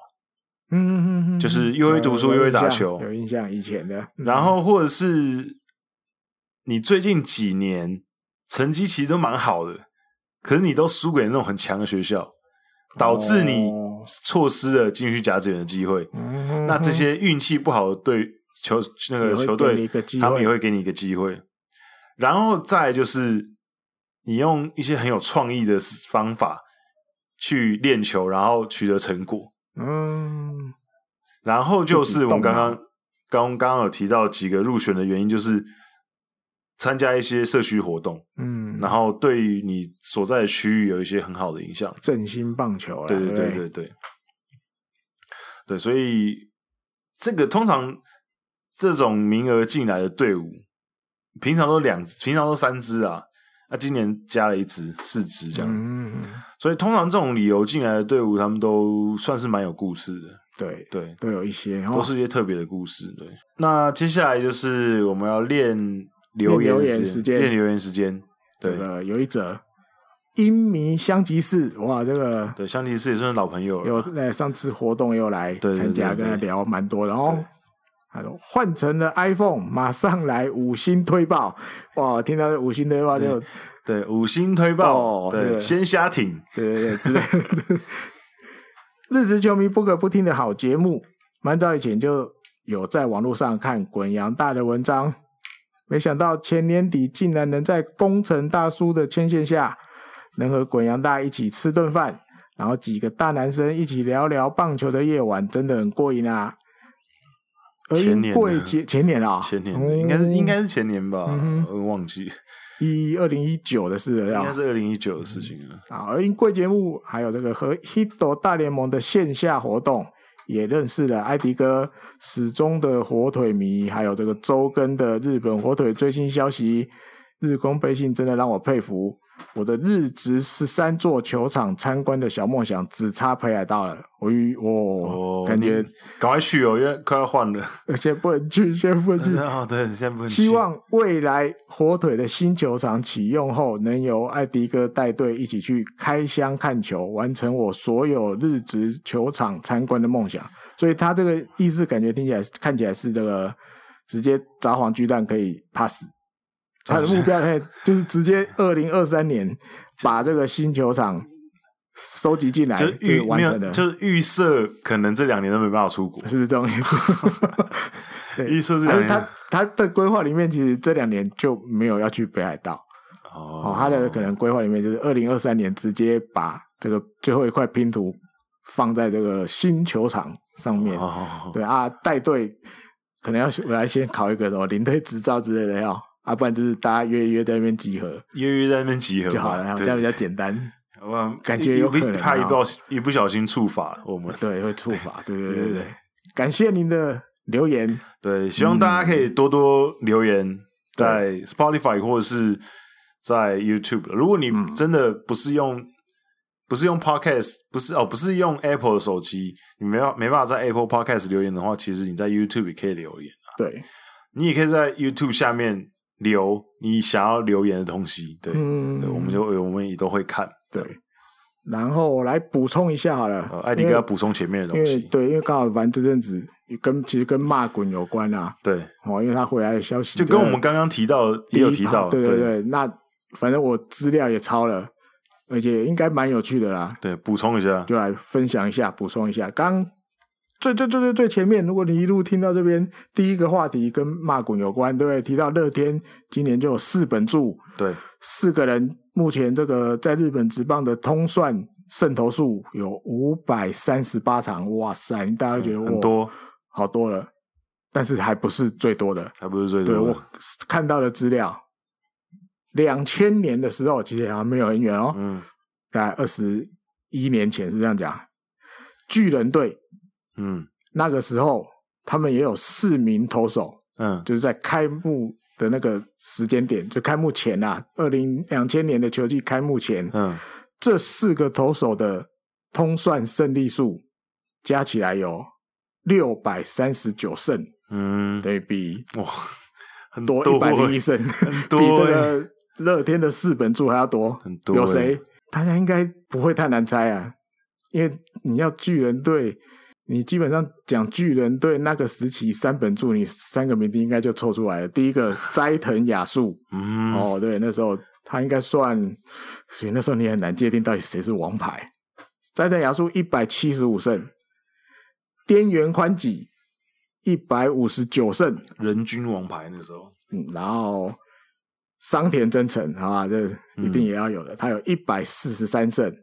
Speaker 1: 嗯嗯嗯，
Speaker 2: 就是又会读书
Speaker 1: 有
Speaker 2: 又会打
Speaker 1: 印象
Speaker 2: 球
Speaker 1: 有印象以前的，嗯
Speaker 2: 然后或者是你最近几年成绩其实都蛮好的，可是你都输给那种很强的学校，导致你
Speaker 1: 哦
Speaker 2: 错失了进去甲子园的机会。
Speaker 1: 嗯哼
Speaker 2: 那这些运气不好的队球那
Speaker 1: 嗯也
Speaker 2: 个
Speaker 1: 会
Speaker 2: 球
Speaker 1: 给你
Speaker 2: 队
Speaker 1: 一个机，会
Speaker 2: 他们也会给你一个机会。然后再来就是你用一些很有创意的方法去练球，然后取得成果。
Speaker 1: 嗯
Speaker 2: 然后就是我们刚刚
Speaker 1: 自
Speaker 2: 刚刚刚有提到几个入选的原因，就是参加一些社区活动，
Speaker 1: 嗯，
Speaker 2: 然后对于你所在的区域有一些很好的影响。
Speaker 1: 振兴棒球了，
Speaker 2: 对
Speaker 1: 对
Speaker 2: 对
Speaker 1: 不
Speaker 2: 对对对，对，所以这个通常这种名额进来的队伍，平常都两，平常都三支啊，那、今年加了一支，四支这样。
Speaker 1: 嗯，嗯嗯
Speaker 2: 所以通常这种理由进来的队伍，他们都算是蛮有故事的。
Speaker 1: 对，
Speaker 2: 对，
Speaker 1: 都有一些，哦
Speaker 2: 都是一些特别的故事。对，那接下来就是我们要练留
Speaker 1: 练留
Speaker 2: 言
Speaker 1: 言时间
Speaker 2: 练留言时间。
Speaker 1: 这
Speaker 2: 对
Speaker 1: 个有一则英迷香吉士，哇，这个
Speaker 2: 对，香吉士也算是老朋友
Speaker 1: 有
Speaker 2: 了。
Speaker 1: 呃上次活动又来
Speaker 2: 对对
Speaker 1: 参加，
Speaker 2: 对对
Speaker 1: 跟他聊蛮多的哦
Speaker 2: 对。
Speaker 1: 他说换成了 iPhone，马上来五星推爆！哇，听到这五星推爆就
Speaker 2: 对，五星推爆，
Speaker 1: 哦对
Speaker 2: 对，先瞎挺，
Speaker 1: 对对对，之类的。日职球迷不可不听的好节目，蛮早以前就有在网络上看滚阳大的文章，没想到前年底竟然能在工程大叔的牵线下，能和滚阳大一起吃顿饭，然后几个大男生一起聊聊棒球的夜晚，真的很过瘾啊！而
Speaker 2: 前年
Speaker 1: 因
Speaker 2: 呢
Speaker 1: 贵节前年啊，
Speaker 2: 前年的应该是应该是前年吧，
Speaker 1: 嗯
Speaker 2: 我忘记，
Speaker 1: 一二零一九的事了
Speaker 2: 应
Speaker 1: 啊，
Speaker 2: 该是二零一九的事情了。
Speaker 1: 啊，而因贵节目还有这个和 Hito 大联盟的线下活动，也认识了艾迪哥始终的火腿迷，还有这个周更的日本火腿最新消息。日空背信真的让我佩服，我的日职十三座球场参观的小梦想只差北海道了。我与我、
Speaker 2: 哦，
Speaker 1: 感觉呃
Speaker 2: 你赶快去哦，因为快要 换了。
Speaker 1: 先不能去，先不能 去。
Speaker 2: 哦，对，现在不能去。
Speaker 1: 希望未来火腿的新球场启用后，能由艾迪哥带队一起去开箱看球，完成我所有日职球场参观的梦想。所以他这个意思感觉听起来是看起来是这个直接砸黄巨蛋可以 pass。他的目标嘿就是直接二零二三年把这个新球场收集进来，
Speaker 2: 就
Speaker 1: 就
Speaker 2: 预
Speaker 1: 是
Speaker 2: 没
Speaker 1: 完
Speaker 2: 有
Speaker 1: 成，了，是
Speaker 2: 就是预设可能这两年都没办法出国，
Speaker 1: 不是这种意思？ 对
Speaker 2: 预设这
Speaker 1: 还
Speaker 2: 两
Speaker 1: 是他
Speaker 2: 年
Speaker 1: 他的规划里面，其实这两年就没有要去北海道。哦
Speaker 2: 哦，
Speaker 1: 他的可能规划里面就是二零二三年直接把这个最后一块拼图放在这个新球场上面。
Speaker 2: 哦，
Speaker 1: 对啊，带队可能要我来先考一个什么领队执照之类的要，啊，不然就是大家约一约在那边集合
Speaker 2: 约约在那边集合
Speaker 1: 就好
Speaker 2: 嘛
Speaker 1: 了，这
Speaker 2: 对
Speaker 1: 样比较简单。
Speaker 2: 我
Speaker 1: 感觉有可能啊
Speaker 2: 怕一不小一不小心触发了我们。
Speaker 1: 对，会触发。对对
Speaker 2: 对
Speaker 1: 对
Speaker 2: 对
Speaker 1: 对，感谢您的留言。
Speaker 2: 对，希望大家可以多多留言
Speaker 1: 嗯
Speaker 2: 在 Spotify 或者是在 YouTube。如果你
Speaker 1: 嗯
Speaker 2: 真的不是用、不是用 Podcast，不是哦，不是用 Apple 的手机，你没办没办法在 Apple Podcast 留言的话，其实你在 YouTube 也可以留言，
Speaker 1: 对，
Speaker 2: 你也可以在 YouTube 下面留你想要留言的东西。对，
Speaker 1: 嗯
Speaker 2: 对我们就我们也都会看。
Speaker 1: 对。然后我来补充一下好了
Speaker 2: 呃，，艾迪
Speaker 1: 因
Speaker 2: 哥
Speaker 1: 为
Speaker 2: 要补充前面的
Speaker 1: 因
Speaker 2: 东
Speaker 1: 为
Speaker 2: 西。
Speaker 1: 对，因为刚好反正这阵子跟其实跟骂滚有关啊。
Speaker 2: 对，
Speaker 1: 哦，因为他回来的消息
Speaker 2: 就跟我们刚刚提到的也有提到，
Speaker 1: 对
Speaker 2: 对
Speaker 1: 对对，那反正我资料也抄了，而且应该蛮有趣的啦，
Speaker 2: 对，补充一下，
Speaker 1: 就来分享一下，补充一下。刚最最最最最前面，如果你一路听到这边，第一个话题跟骂滚有关，对不对？提到乐天今年就有四本柱，
Speaker 2: 对
Speaker 1: 四个人目前这个在日本职棒的通算胜投数有五百三十八场，哇塞！你大家觉得
Speaker 2: 嗯很
Speaker 1: 哇
Speaker 2: 多，
Speaker 1: 好多了，但是还不是最多的。
Speaker 2: 还不是最
Speaker 1: 对
Speaker 2: 多
Speaker 1: 我
Speaker 2: 的。
Speaker 1: 看到的资料，两千年的时候，其实好像没有很远哦，
Speaker 2: 嗯
Speaker 1: 大概二十一年前是不是这样讲。巨人队
Speaker 2: 嗯
Speaker 1: 那个时候，他们也有四名投手，
Speaker 2: 嗯
Speaker 1: 就是在开幕的那个时间点，就开幕前啊，二零两千年的球季开幕前，
Speaker 2: 嗯，
Speaker 1: 这四个投手的通算胜利数加起来有六百三十九胜，
Speaker 2: 嗯，
Speaker 1: 等于比
Speaker 2: 哇，很
Speaker 1: 多
Speaker 2: 多欸
Speaker 1: 一百零一胜，
Speaker 2: 很多
Speaker 1: 比这
Speaker 2: 欸
Speaker 1: 个乐天的四本柱还要多。
Speaker 2: 很多
Speaker 1: 有
Speaker 2: 欸
Speaker 1: 谁？大家应该不会太难猜啊，因为你要巨人队，你基本上讲巨人队那个时期三本柱，你三个名字应该就凑出来了。第一个斋藤雅树，
Speaker 2: 嗯
Speaker 1: 哦，对，那时候他应该算，所以那时候你很难界定到底谁是王牌。斋藤雅树一百七十五胜，滇原宽己一百五十九胜，
Speaker 2: 人均王牌那时候，
Speaker 1: 嗯，然后桑田真诚啊，这一
Speaker 2: 嗯
Speaker 1: 定也要有的，他有一百四十三胜。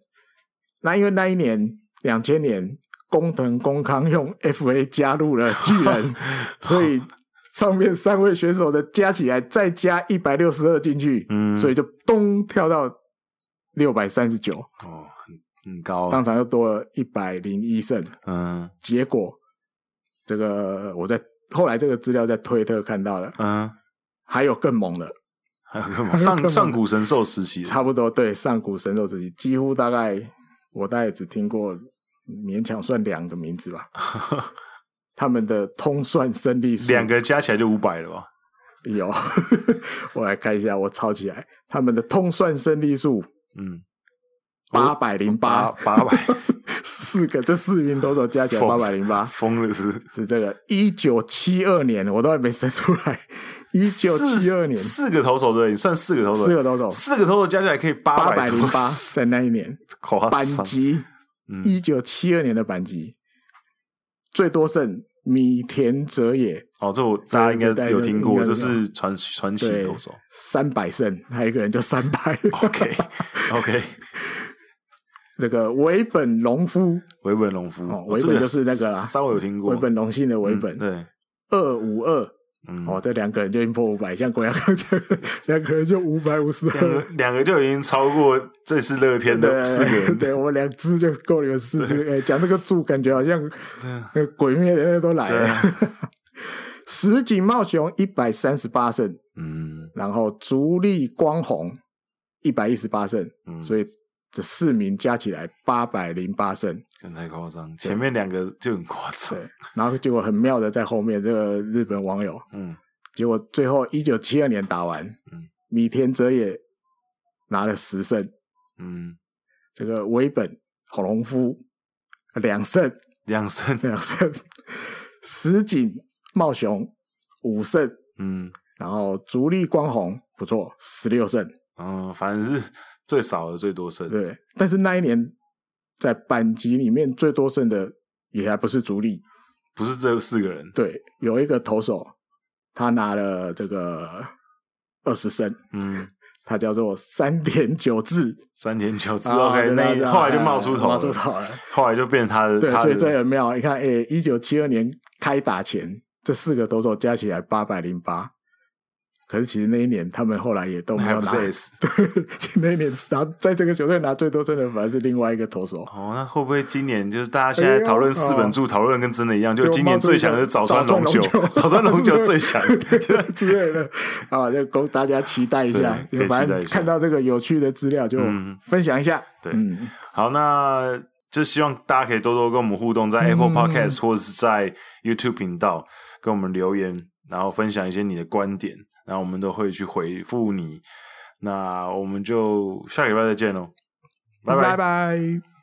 Speaker 1: 那因为那一年两千年，工藤公康用 FA 加入了巨 人，所以上面三位选手的加起来再加一百六十二进去，
Speaker 2: 嗯
Speaker 1: 所以就咚跳到六百三十九，
Speaker 2: 哦，很很高，
Speaker 1: 当场又多了一百零一胜。
Speaker 2: 嗯
Speaker 1: 结果这个我在后来这个资料在推特看到了，
Speaker 2: 嗯，
Speaker 1: 还有更猛的。
Speaker 2: 还有干嘛？上
Speaker 1: 干嘛
Speaker 2: 上古神兽时期的，
Speaker 1: 差不多对上古神兽时期，几乎大概我大概只听过勉强算两个名字 吧。他们的通算胜利数
Speaker 2: 两个加起来就五百了吧？
Speaker 1: 有， 我来看一下，我抄起来，他们的通算胜利数
Speaker 2: 嗯，
Speaker 1: 八百零
Speaker 2: 八
Speaker 1: 八，
Speaker 2: 八百，
Speaker 1: 四个这四名投手加起来
Speaker 2: 疯
Speaker 1: 八百零八，
Speaker 2: 疯了是。
Speaker 1: 是这个一九七二年，我都还没生出来， 一九七二年
Speaker 2: 四四个投手对，你算四个投手，
Speaker 1: 四个投手
Speaker 2: 四个投手加起来可以八
Speaker 1: 八百零
Speaker 2: 多
Speaker 1: 八，
Speaker 2: 次，
Speaker 1: 在那一年
Speaker 2: 夸
Speaker 1: 板
Speaker 2: 张，
Speaker 1: 级
Speaker 2: 嗯，
Speaker 1: 哦一九七二年的板级最多胜米田哲也
Speaker 2: 哦，这我大家应该有听过，
Speaker 1: 应该
Speaker 2: 这是传传奇
Speaker 1: 对
Speaker 2: 投手。
Speaker 1: 三百胜，还有一个人就三百。
Speaker 2: OK OK，
Speaker 1: 这个尾本龙夫，
Speaker 2: 维本农夫，
Speaker 1: 哦
Speaker 2: 哦
Speaker 1: 维
Speaker 2: 这
Speaker 1: 本就是那个啊
Speaker 2: 稍微有听过，
Speaker 1: 尾本龙信的尾
Speaker 2: 嗯
Speaker 1: 本
Speaker 2: 对，
Speaker 1: 二五二
Speaker 2: 嗯，
Speaker 1: 哦，这两个人就已经破五百，像郭阳刚讲的， 两个人就五百五十
Speaker 2: 两个
Speaker 1: 二。
Speaker 2: 两个就已经超过这次乐天的四个
Speaker 1: 对，
Speaker 2: 人，
Speaker 1: 对我两只就够你们四 只。哎，讲这个柱，感觉好像
Speaker 2: 啊
Speaker 1: 那个鬼灭的那个都来
Speaker 2: 对
Speaker 1: 了
Speaker 2: 啊。
Speaker 1: 石井茂雄一百三十八胜，
Speaker 2: 嗯
Speaker 1: 然后足利光宏一百一十八胜，
Speaker 2: 嗯，
Speaker 1: 所以这四名加起来八百零八胜。
Speaker 2: 真太夸张，前面两个就很夸张，
Speaker 1: 对，然后结果很妙的在后面，这个日本网友，
Speaker 2: 嗯
Speaker 1: 结果最后一九七二年打完，
Speaker 2: 嗯
Speaker 1: 米田哲也拿了十胜，
Speaker 2: 嗯，
Speaker 1: 这个尾本好龙夫两胜
Speaker 2: 两胜，
Speaker 1: 两胜，石井茂雄五胜，
Speaker 2: 嗯，
Speaker 1: 然后足利光宏不错十六胜，
Speaker 2: 然后哦反正是最少的最多胜，
Speaker 1: 对，但是那一年在板级里面最多胜的也还不是主力，
Speaker 2: 不是这四个人，
Speaker 1: 对，有一个投手，他拿了这个二十胜，
Speaker 2: 嗯，
Speaker 1: 他叫做三点九 字，
Speaker 2: 三田九之
Speaker 1: 啊
Speaker 2: OK，
Speaker 1: 知道
Speaker 2: 那
Speaker 1: 知道
Speaker 2: 后来就冒出头
Speaker 1: 冒出
Speaker 2: 了，
Speaker 1: 头 了。
Speaker 2: 后来就变成他的
Speaker 1: 对，
Speaker 2: 他
Speaker 1: 所以这
Speaker 2: 的
Speaker 1: 很妙。你看，诶、1一九七二年开打前，这四个投手加起来八百零八，可是其实那一年他们后来也都没
Speaker 2: 还
Speaker 1: 有
Speaker 2: 不
Speaker 1: 拿
Speaker 2: 是。S，
Speaker 1: 那一年拿在这个球队拿最多胜的反而是另外一个投手，
Speaker 2: 哦，那会不会今年就是大家现
Speaker 1: 哎
Speaker 2: 在
Speaker 1: 呦
Speaker 2: 讨论四本柱，讨论得跟真的一哦样？就今年最强的是早川龙九， 早
Speaker 1: 早
Speaker 2: 川
Speaker 1: 川
Speaker 2: 龙
Speaker 1: 龙
Speaker 2: 九
Speaker 1: 九
Speaker 2: 最强。
Speaker 1: 之类的啊，就供大家期待一下
Speaker 2: 对可以。
Speaker 1: 反
Speaker 2: 期待
Speaker 1: 正
Speaker 2: 一下
Speaker 1: 看到这个有趣的资料就
Speaker 2: 嗯
Speaker 1: 分享一下。
Speaker 2: 对
Speaker 1: 嗯，
Speaker 2: 好，那就希望大家可以多多跟我们互动，在 Apple
Speaker 1: 嗯
Speaker 2: Podcast 或者是在 YouTube 频道跟我们留言，然后分享一些你的观点，然后我们都会去回复你。那我们就下个礼拜再见喽，拜拜
Speaker 1: 拜。